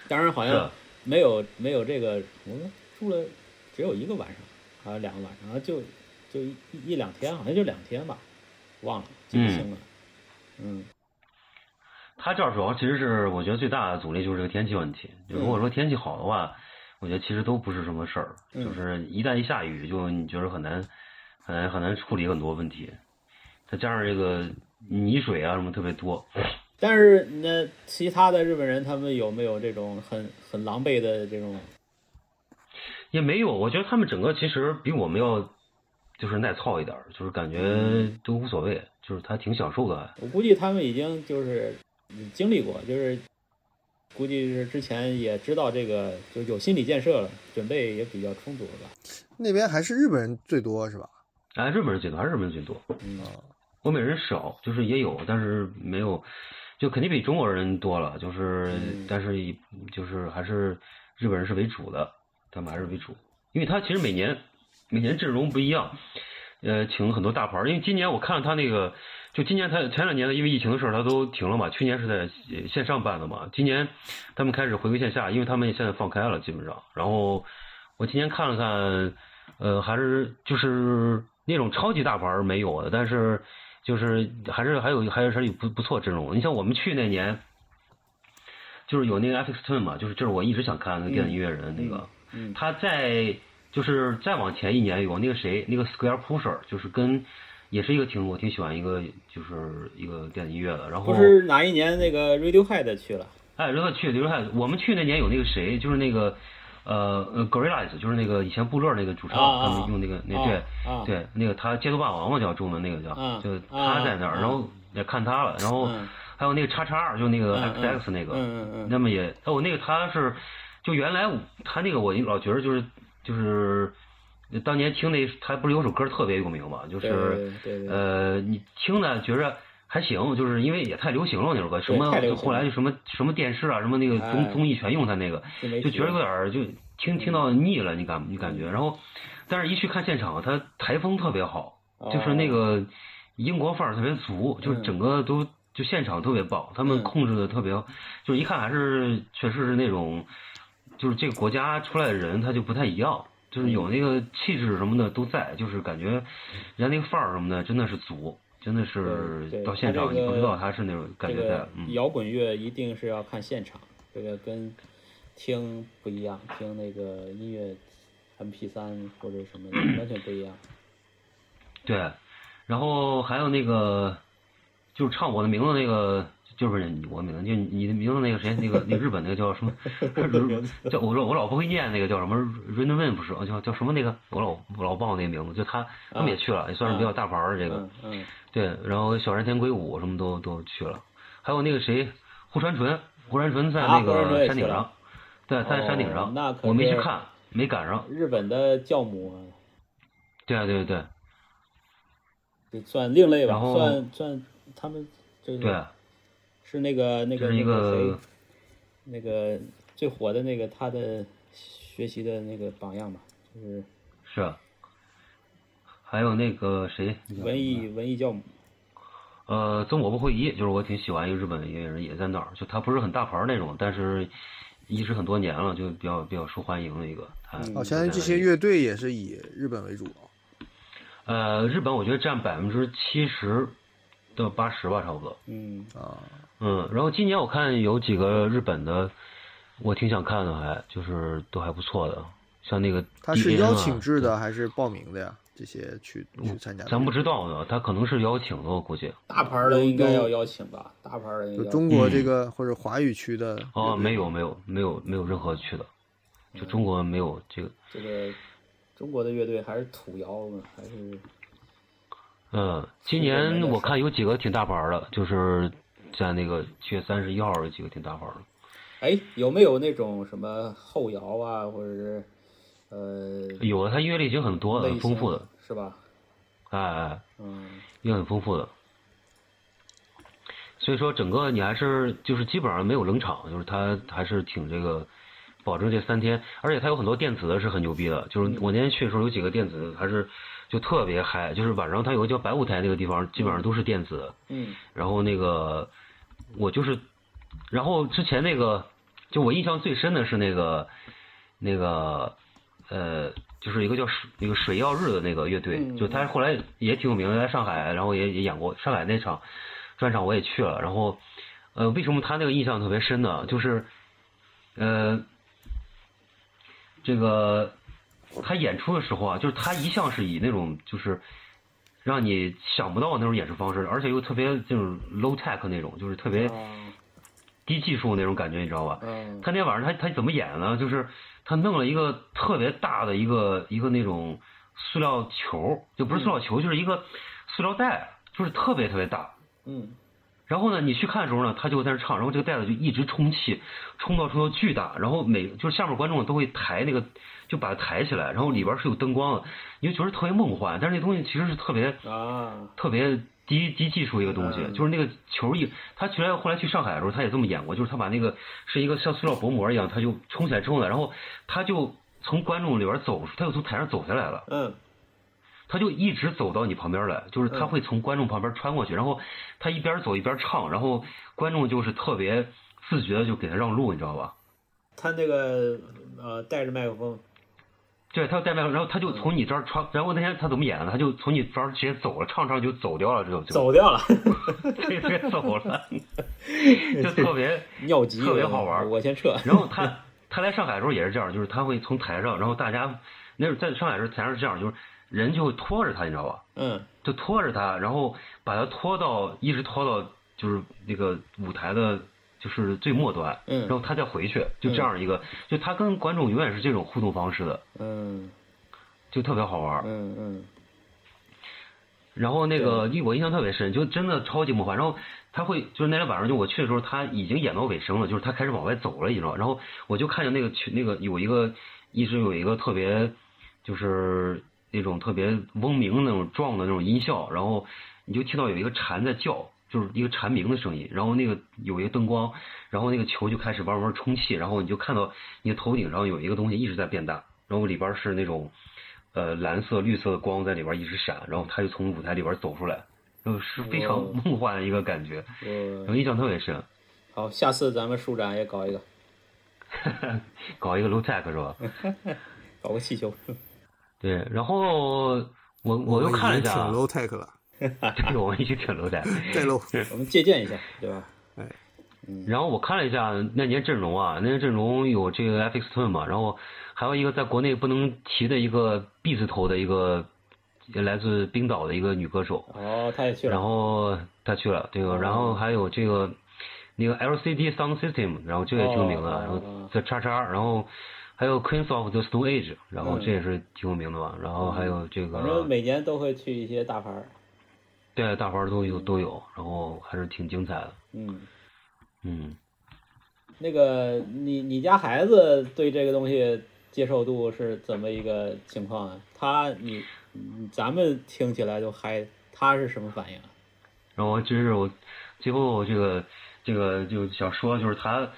Speaker 3: 当然好
Speaker 5: 是
Speaker 3: 像没有没有这个，我们住了只有一个晚上，好像两个晚上，然后就就一一一两天，好像就两天吧，忘了记不清了。嗯
Speaker 5: 他这儿主要其实是我觉得最大的阻力就是这个天气问题。就如果说天气好的话，我觉得其实都不是什么事儿，
Speaker 3: 嗯
Speaker 5: 就是一旦一下雨，就你觉得很难很难很难处理很多问题。再加上这个泥水啊什么特别多，
Speaker 3: 但是那其他的日本人他们有没有这种很很狼狈的这种？
Speaker 5: 也没有。我觉得他们整个其实比我们要就是耐操一点儿，就是感觉都无所谓，就是他挺享受的。
Speaker 3: 我估计他们已经就是经历过，就是估计是之前也知道这个，就有心理建设了，准备也比较充足了吧。
Speaker 4: 那边还是日本人最多是吧？
Speaker 5: 哎，日本人最多，还是日本人最多。
Speaker 3: 嗯，
Speaker 5: 欧美人少，就是也有，但是没有，就肯定比中国人多了，就是、
Speaker 3: 嗯
Speaker 5: 但是以就是还是日本人是为主的，他们还是为主，因为他其实每年每年阵容不一样，呃，请了很多大牌儿，因为今年我看他那个，就今年他前两年的因为疫情的事儿他都停了嘛，去年是在呃线上办的嘛，今年他们开始回归线下，因为他们现在放开了基本上，然后我今年看了看。呃，还是就是那种超级大牌儿没有的，但是就是还是还有还有还是有不不错阵容的。你像我们去那年，就是有那个 FX Twin 嘛，就是这是我一直想看的那个电子音乐人那个，
Speaker 3: 嗯
Speaker 5: 他在就是再往前一年有那个谁，那个 Square Pusher，就是跟也是一个挺我挺喜欢一个就是一个电子音乐的，然后
Speaker 3: 不是哪一年那个 Radiohead 去了？
Speaker 5: 哎，刘汉去，刘汉，我们去那年有那个谁，就是那个呃呃 Gorillaz，就是那个以前布勒那个主唱，
Speaker 3: 啊啊
Speaker 5: 他们用那个那、
Speaker 3: 啊
Speaker 5: 对、
Speaker 3: 啊
Speaker 5: 对那个他街头霸王嘛叫中文那个叫，
Speaker 3: 啊
Speaker 5: 就
Speaker 3: 啊
Speaker 5: 他在那儿，
Speaker 3: 啊
Speaker 5: 然后也看他了，然后
Speaker 3: 嗯
Speaker 5: 还有那个叉叉二，就那个
Speaker 3: 嗯嗯
Speaker 5: XX 那个，
Speaker 3: 嗯嗯
Speaker 5: 那么也哦，那个他是就原来我他那个我老觉得就是就是。当年听那他不是有首歌特别有名嘛，就是
Speaker 3: 对对对对
Speaker 5: 呃，你听呢觉着还行，就是因为也太流行了那首歌，什
Speaker 3: 对
Speaker 5: 么
Speaker 3: 太流行
Speaker 5: 后来就什么什么电视啊，什么那个
Speaker 3: 哎
Speaker 5: 综综艺全用他那个，
Speaker 3: 自媒体
Speaker 5: 就觉得有点儿就听听到腻了，你感你感觉，然后但是一去看现场，他台风特别好，
Speaker 3: 哦
Speaker 5: 就是
Speaker 3: 呃
Speaker 5: 那个英国范儿特别足，就是整个都就现场特别棒，他
Speaker 3: 嗯
Speaker 5: 们控制的特别，就是一看还是确实是那种，就是这个国家出来的人他就不太一样，就是有那个气质什么的都在，就是感觉人家那个范儿什么的真的是足，真的
Speaker 3: 对
Speaker 5: 是
Speaker 3: 对
Speaker 5: 到现
Speaker 3: 他
Speaker 5: 场
Speaker 3: 这
Speaker 5: 你
Speaker 3: 个
Speaker 5: 不知道他是那种感
Speaker 3: 这
Speaker 5: 觉在
Speaker 3: 个，
Speaker 5: 嗯，
Speaker 3: 摇滚乐一定是要看现场，这个跟听不一样，听那个音乐 MP 三或者什么 的完全不一样。？
Speaker 5: 对，然后还有那个就是唱我的名字那个就是你我名字，就你的名字那个谁，那个那个日本那个叫什么叫我说我老不会念那个叫什么 r a n d m n 不是叫叫什么那个我老我老忘那个名字，就他他们也去了，也算是比较大牌儿的这个
Speaker 3: 啊嗯。嗯，
Speaker 5: 对，然后小山田圭吾什么都都去了，还有那个谁胡川纯，胡川纯在
Speaker 3: 啊
Speaker 5: 那
Speaker 3: 胡川纯也
Speaker 5: 个山顶
Speaker 3: 去了
Speaker 5: 上，对，在山顶
Speaker 3: 哦
Speaker 5: 上，
Speaker 3: 那可
Speaker 5: 我没去
Speaker 3: 是
Speaker 5: 看，没赶上。
Speaker 3: 日本的教母啊，
Speaker 5: 对啊，对对对
Speaker 3: 就算另类吧
Speaker 5: 然，后
Speaker 3: 算算他们就是
Speaker 5: 对啊，
Speaker 3: 是那个那
Speaker 5: 就
Speaker 3: 个
Speaker 5: 是一
Speaker 3: 那
Speaker 5: 个
Speaker 3: 谁，那个最火的那个他的学习的那个榜样吧，就是
Speaker 5: 是啊。还有那个谁，那个
Speaker 3: 文艺文艺教母。
Speaker 5: 呃，曾我不会一，就是我挺喜欢一个日本音乐人，也在那儿，就他不是很大牌儿那种，但是一直很多年了，就比较比较受欢迎的一个。他
Speaker 3: 嗯
Speaker 4: 哦，
Speaker 5: 他
Speaker 4: 相当于这
Speaker 5: 在
Speaker 4: 些
Speaker 5: 那里
Speaker 4: 乐队也是以日本为主啊。
Speaker 5: 呃，日本我觉得占百分之七十到八十吧，差不多。
Speaker 3: 嗯，
Speaker 4: 啊，
Speaker 5: 嗯，然后今年我看有几个日本的，我挺想看的还，就是都还不错的，像那个
Speaker 4: 他是
Speaker 5: DDN 啊
Speaker 4: 邀请制的还是报名的呀？这些去去参加的，
Speaker 5: 咱不知道呢，他可能是邀请的，我估计。
Speaker 4: 大牌
Speaker 3: 都
Speaker 4: 的
Speaker 3: 应该要
Speaker 4: 都
Speaker 3: 邀请吧，大牌儿的应
Speaker 4: 就
Speaker 3: 该要
Speaker 4: 中国这个或者华语区的
Speaker 5: 嗯哦，
Speaker 4: 乐队
Speaker 5: 没有没有没有没有任何去的，
Speaker 3: 嗯
Speaker 5: 就中国没有这个，
Speaker 3: 这个中国的乐队还是土摇嘛，还是
Speaker 5: 嗯，今
Speaker 3: 中国没
Speaker 5: 年
Speaker 3: 得
Speaker 5: 我
Speaker 3: 上
Speaker 5: 看有几个挺大牌儿的，就是在那个七月三十一号有几个挺大牌儿的，
Speaker 3: 哎有没有那种什么后摇啊，或者是呃
Speaker 5: 有的他音乐类型很多，
Speaker 3: 类
Speaker 5: 很丰富
Speaker 3: 型
Speaker 5: 的，
Speaker 3: 是吧？
Speaker 5: 哎哎，
Speaker 3: 嗯
Speaker 5: 也很丰富的。所以说，整个你还是就是基本上没有冷场，就是他还是挺这个，保证这三天，而且他有很多电子的是很牛逼的，
Speaker 3: 嗯
Speaker 5: 就是我那天去的时候有几个电子还是就特别嗨，就是晚上他有个叫白舞台那个地方，基本上都是电子的，
Speaker 3: 嗯
Speaker 5: 然后那个我就是，然后之前那个就我印象最深的是那个那个呃，就是一个叫水那个水曜日的那个乐队，
Speaker 3: 嗯
Speaker 5: 就他后来也挺有名的，在上海，然后也也演过上海那场专场我也去了，然后呃，为什么他那个印象特别深呢？就是呃，这个他演出的时候啊，就是他一向是以那种就是让你想不到那种演出方式，而且又特别就是 low tech 那种，就是特别
Speaker 3: 啊
Speaker 5: 低技术那种感觉，你知道吧？
Speaker 3: 嗯
Speaker 5: 他那天晚上他他怎么演呢？就是他弄了一个特别大的一个一个那种塑料球，就不是塑料球，就是一个塑料袋，就是特别特别大。
Speaker 3: 嗯
Speaker 5: 然后呢，你去看的时候呢，他就在那唱，然后这个袋子就一直充气，充到充到巨大，然后每就是下面观众都会抬那个，就把它抬起来，然后里边是有灯光的，你就觉得特别梦幻，但是那东西其实是特别
Speaker 3: 啊
Speaker 5: 特别低低技术一个东西，
Speaker 3: 嗯
Speaker 5: 就是那个球一，他其实后来去上海的时候，他也这么演过，就是他把那个是一个像塑料薄膜一样，他就冲起来冲起来，然后他就从观众里边走出，他又从台上走下来了。
Speaker 3: 嗯
Speaker 5: 他就一直走到你旁边来，就是他
Speaker 3: 嗯
Speaker 5: 会从观众旁边穿过去，然后他一边走一边唱，然后观众就是特别自觉的就给他让路，你知道吧？
Speaker 3: 他那个呃带着麦克风
Speaker 5: 对，他要带麦克风，然后他就从你这儿穿，然后那天他怎么演啊的？他就从你这儿直接走了，唱唱就走掉了，就就
Speaker 3: 走掉了，
Speaker 5: 对对走 了，就特别。
Speaker 3: 尿急
Speaker 5: 特别好玩儿
Speaker 3: 我先撤。
Speaker 5: 然后他他来上海的时候也是这样，就是他会从台上，然后大家那时候在上海的时候台上是这样，就是人就拖着他，你知道吧？
Speaker 3: 嗯
Speaker 5: 就拖着他，然后把他拖到一直拖到就是那个舞台的，就是最末端，
Speaker 3: 嗯
Speaker 5: 然后他再回去，就这样一个，就他跟观众永远是这种互动方式的，
Speaker 3: 嗯
Speaker 5: 就特别好玩儿。
Speaker 3: 嗯嗯
Speaker 5: 然后那个印我印象特别深，就真的超级梦幻。然后他会就是那天晚上就我去的时候，他已经演到尾声了，就是他开始往外走了，你知道吗。然后我就看见那个群那个有一个一直有一个特别就是那种特别嗡鸣那种壮的那种音效，然后你就听到有一个蝉在叫。就是一个蝉鸣的声音，然后那个有一个灯光，然后那个球就开始慢慢充气，然后你就看到你的头顶上有一个东西一直在变大，然后里边是那种呃蓝色、绿色的光在里边一直闪，然后他就从舞台里边走出来，就是非常
Speaker 3: 哇
Speaker 5: 梦幻的一个感觉，
Speaker 3: 嗯，
Speaker 5: 我印象特别深。
Speaker 3: 我好，下次咱们书展也搞一个，
Speaker 5: 搞一个 low tech 是吧？
Speaker 3: 搞个气球。
Speaker 5: 对，然后我我又看了一下
Speaker 4: 挺
Speaker 5: 啊，
Speaker 4: low tech 了，
Speaker 5: 对，我们已经挺 low tech。
Speaker 4: 再 low
Speaker 3: 我们借鉴一下，对吧？
Speaker 5: 然后我看了一下那年阵容啊，那年阵容有这个 FX Twin 嘛，然后还有一个在国内不能提的一个 B 字头的一个来自冰岛的一个女歌手，
Speaker 3: 哦，他也去了。
Speaker 5: 然后他去了，对吧？然后还有这个那个 LCD Sound System，然后这也挺有名的，
Speaker 3: 哦
Speaker 5: 然
Speaker 3: 哦
Speaker 5: 后这叉叉，然后还有 Queens of the Stone Age，然后
Speaker 3: 嗯
Speaker 5: 这也是挺有名的吧，然后还有这个
Speaker 3: 反正每年都会去一些大牌儿。
Speaker 5: 对大花都有都有，然后还是挺精彩的，
Speaker 3: 嗯，
Speaker 5: 嗯，
Speaker 3: 那个你你家孩子对这个东西接受度是怎么一个情况啊？他你嗯咱们听起来就嗨，他是什么反应啊？
Speaker 5: 然后就是我最后这个这个就想说，就是他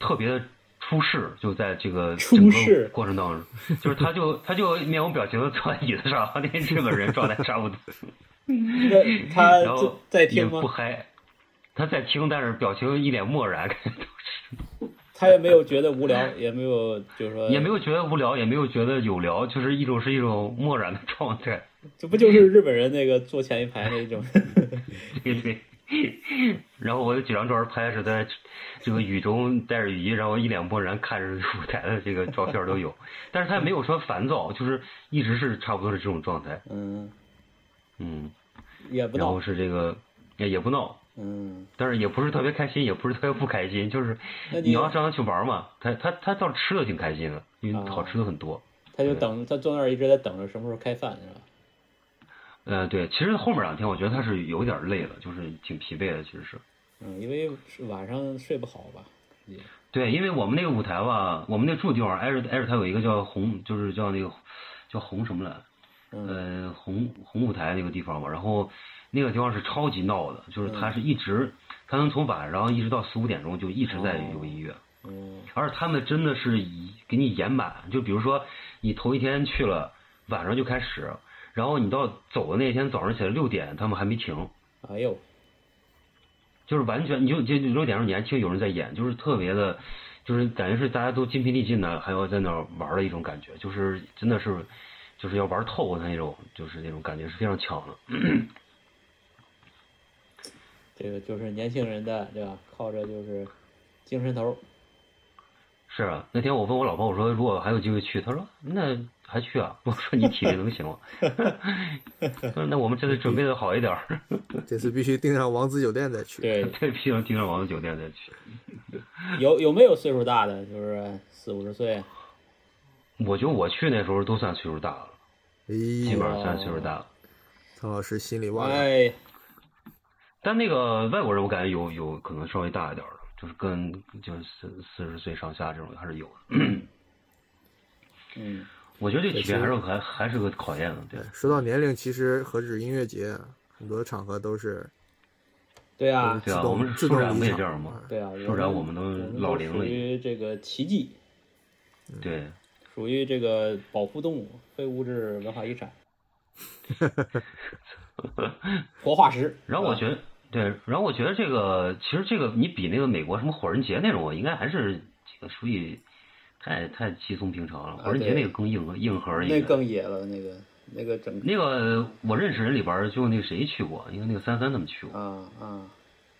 Speaker 5: 特别的出世，就在这个
Speaker 3: 出
Speaker 5: 整
Speaker 3: 世
Speaker 5: 个过程当中，就是他就他就面无表情的坐在椅子上， 那这个人状态差不多。
Speaker 3: 那他
Speaker 5: 然后
Speaker 3: 在在
Speaker 5: 也
Speaker 3: 听
Speaker 5: 不
Speaker 3: 吗？
Speaker 5: 嗨，他在听，但是表情一脸漠然，
Speaker 3: 他也没有觉得无聊，也没有就是说
Speaker 5: 也没有觉得无聊，也没有觉得有聊，就是一种是一种漠然的状态。
Speaker 3: 这不就是日本人那个坐前一排那种？
Speaker 5: 对对。 然后我有几张照片拍是在这个雨中带着雨衣，然后一脸漠然看着舞台的这个照片 都有，但是他也没有说烦躁，就是一直是差不多是这种状态，
Speaker 3: 嗯，
Speaker 5: 嗯，
Speaker 3: 也不
Speaker 5: 然
Speaker 3: 闹
Speaker 5: 后，是这个也也不闹，
Speaker 3: 嗯，
Speaker 5: 但是也不是特别开心，也不是特别不开心，就是
Speaker 3: 那你
Speaker 5: 你要让他去玩嘛，他他他倒吃的挺开心的，因为
Speaker 3: 啊
Speaker 5: 好吃的很多。
Speaker 3: 他就等他坐那儿一直在等着什么时候开饭是吧？
Speaker 5: 呃，对，其实后面两天我觉得他是有点累了，就是挺疲惫的，其实是。
Speaker 3: 嗯，因为是晚上睡不好吧？也
Speaker 5: 对，因为我们那个舞台吧，我们那住地方挨着挨着它有一个叫红，就是叫那个叫红什么来，
Speaker 3: 嗯
Speaker 5: 呃，红红舞台那个地方嘛。然后那个地方是超级闹的，就是
Speaker 3: 嗯
Speaker 5: 它是一直，它能从晚上一直到四五点钟就一直在有音乐，
Speaker 3: 嗯
Speaker 5: 而且他们真的是以给你演满，就比如说你头一天去了，晚上就开始，然后你到走的那天早上起来六点，他们还没停。
Speaker 3: 哎呦，
Speaker 5: 就是完全，你就就有点让你还听有人在演，就是特别的，就是感觉是大家都筋疲力尽的，还要在那儿玩儿的一种感觉，就是真的是，就是要玩透的那种，就是那种感觉是非常强的。
Speaker 3: 这个就是年轻人的对吧？靠着就是精神头儿，
Speaker 5: 是啊，那天我问我老婆，我说如果还有机会去，她说那还去啊？我说你体力能行吗？她说 那我们这次准备的好一点儿，
Speaker 4: 这次必须订上王子酒店再去。
Speaker 3: 对，
Speaker 5: 这批能订上王子酒店再去。
Speaker 3: 有有没有岁数大的，就是四五十岁？
Speaker 5: 我觉得我去那时候都算岁数大了，基
Speaker 4: 哎
Speaker 5: 本
Speaker 4: 呀，
Speaker 5: 上算岁数大
Speaker 3: 哦
Speaker 5: 了。
Speaker 4: 苍老师心里哇啦，
Speaker 3: 哎，
Speaker 5: 但那个外国人，我感觉有有可能稍微大一点儿的，就是跟就是四四十岁上下这种还是有的。
Speaker 3: 嗯，
Speaker 5: 我觉得这体验还是还还是个考验的，对。
Speaker 4: 哎说到年龄，其实何止音乐节，很多场合都是
Speaker 3: 对
Speaker 4: 都
Speaker 3: 啊
Speaker 4: 是，自
Speaker 5: 对啊我
Speaker 4: 动
Speaker 5: 们
Speaker 4: 自
Speaker 5: 舒展
Speaker 4: 动
Speaker 5: 不
Speaker 4: 离
Speaker 5: 也
Speaker 4: 场
Speaker 5: 这样吗
Speaker 4: 啊
Speaker 3: 对啊，
Speaker 5: 不然我们都
Speaker 3: 都
Speaker 5: 老龄了
Speaker 3: 属于这个奇迹，
Speaker 5: 对，
Speaker 3: 属于这个保护动物、非物质文化遗 产、活化石。
Speaker 5: 然后我
Speaker 3: 是
Speaker 5: 觉得，对，然后我觉得这个其实这个你比那个美国什么火人节那种，应该还是这个属于太太稀松平常了。火人节
Speaker 3: 啊对
Speaker 5: 那个更硬核硬核
Speaker 3: 吧
Speaker 5: 一
Speaker 3: 那
Speaker 5: 点。
Speaker 3: 更野了，那个那个整
Speaker 5: 那个我认识人里边儿就那个谁去过，因为那个三三他们去过，
Speaker 3: 啊啊！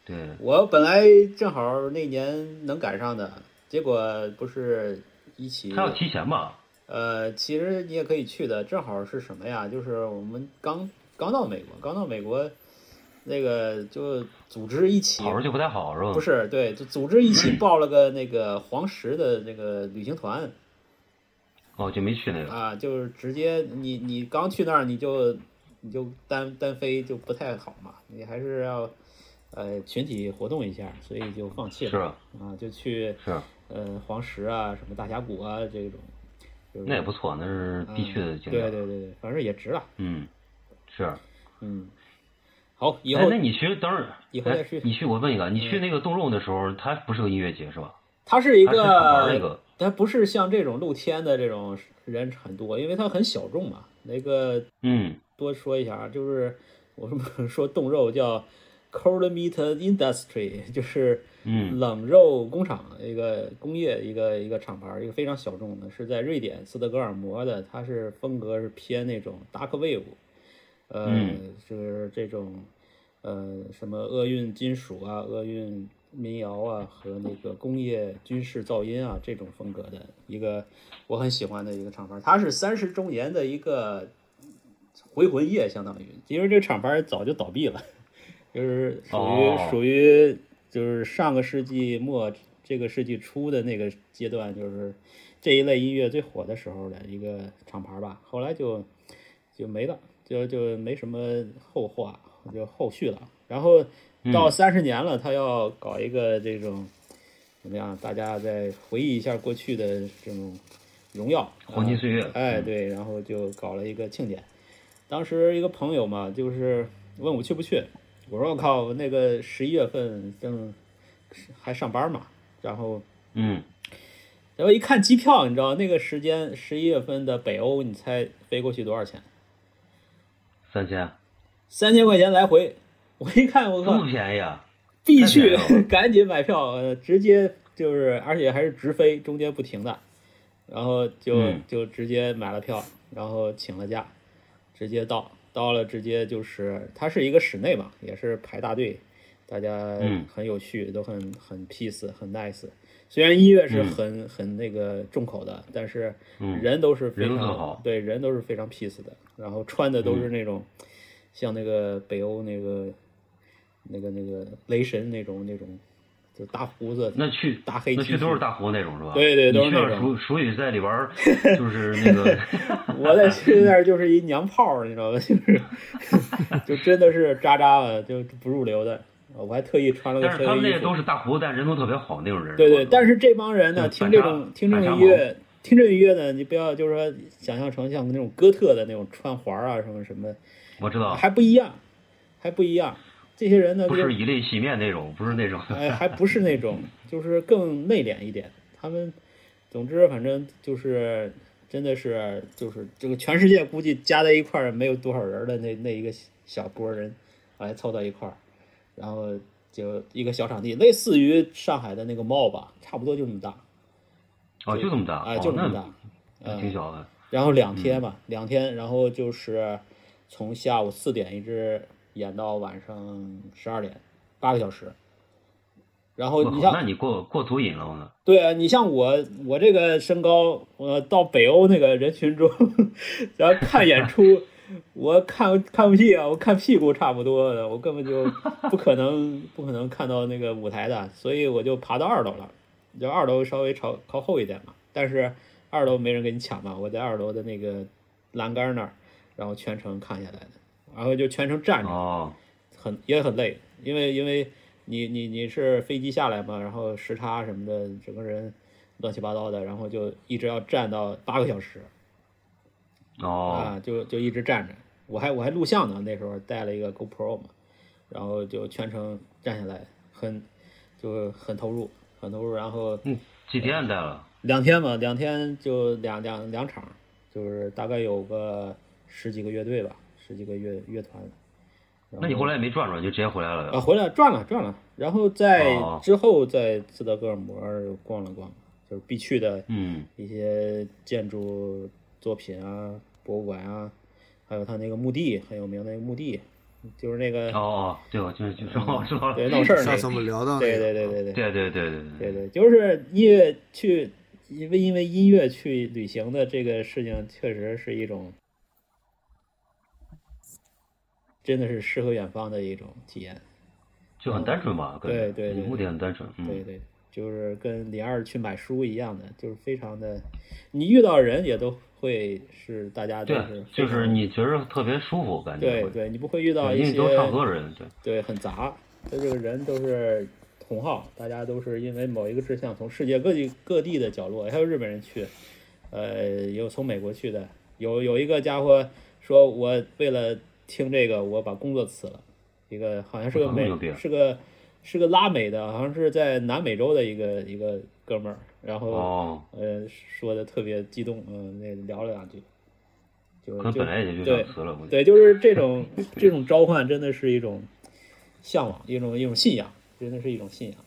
Speaker 5: 对，
Speaker 3: 我本来正好那年能赶上的，结果不是一起
Speaker 5: 他要提前吧，
Speaker 3: 呃，其实你也可以去的，正好是什么呀？就是我们刚刚到美国，刚到美国，那个就组织一起，
Speaker 5: 跑着就不太好是
Speaker 3: 嗯
Speaker 5: 吧？
Speaker 3: 不是对，就组织一起报了个那个黄石的那个旅行团
Speaker 5: 哦，就没去那个。
Speaker 3: 啊，就是直接你你刚去那儿你就你就单单飞就不太好嘛，你还是要呃群体活动一下，所以就放弃
Speaker 5: 是
Speaker 3: 了
Speaker 5: 啊
Speaker 3: 啊，就去
Speaker 5: 是啊，
Speaker 3: 呃黄石啊，什么大峡谷啊这种，就是
Speaker 5: 那也不啊错，那是必去的景
Speaker 3: 对
Speaker 5: 点。
Speaker 3: 嗯对对对，反正也值了。
Speaker 5: 嗯，是。
Speaker 3: 嗯，好，以
Speaker 5: 哎
Speaker 3: 后，
Speaker 5: 那你去等会儿，
Speaker 3: 以后
Speaker 5: 哎
Speaker 3: 再去
Speaker 5: 你去，我问一个，你去那个冻肉的时候，它不是个音乐节是吧？
Speaker 3: 它是一
Speaker 5: 它是想玩
Speaker 3: 个，
Speaker 5: 那个，
Speaker 3: 它不是像这种露天的这种人很多，因为它很小众嘛。那个
Speaker 5: 嗯，
Speaker 3: 多说一下啊，就是我们说冻肉叫 cold meat industry，就是
Speaker 5: 嗯
Speaker 3: 冷肉工厂一个工业一个一个厂牌，一个非常小众的，是在瑞典斯德哥尔摩的，它是风格是偏那种 dark wave，呃，
Speaker 5: 嗯
Speaker 3: 就是这种呃什么厄运金属啊、厄运民谣啊和那个工业军事噪音啊这种风格的一个我很喜欢的一个厂牌，它是三十周年的一个回魂夜，相当于，因为这个厂牌早就倒闭了，就是属于、
Speaker 5: 哦
Speaker 3: 属于就是上个世纪末这个世纪初的那个阶段，就是这一类音乐最火的时候的一个厂牌吧。后来就就没了，就就没什么后话，就后续了。然后
Speaker 5: 嗯
Speaker 3: 到三十年了，他要搞一个这种怎么样？大家再回忆一下过去的这种荣耀
Speaker 5: 黄金
Speaker 3: 啊
Speaker 5: 岁月
Speaker 3: 哎，
Speaker 5: 嗯
Speaker 3: 对，然后就搞了一个庆典。当时一个朋友嘛，就是问我去不去，我说我靠，我那个十一月份正还上班嘛，然后
Speaker 5: 嗯，
Speaker 3: 然后一看机票，你知道那个时间十一月份的北欧，你猜飞过去多少钱？
Speaker 5: 三千，
Speaker 3: 三千块钱来回。我一看，我
Speaker 5: 这么
Speaker 3: 靠，
Speaker 5: 便宜啊？
Speaker 3: 必
Speaker 5: 太便宜
Speaker 3: 去
Speaker 5: 了，
Speaker 3: 赶紧买票，呃，直接就是，而且还是直飞，中间不停的，然后就、
Speaker 5: 嗯
Speaker 3: 就直接买了票，然后请了假，直接到，到了直接就是，它是一个室内嘛，也是排大队，大家
Speaker 5: 嗯
Speaker 3: 很有序，都很很 peace，很 nice。虽然音乐是很、很那个重口的，但是
Speaker 5: 嗯
Speaker 3: 人都是非
Speaker 5: 人
Speaker 3: 常、
Speaker 5: 很好嗯
Speaker 3: 对人都是非常 peace 的，然后穿的都是那种、像那个北欧那个那个那个雷神那种那种，就大胡子
Speaker 5: 那去
Speaker 3: 大黑
Speaker 5: 那
Speaker 3: 鸡
Speaker 5: 去都
Speaker 3: 翅
Speaker 5: 是大胡那种是吧？
Speaker 3: 对对都
Speaker 5: 你
Speaker 3: 是
Speaker 5: 去
Speaker 3: 那
Speaker 5: 那儿
Speaker 3: 种
Speaker 5: 属属于在里边儿 就是 那个，
Speaker 3: 我在去那儿就是一娘炮儿，你知道吧？就是 就真的是渣渣的，就不入流的。我还特意穿了个
Speaker 5: 但
Speaker 3: 黑
Speaker 5: 是他们
Speaker 3: 衣
Speaker 5: 那
Speaker 3: 服
Speaker 5: 个。都是大胡，但人都特别好那种人。
Speaker 3: 对对，
Speaker 5: 吧
Speaker 3: 但是这帮人呢，
Speaker 5: 就是
Speaker 3: 听这
Speaker 5: 反差
Speaker 3: 种听这
Speaker 5: 反
Speaker 3: 种
Speaker 5: 差
Speaker 3: 音乐，听这种音乐呢，你不要就是说想象成像那种哥特的那种穿环儿啊什么什么，
Speaker 5: 我知道
Speaker 3: 还不一样，还不一样。这些人呢，
Speaker 5: 啊不
Speaker 3: 就是
Speaker 5: 以泪洗面那种，不是那种。
Speaker 3: 哎，还不是那种，就是更内敛一点。他们，总之反正就是，真的是就是这个全世界估计加在一块儿没有多少人儿的那那一个小波人，哎，凑到一块儿，然后就一个小场地，类似于上海的那个 mall 吧，差不多就那么大，
Speaker 5: 哦，就这么大，
Speaker 3: 哎，
Speaker 5: 哦
Speaker 3: 就那么
Speaker 5: 那
Speaker 3: 大，嗯
Speaker 5: 挺小的。
Speaker 3: 然后两天吧，两天，然后就是从下午四点一直演到晚上十二点，八个小时。然后
Speaker 5: 我
Speaker 3: 哦你
Speaker 5: 靠
Speaker 3: 像
Speaker 5: 那你过过足瘾了呢？
Speaker 3: 对啊，你像我，我这个身高，我到北欧那个人群中， 然后看演出，我看看不屁啊，我看屁股差不多的，我根本就不可能不可能看到那个舞台的，所以我就爬到二楼了，就二楼稍微朝靠后一点嘛，但是二楼没人跟你抢嘛，我在二楼的那个栏杆那儿，然后全程看下来的，然后就全程站着，
Speaker 5: 哦，
Speaker 3: 很也很累，因为因为你你你是飞机下来嘛，然后时差什么的，整个人乱七八糟的，然后就一直要站到八个小时
Speaker 5: 哦，
Speaker 3: 啊，就就一直站着。我还我还录像呢，那时候带了一个 GoPro 嘛，然后就全程站下来，很就很投入，很投入。然后
Speaker 5: 嗯，几天带了？
Speaker 3: 两天嘛，两天就两两两场，就是大概有个十几个乐队吧，十几个乐乐团。然
Speaker 5: 那你
Speaker 3: 后
Speaker 5: 后来也没转转，就直接回来了
Speaker 3: 啊，
Speaker 5: 呀？
Speaker 3: 回来转了转了，然后在
Speaker 5: 哦
Speaker 3: 之后在斯德哥尔摩又逛了逛，就是必去的
Speaker 5: 嗯，
Speaker 3: 一些建筑作品啊、博物馆啊，还有他那个墓地很有名的那个墓地，就是那个、
Speaker 5: 哦哦，对，我就就是我知道了。
Speaker 3: 嗯对
Speaker 5: 对
Speaker 3: 闹事儿那
Speaker 4: 下
Speaker 3: 个
Speaker 4: 嗯次我们聊到那
Speaker 3: 对
Speaker 4: 个
Speaker 3: 对对对对
Speaker 5: 对对对哦对
Speaker 3: 对对，就是音乐去，因为因为音乐去旅行的这个事情，确实是一种，真的是诗和远方的一种体验。
Speaker 5: 就很单纯吧，感觉
Speaker 3: 对对对
Speaker 5: 目的很单纯。
Speaker 3: 对
Speaker 5: 嗯，
Speaker 3: 对，就是跟林二去买书一样的，就是非常的，你遇到人也都会是大家都是
Speaker 5: 对，就
Speaker 3: 非常
Speaker 5: 是你觉着特别舒服，感觉
Speaker 3: 对
Speaker 5: 会
Speaker 3: 对，你不会遇到
Speaker 5: 对
Speaker 3: 一
Speaker 5: 因为
Speaker 3: 些
Speaker 5: 都差不多人，对，
Speaker 3: 对很杂，他这个人都是同好，大家都是因为某一个志向，从世界各地各地的角落，还有日本人去，呃，也有从美国去的，有有一个家伙说，我为了听这个，我把工作辞了，一个好像是个
Speaker 5: 哇
Speaker 3: 美
Speaker 5: 那么牛逼啊
Speaker 3: 是个是个拉美的，好像是在南美洲的一个一个哥们儿，然后、
Speaker 5: 哦，
Speaker 3: 呃说的特别激动，嗯、那聊了两句，就
Speaker 5: 哦可能
Speaker 3: 就
Speaker 5: 本来也就
Speaker 3: 对
Speaker 5: 想辞了，估计。
Speaker 3: 对，就是这种这种召唤，真的是一种向往，一种一种信仰，真的是一种信仰。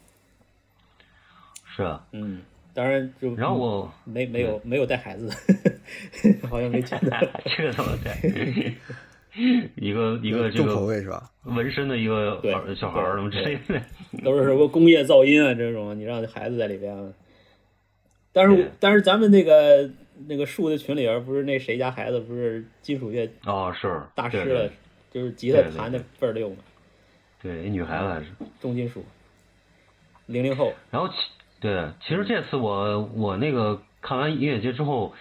Speaker 5: 是啊。
Speaker 3: 嗯，当然就嗯
Speaker 5: 然后我嗯
Speaker 3: 没没有没有带孩子 的，好像没 见到。
Speaker 5: 这个怎么带？ 一个一个这
Speaker 4: 重口
Speaker 5: 个
Speaker 4: 味是吧？
Speaker 5: 纹身的一个
Speaker 3: 对
Speaker 5: 儿小孩儿什么之类的，
Speaker 3: 都是什么工业噪音啊这种，你让孩子在里边。啊但是
Speaker 5: 对啊
Speaker 3: 但是咱们那个那个树的群里边，不是那谁家孩子不是金属乐
Speaker 5: 哦，是
Speaker 3: 大师
Speaker 5: 对
Speaker 3: 了
Speaker 5: 对，
Speaker 3: 就是吉他
Speaker 5: 对对
Speaker 3: 弹的
Speaker 5: 对
Speaker 3: 倍儿溜嘛，
Speaker 5: 对，一女孩子还是
Speaker 3: 重金属。零零后，
Speaker 5: 然后其对，其实这次我我那个看完音乐节之后，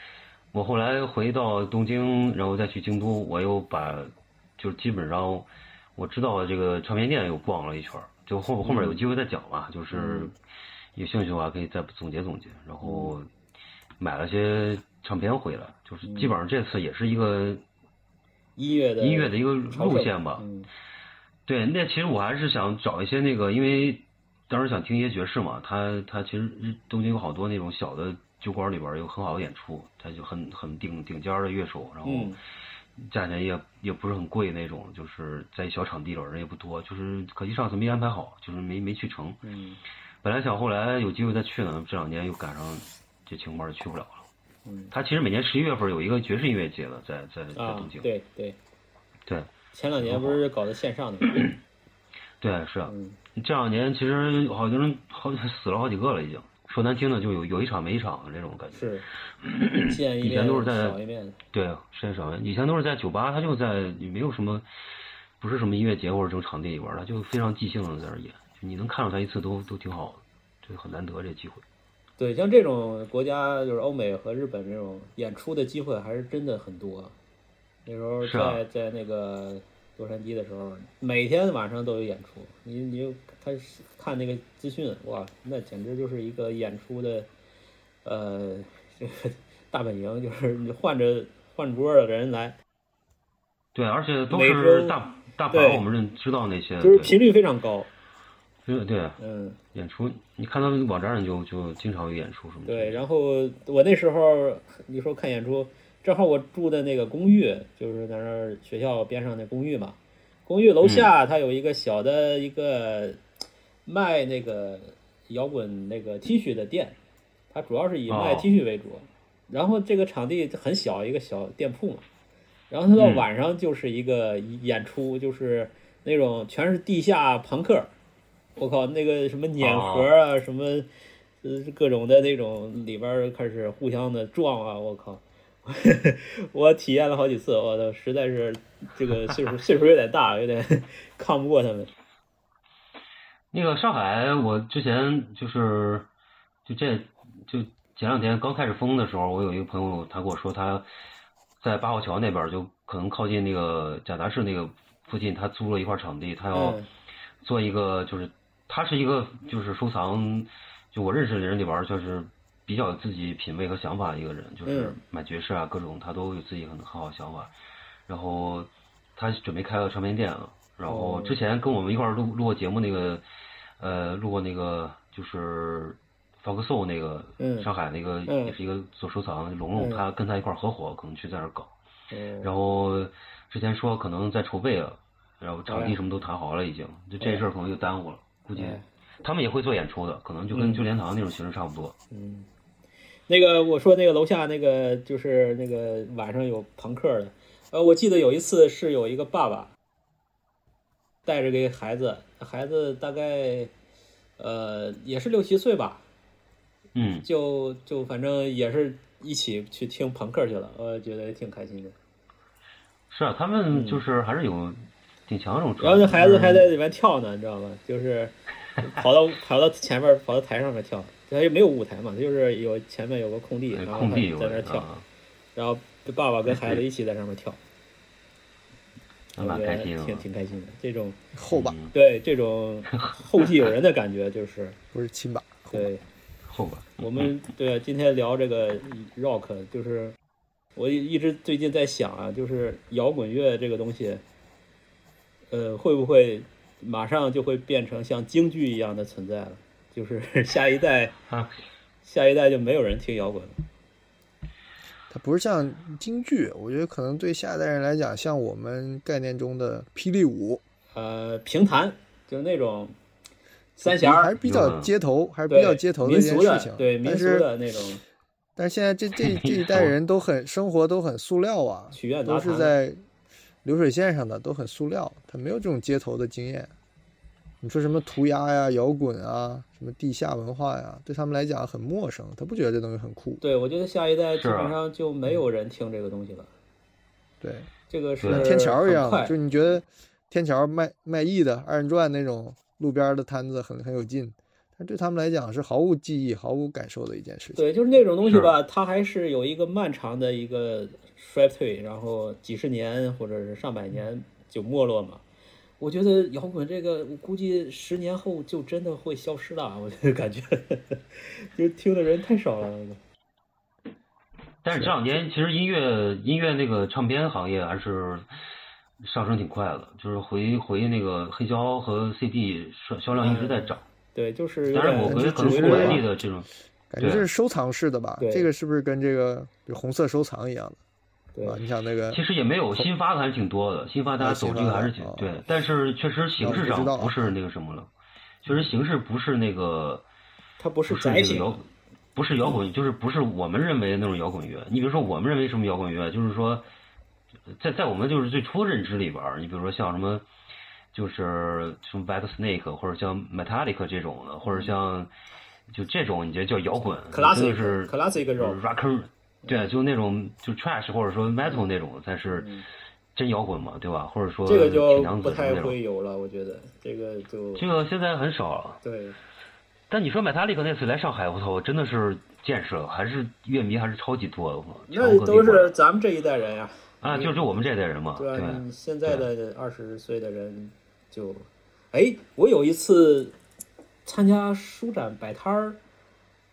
Speaker 5: 我后来回到东京，然后再去京都，我又把就是基本上我知道这个唱片店又逛了一圈儿，就后后面
Speaker 3: 嗯
Speaker 5: 有机会再讲吧，就是有兴趣的话可以再总结总结，然后
Speaker 3: 嗯
Speaker 5: 买了些唱片回来，就是基
Speaker 3: 嗯
Speaker 5: 本上这次也是一个
Speaker 3: 音乐的
Speaker 5: 音乐的一个
Speaker 3: 朝圣
Speaker 5: 路线吧，
Speaker 3: 嗯
Speaker 5: 对，那其实我还是想找一些那个，因为当时想听一些爵士嘛，他他其实日东京有好多那种小的酒馆里边有很好的演出，他就很很顶顶尖儿的乐手，然后
Speaker 3: 嗯
Speaker 5: 价钱也也不是很贵那种，就是在一小场地里人也不多，就是可惜上次没安排好，就是没没去成。
Speaker 3: 嗯
Speaker 5: 本来想后来有机会再去呢，这两年又赶上这情况去不了了。
Speaker 3: 嗯
Speaker 5: 他其实每年十一月份有一个爵士音乐节的，在在在
Speaker 3: 啊
Speaker 5: 东京。，
Speaker 3: 对对，
Speaker 5: 对
Speaker 3: 前两年不是搞的线上 的吗，
Speaker 5: 对是啊。
Speaker 3: 嗯
Speaker 5: 这两年其实好多人好死了好几个了，已经。说难听的，就有有一场没一场的这种感觉。
Speaker 3: 是见一
Speaker 5: 以前
Speaker 3: 面
Speaker 5: 都是在
Speaker 3: 少一面，
Speaker 5: 对，啊时间少。以前都是在酒吧，他就在也没有什么，不是什么音乐节或者这种场地里玩，他就非常即兴的在那儿演。就你能看到他一次都都挺好的，这很难得这机会。
Speaker 3: 对，像这种国家就是欧美和日本这种演出的机会还是真的很多啊。那时候
Speaker 5: 是啊
Speaker 3: 在在那个洛杉矶的时候，每天晚上都有演出，你你就他是看那个资讯，哇，那简直就是一个演出的，呃， 这个大本营，就是你换着换桌的人来，
Speaker 5: 对，啊而且都
Speaker 3: 每周
Speaker 5: 是大大把
Speaker 3: 对
Speaker 5: 我们认知道那些，
Speaker 3: 就是
Speaker 5: 对
Speaker 3: 频率非常高。
Speaker 5: 对对
Speaker 3: 嗯，
Speaker 5: 演出，你看他们网站上就就经常有演出什么的。
Speaker 3: 对，然后我那时候你说看演出，正好我住的那个公寓就是在那儿学校边上那公寓嘛，公寓楼
Speaker 5: 嗯
Speaker 3: 下它有一个小的一个卖那个摇滚那个 T 恤的店，它主要是以卖
Speaker 5: 哦
Speaker 3: T 恤为主，然后这个场地很小，一个小店铺嘛，然后它到
Speaker 5: 嗯
Speaker 3: 晚上就是一个演出，就是那种全是地下朋克，我靠，那个什么碾核啊，什么呃各种的那种里边儿开始互相的撞啊，我靠， 我体验了好几次，我的实在是这个岁数岁数有点大，有点 抗不过他们。
Speaker 5: 那个上海，我之前就是就这就前两天刚开始封的时候，我有一个朋友，他跟我说他在八号桥那边儿，就可能靠近那个贾达士那个附近，他租了一块场地，他要
Speaker 3: 嗯
Speaker 5: 做一个就是他是一个就是收藏，就我认识的人里边儿就是比较有自己品味和想法的一个人，就是
Speaker 3: 嗯
Speaker 5: 买爵士啊各种他都有自己很很好的想法，然后他准备开个唱片店了，然后
Speaker 3: 哦
Speaker 5: 之前跟我们一块儿录录过节目那个，呃，录过那个就是 Fox Soul 那个、
Speaker 3: 嗯
Speaker 5: 上海那个、
Speaker 3: 嗯
Speaker 5: 也是一个做收藏的龙龙，
Speaker 3: 嗯
Speaker 5: 他跟他一块儿合伙，可能去在那儿搞，
Speaker 3: 嗯，
Speaker 5: 然后之前说可能在筹备了，然后场
Speaker 3: 哎
Speaker 5: 地什么都谈好了已经，就这
Speaker 3: 嗯
Speaker 5: 事儿可能就耽误了，估计
Speaker 3: 哎
Speaker 5: 他们也会做演出的，可能就跟
Speaker 3: 嗯
Speaker 5: 旧莲堂那种形式差不多。
Speaker 3: 嗯，那个我说那个楼下那个就是那个晚上有朋克的，呃，我记得有一次是有一个爸爸带着个孩子，孩子大概呃也是六七岁吧，
Speaker 5: 嗯，
Speaker 3: 就就反正也是一起去听朋克去了，我觉得挺开心的。
Speaker 5: 是啊，他们就是还是有挺强的这种
Speaker 3: 嗯然后
Speaker 5: 传统。
Speaker 3: 那孩子还在里面跳呢，你知道吗？就是跑到跑到前面跑到台上面跳，他也没有舞台嘛，他就是有前面有个空地，
Speaker 5: 呃
Speaker 3: 然后
Speaker 5: 空
Speaker 3: 他
Speaker 5: 地有
Speaker 3: 在那儿
Speaker 5: 点
Speaker 3: 跳。
Speaker 5: 啊，
Speaker 3: 然后爸爸跟孩子一起在上面 跳，
Speaker 5: 还
Speaker 3: 我觉
Speaker 5: 蛮
Speaker 3: 得
Speaker 5: 开心的
Speaker 3: 挺
Speaker 5: 嘛。
Speaker 3: 挺开心的。这种
Speaker 5: 嗯
Speaker 4: 后吧，
Speaker 3: 对这 种后继有人的感觉，就是
Speaker 4: 不是亲吧？后吧
Speaker 3: 对
Speaker 5: 后边
Speaker 3: 我们对啊今天聊这个 rock，就是我一直最近在想啊，就是摇滚乐这个东西，呃，会不会马上就会变成像京剧一样的存在了？就是 下一代，
Speaker 5: 啊，
Speaker 3: 下一代就没有人听摇滚了。
Speaker 4: 它不是像京剧，我觉得可能对下一代人来讲，像我们概念中的霹雳舞，
Speaker 3: 呃，评弹就是那种三
Speaker 4: 其实
Speaker 3: 弦
Speaker 4: 还
Speaker 3: 儿
Speaker 4: 是，比较
Speaker 5: 嗯
Speaker 4: 街头，还是
Speaker 3: 对
Speaker 4: 比较街头的
Speaker 3: 民
Speaker 4: 一件
Speaker 3: 俗
Speaker 4: 事
Speaker 3: 的
Speaker 4: 情。，
Speaker 3: 对民
Speaker 4: 但
Speaker 3: 俗
Speaker 4: 是
Speaker 3: 的那种
Speaker 4: 但是现在这这这一代人都很生活都很塑 料啊，
Speaker 3: 曲苑杂
Speaker 4: 都
Speaker 3: 谈
Speaker 4: 是。在流水线上的，都很塑料，他没有这种街头的经验。你说什么涂鸦呀、摇滚啊、什么地下文化呀，对他们来讲很陌生，他不觉得这东西很酷。
Speaker 3: 对，我觉得下一代基
Speaker 5: 是啊
Speaker 3: 本上就没有人听这个东西了。
Speaker 4: 对，
Speaker 3: 这个是
Speaker 5: 对
Speaker 4: 像天桥一
Speaker 3: 很
Speaker 4: 样的，
Speaker 3: 快
Speaker 4: 就你觉得天桥卖卖艺的二人转那种路边的摊子很很有劲，但对他们来讲是毫无记忆、毫无感受的一件事情。
Speaker 3: 对，就是那种东西吧，它还是有一个漫长的一个衰退，然后几十年或者是上百年就没落嘛。我觉得摇滚这个，我估计十年后就真的会消失了。我就感觉，就是听的人太少了。
Speaker 5: 但是这两年其实音乐音乐那个唱片行业还是上升挺快的，就是回回那个黑胶和 CD 销销量一直在涨。
Speaker 3: 对，就是嗯有
Speaker 5: 当然，
Speaker 3: 点
Speaker 5: 我
Speaker 4: 感觉
Speaker 5: 觉得可能
Speaker 4: 只
Speaker 5: 是
Speaker 4: 是
Speaker 5: 本地的这种，
Speaker 4: 感觉这
Speaker 5: 对
Speaker 4: 是收藏式的吧
Speaker 3: 对？
Speaker 4: 这个是不是跟这个就红色收藏一样的？啊，
Speaker 3: 对
Speaker 4: 你想那个
Speaker 5: 其实也没有新发的还是挺多的，新发大
Speaker 4: 啊
Speaker 5: 家
Speaker 4: 新
Speaker 5: 走
Speaker 4: 发
Speaker 5: 这个还是
Speaker 4: 的
Speaker 5: 挺
Speaker 4: 哦
Speaker 5: 对，但是确实形式
Speaker 4: 那我不
Speaker 5: 上
Speaker 4: 知道啊
Speaker 5: 不是那个什么了，确实形式不是那个
Speaker 3: 它不是
Speaker 5: 不是
Speaker 3: 载
Speaker 5: 那个
Speaker 3: 体
Speaker 5: 摇，滚，不是摇滚，就是不是我们认为的那种摇滚乐。你比如说，我们认为什么摇滚乐，就是说，在在我们就是最初认知里边儿，你比如说像什么，就是什么 White Snake 或者像 Metallica 这种的，或者像就这种，你觉得叫摇滚
Speaker 3: Classic-
Speaker 5: 真的是
Speaker 3: classic rock
Speaker 5: rock，and- 对，就那种就 trash 或者说 metal 那种才是真摇滚嘛，对吧？或者说
Speaker 3: 嗯这个就
Speaker 5: 挺娘
Speaker 3: 不
Speaker 5: 子的
Speaker 3: 太
Speaker 5: 那种
Speaker 3: 会。有了。我觉得这个就
Speaker 5: 这个现在很少了，
Speaker 3: 对，
Speaker 5: 但你说买塔利克那次来上海，我操，我真的是见识了，还是乐迷还是超级多的，我操全
Speaker 3: 那
Speaker 5: 国
Speaker 3: 都
Speaker 5: 各地
Speaker 3: 是咱们这一代人呀、
Speaker 5: 啊，就就我们这代人嘛，
Speaker 3: 对
Speaker 5: 对
Speaker 3: 啊，你现在的二十岁的人就，哎，我有一次参加书展摆摊儿，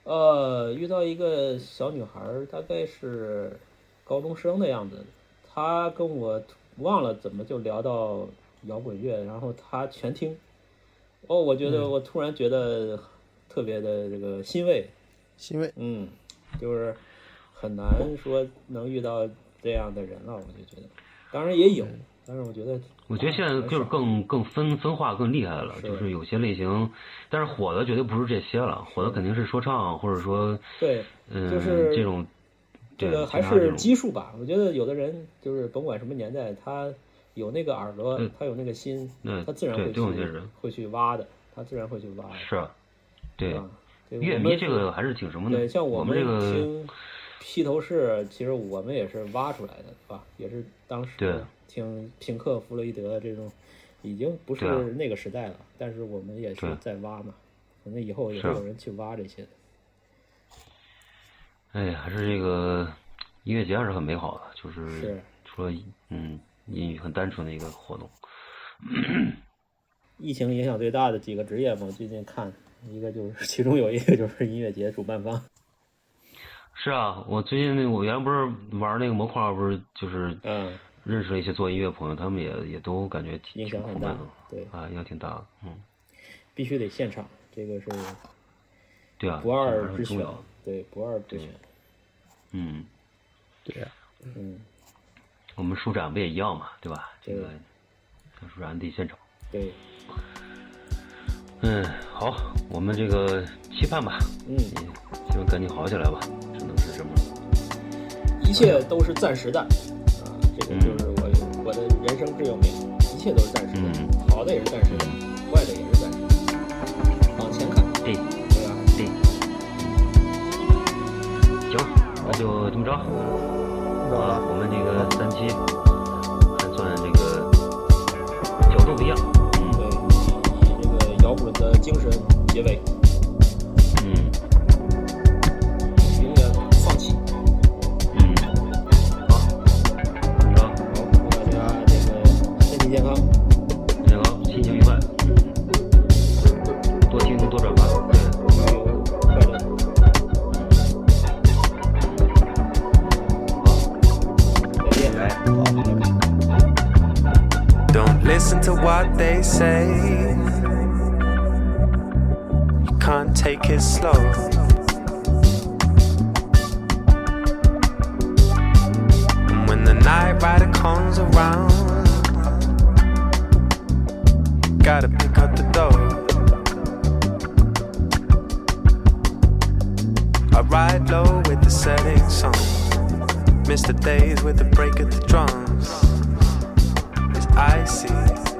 Speaker 3: 呃，遇到一个小女孩儿，大概是高中生的样子，她跟我忘了怎么就聊到摇滚乐，然后她全听，哦，我觉
Speaker 5: 嗯
Speaker 3: 得我突然觉得特别的这个欣慰，
Speaker 4: 欣慰？
Speaker 3: 嗯，就是很难说能遇到这样的人了，我就觉得，当然也
Speaker 5: 嗯
Speaker 3: 有，但是我觉得，
Speaker 5: 我觉得现在就是更更分分化更厉害了，
Speaker 3: 嗯是
Speaker 5: 就是有些类型，但是火的绝对不是这些了，火的肯定是说唱或者说
Speaker 3: 对
Speaker 5: 嗯、
Speaker 3: 就是
Speaker 5: 这种，
Speaker 3: 这
Speaker 5: 对
Speaker 3: 个还
Speaker 5: 其他这
Speaker 3: 是
Speaker 5: 种
Speaker 3: 基数吧。我觉得有的人就是甭管什么年代，他有那个耳朵，他有那个心，
Speaker 5: 嗯
Speaker 3: 他自然会
Speaker 5: 对
Speaker 3: 去
Speaker 5: 这种就是
Speaker 3: 会去挖的，他自然会去挖的。
Speaker 5: 是，对
Speaker 3: 啊，对
Speaker 5: 乐
Speaker 3: 我
Speaker 5: 迷
Speaker 3: 们
Speaker 5: 这个还是挺什么
Speaker 3: 对，
Speaker 5: 的，
Speaker 3: 像
Speaker 5: 我
Speaker 3: 们
Speaker 5: 这个
Speaker 3: 听披头士，其实我们也是挖出来的，是吧？也是当
Speaker 5: 对
Speaker 3: 时听平克·弗洛伊德这种，已经不是
Speaker 5: 对啊
Speaker 3: 那个时代了，但是我们也是
Speaker 5: 对啊
Speaker 3: 在挖嘛，可能以后也
Speaker 5: 是
Speaker 3: 会
Speaker 5: 啊
Speaker 3: 有人去挖这些的。
Speaker 5: 哎，还是这个音乐节还是很美好的，就是
Speaker 3: 是
Speaker 5: 除了嗯，音很单纯的一个活动。
Speaker 3: 疫情影响最大的几个职业嘛，我最近看一个就是， 其中有一个就是音乐节主办方，
Speaker 5: 是啊，我最近那我原来不是玩那个模块儿，不是就是
Speaker 3: 嗯，
Speaker 5: 认识了一些做音乐朋友，他们也也都感觉挺
Speaker 3: 影响
Speaker 5: 挺苦
Speaker 3: 很
Speaker 5: 闷
Speaker 3: 大
Speaker 5: 的，
Speaker 3: 对，
Speaker 5: 啊，影响挺大的。嗯，
Speaker 3: 必须得现场，这个是
Speaker 5: 对啊，
Speaker 3: 不
Speaker 5: 这还
Speaker 3: 二
Speaker 5: 是
Speaker 3: 之
Speaker 5: 很重
Speaker 3: 选
Speaker 5: 要的。，
Speaker 3: 对，不二之选，
Speaker 5: 嗯，
Speaker 4: 对啊呀、
Speaker 3: 嗯，
Speaker 5: 我们书展不也一样嘛，对吧？这
Speaker 3: 对
Speaker 5: 个看书展得现场。
Speaker 3: 对，
Speaker 5: 嗯，好，我们这个期盼吧，
Speaker 3: 嗯，
Speaker 5: 嗯，希望赶紧好起来吧，只能是这么。
Speaker 3: 一切都是暂时的，啊，这个就是我我的人生座右铭，一切都是暂时
Speaker 5: 嗯
Speaker 3: 的，好的也是暂时的，坏的也是暂时的，往前看，
Speaker 5: 对
Speaker 3: 对吧？
Speaker 5: 对，行，那就这么着。
Speaker 4: 听到
Speaker 5: 啊
Speaker 4: 了，，
Speaker 5: 我们这个三期还算这个角度不一样，嗯
Speaker 3: 对，以这个摇滚的精神结尾，
Speaker 5: 嗯
Speaker 3: 永远不放弃。
Speaker 5: 嗯，好，好，
Speaker 3: 好，祝大家这个身体健康。
Speaker 5: 这个心情愉快，嗯多听多转发，对，
Speaker 3: 旅游快乐。好，再见。
Speaker 6: Don't listen to what they say. You can't take it slow. And when the night rider comes around, you gotta pick up the dough. I ride low with the setting sun. Miss the days with the break of the drums. It's icy.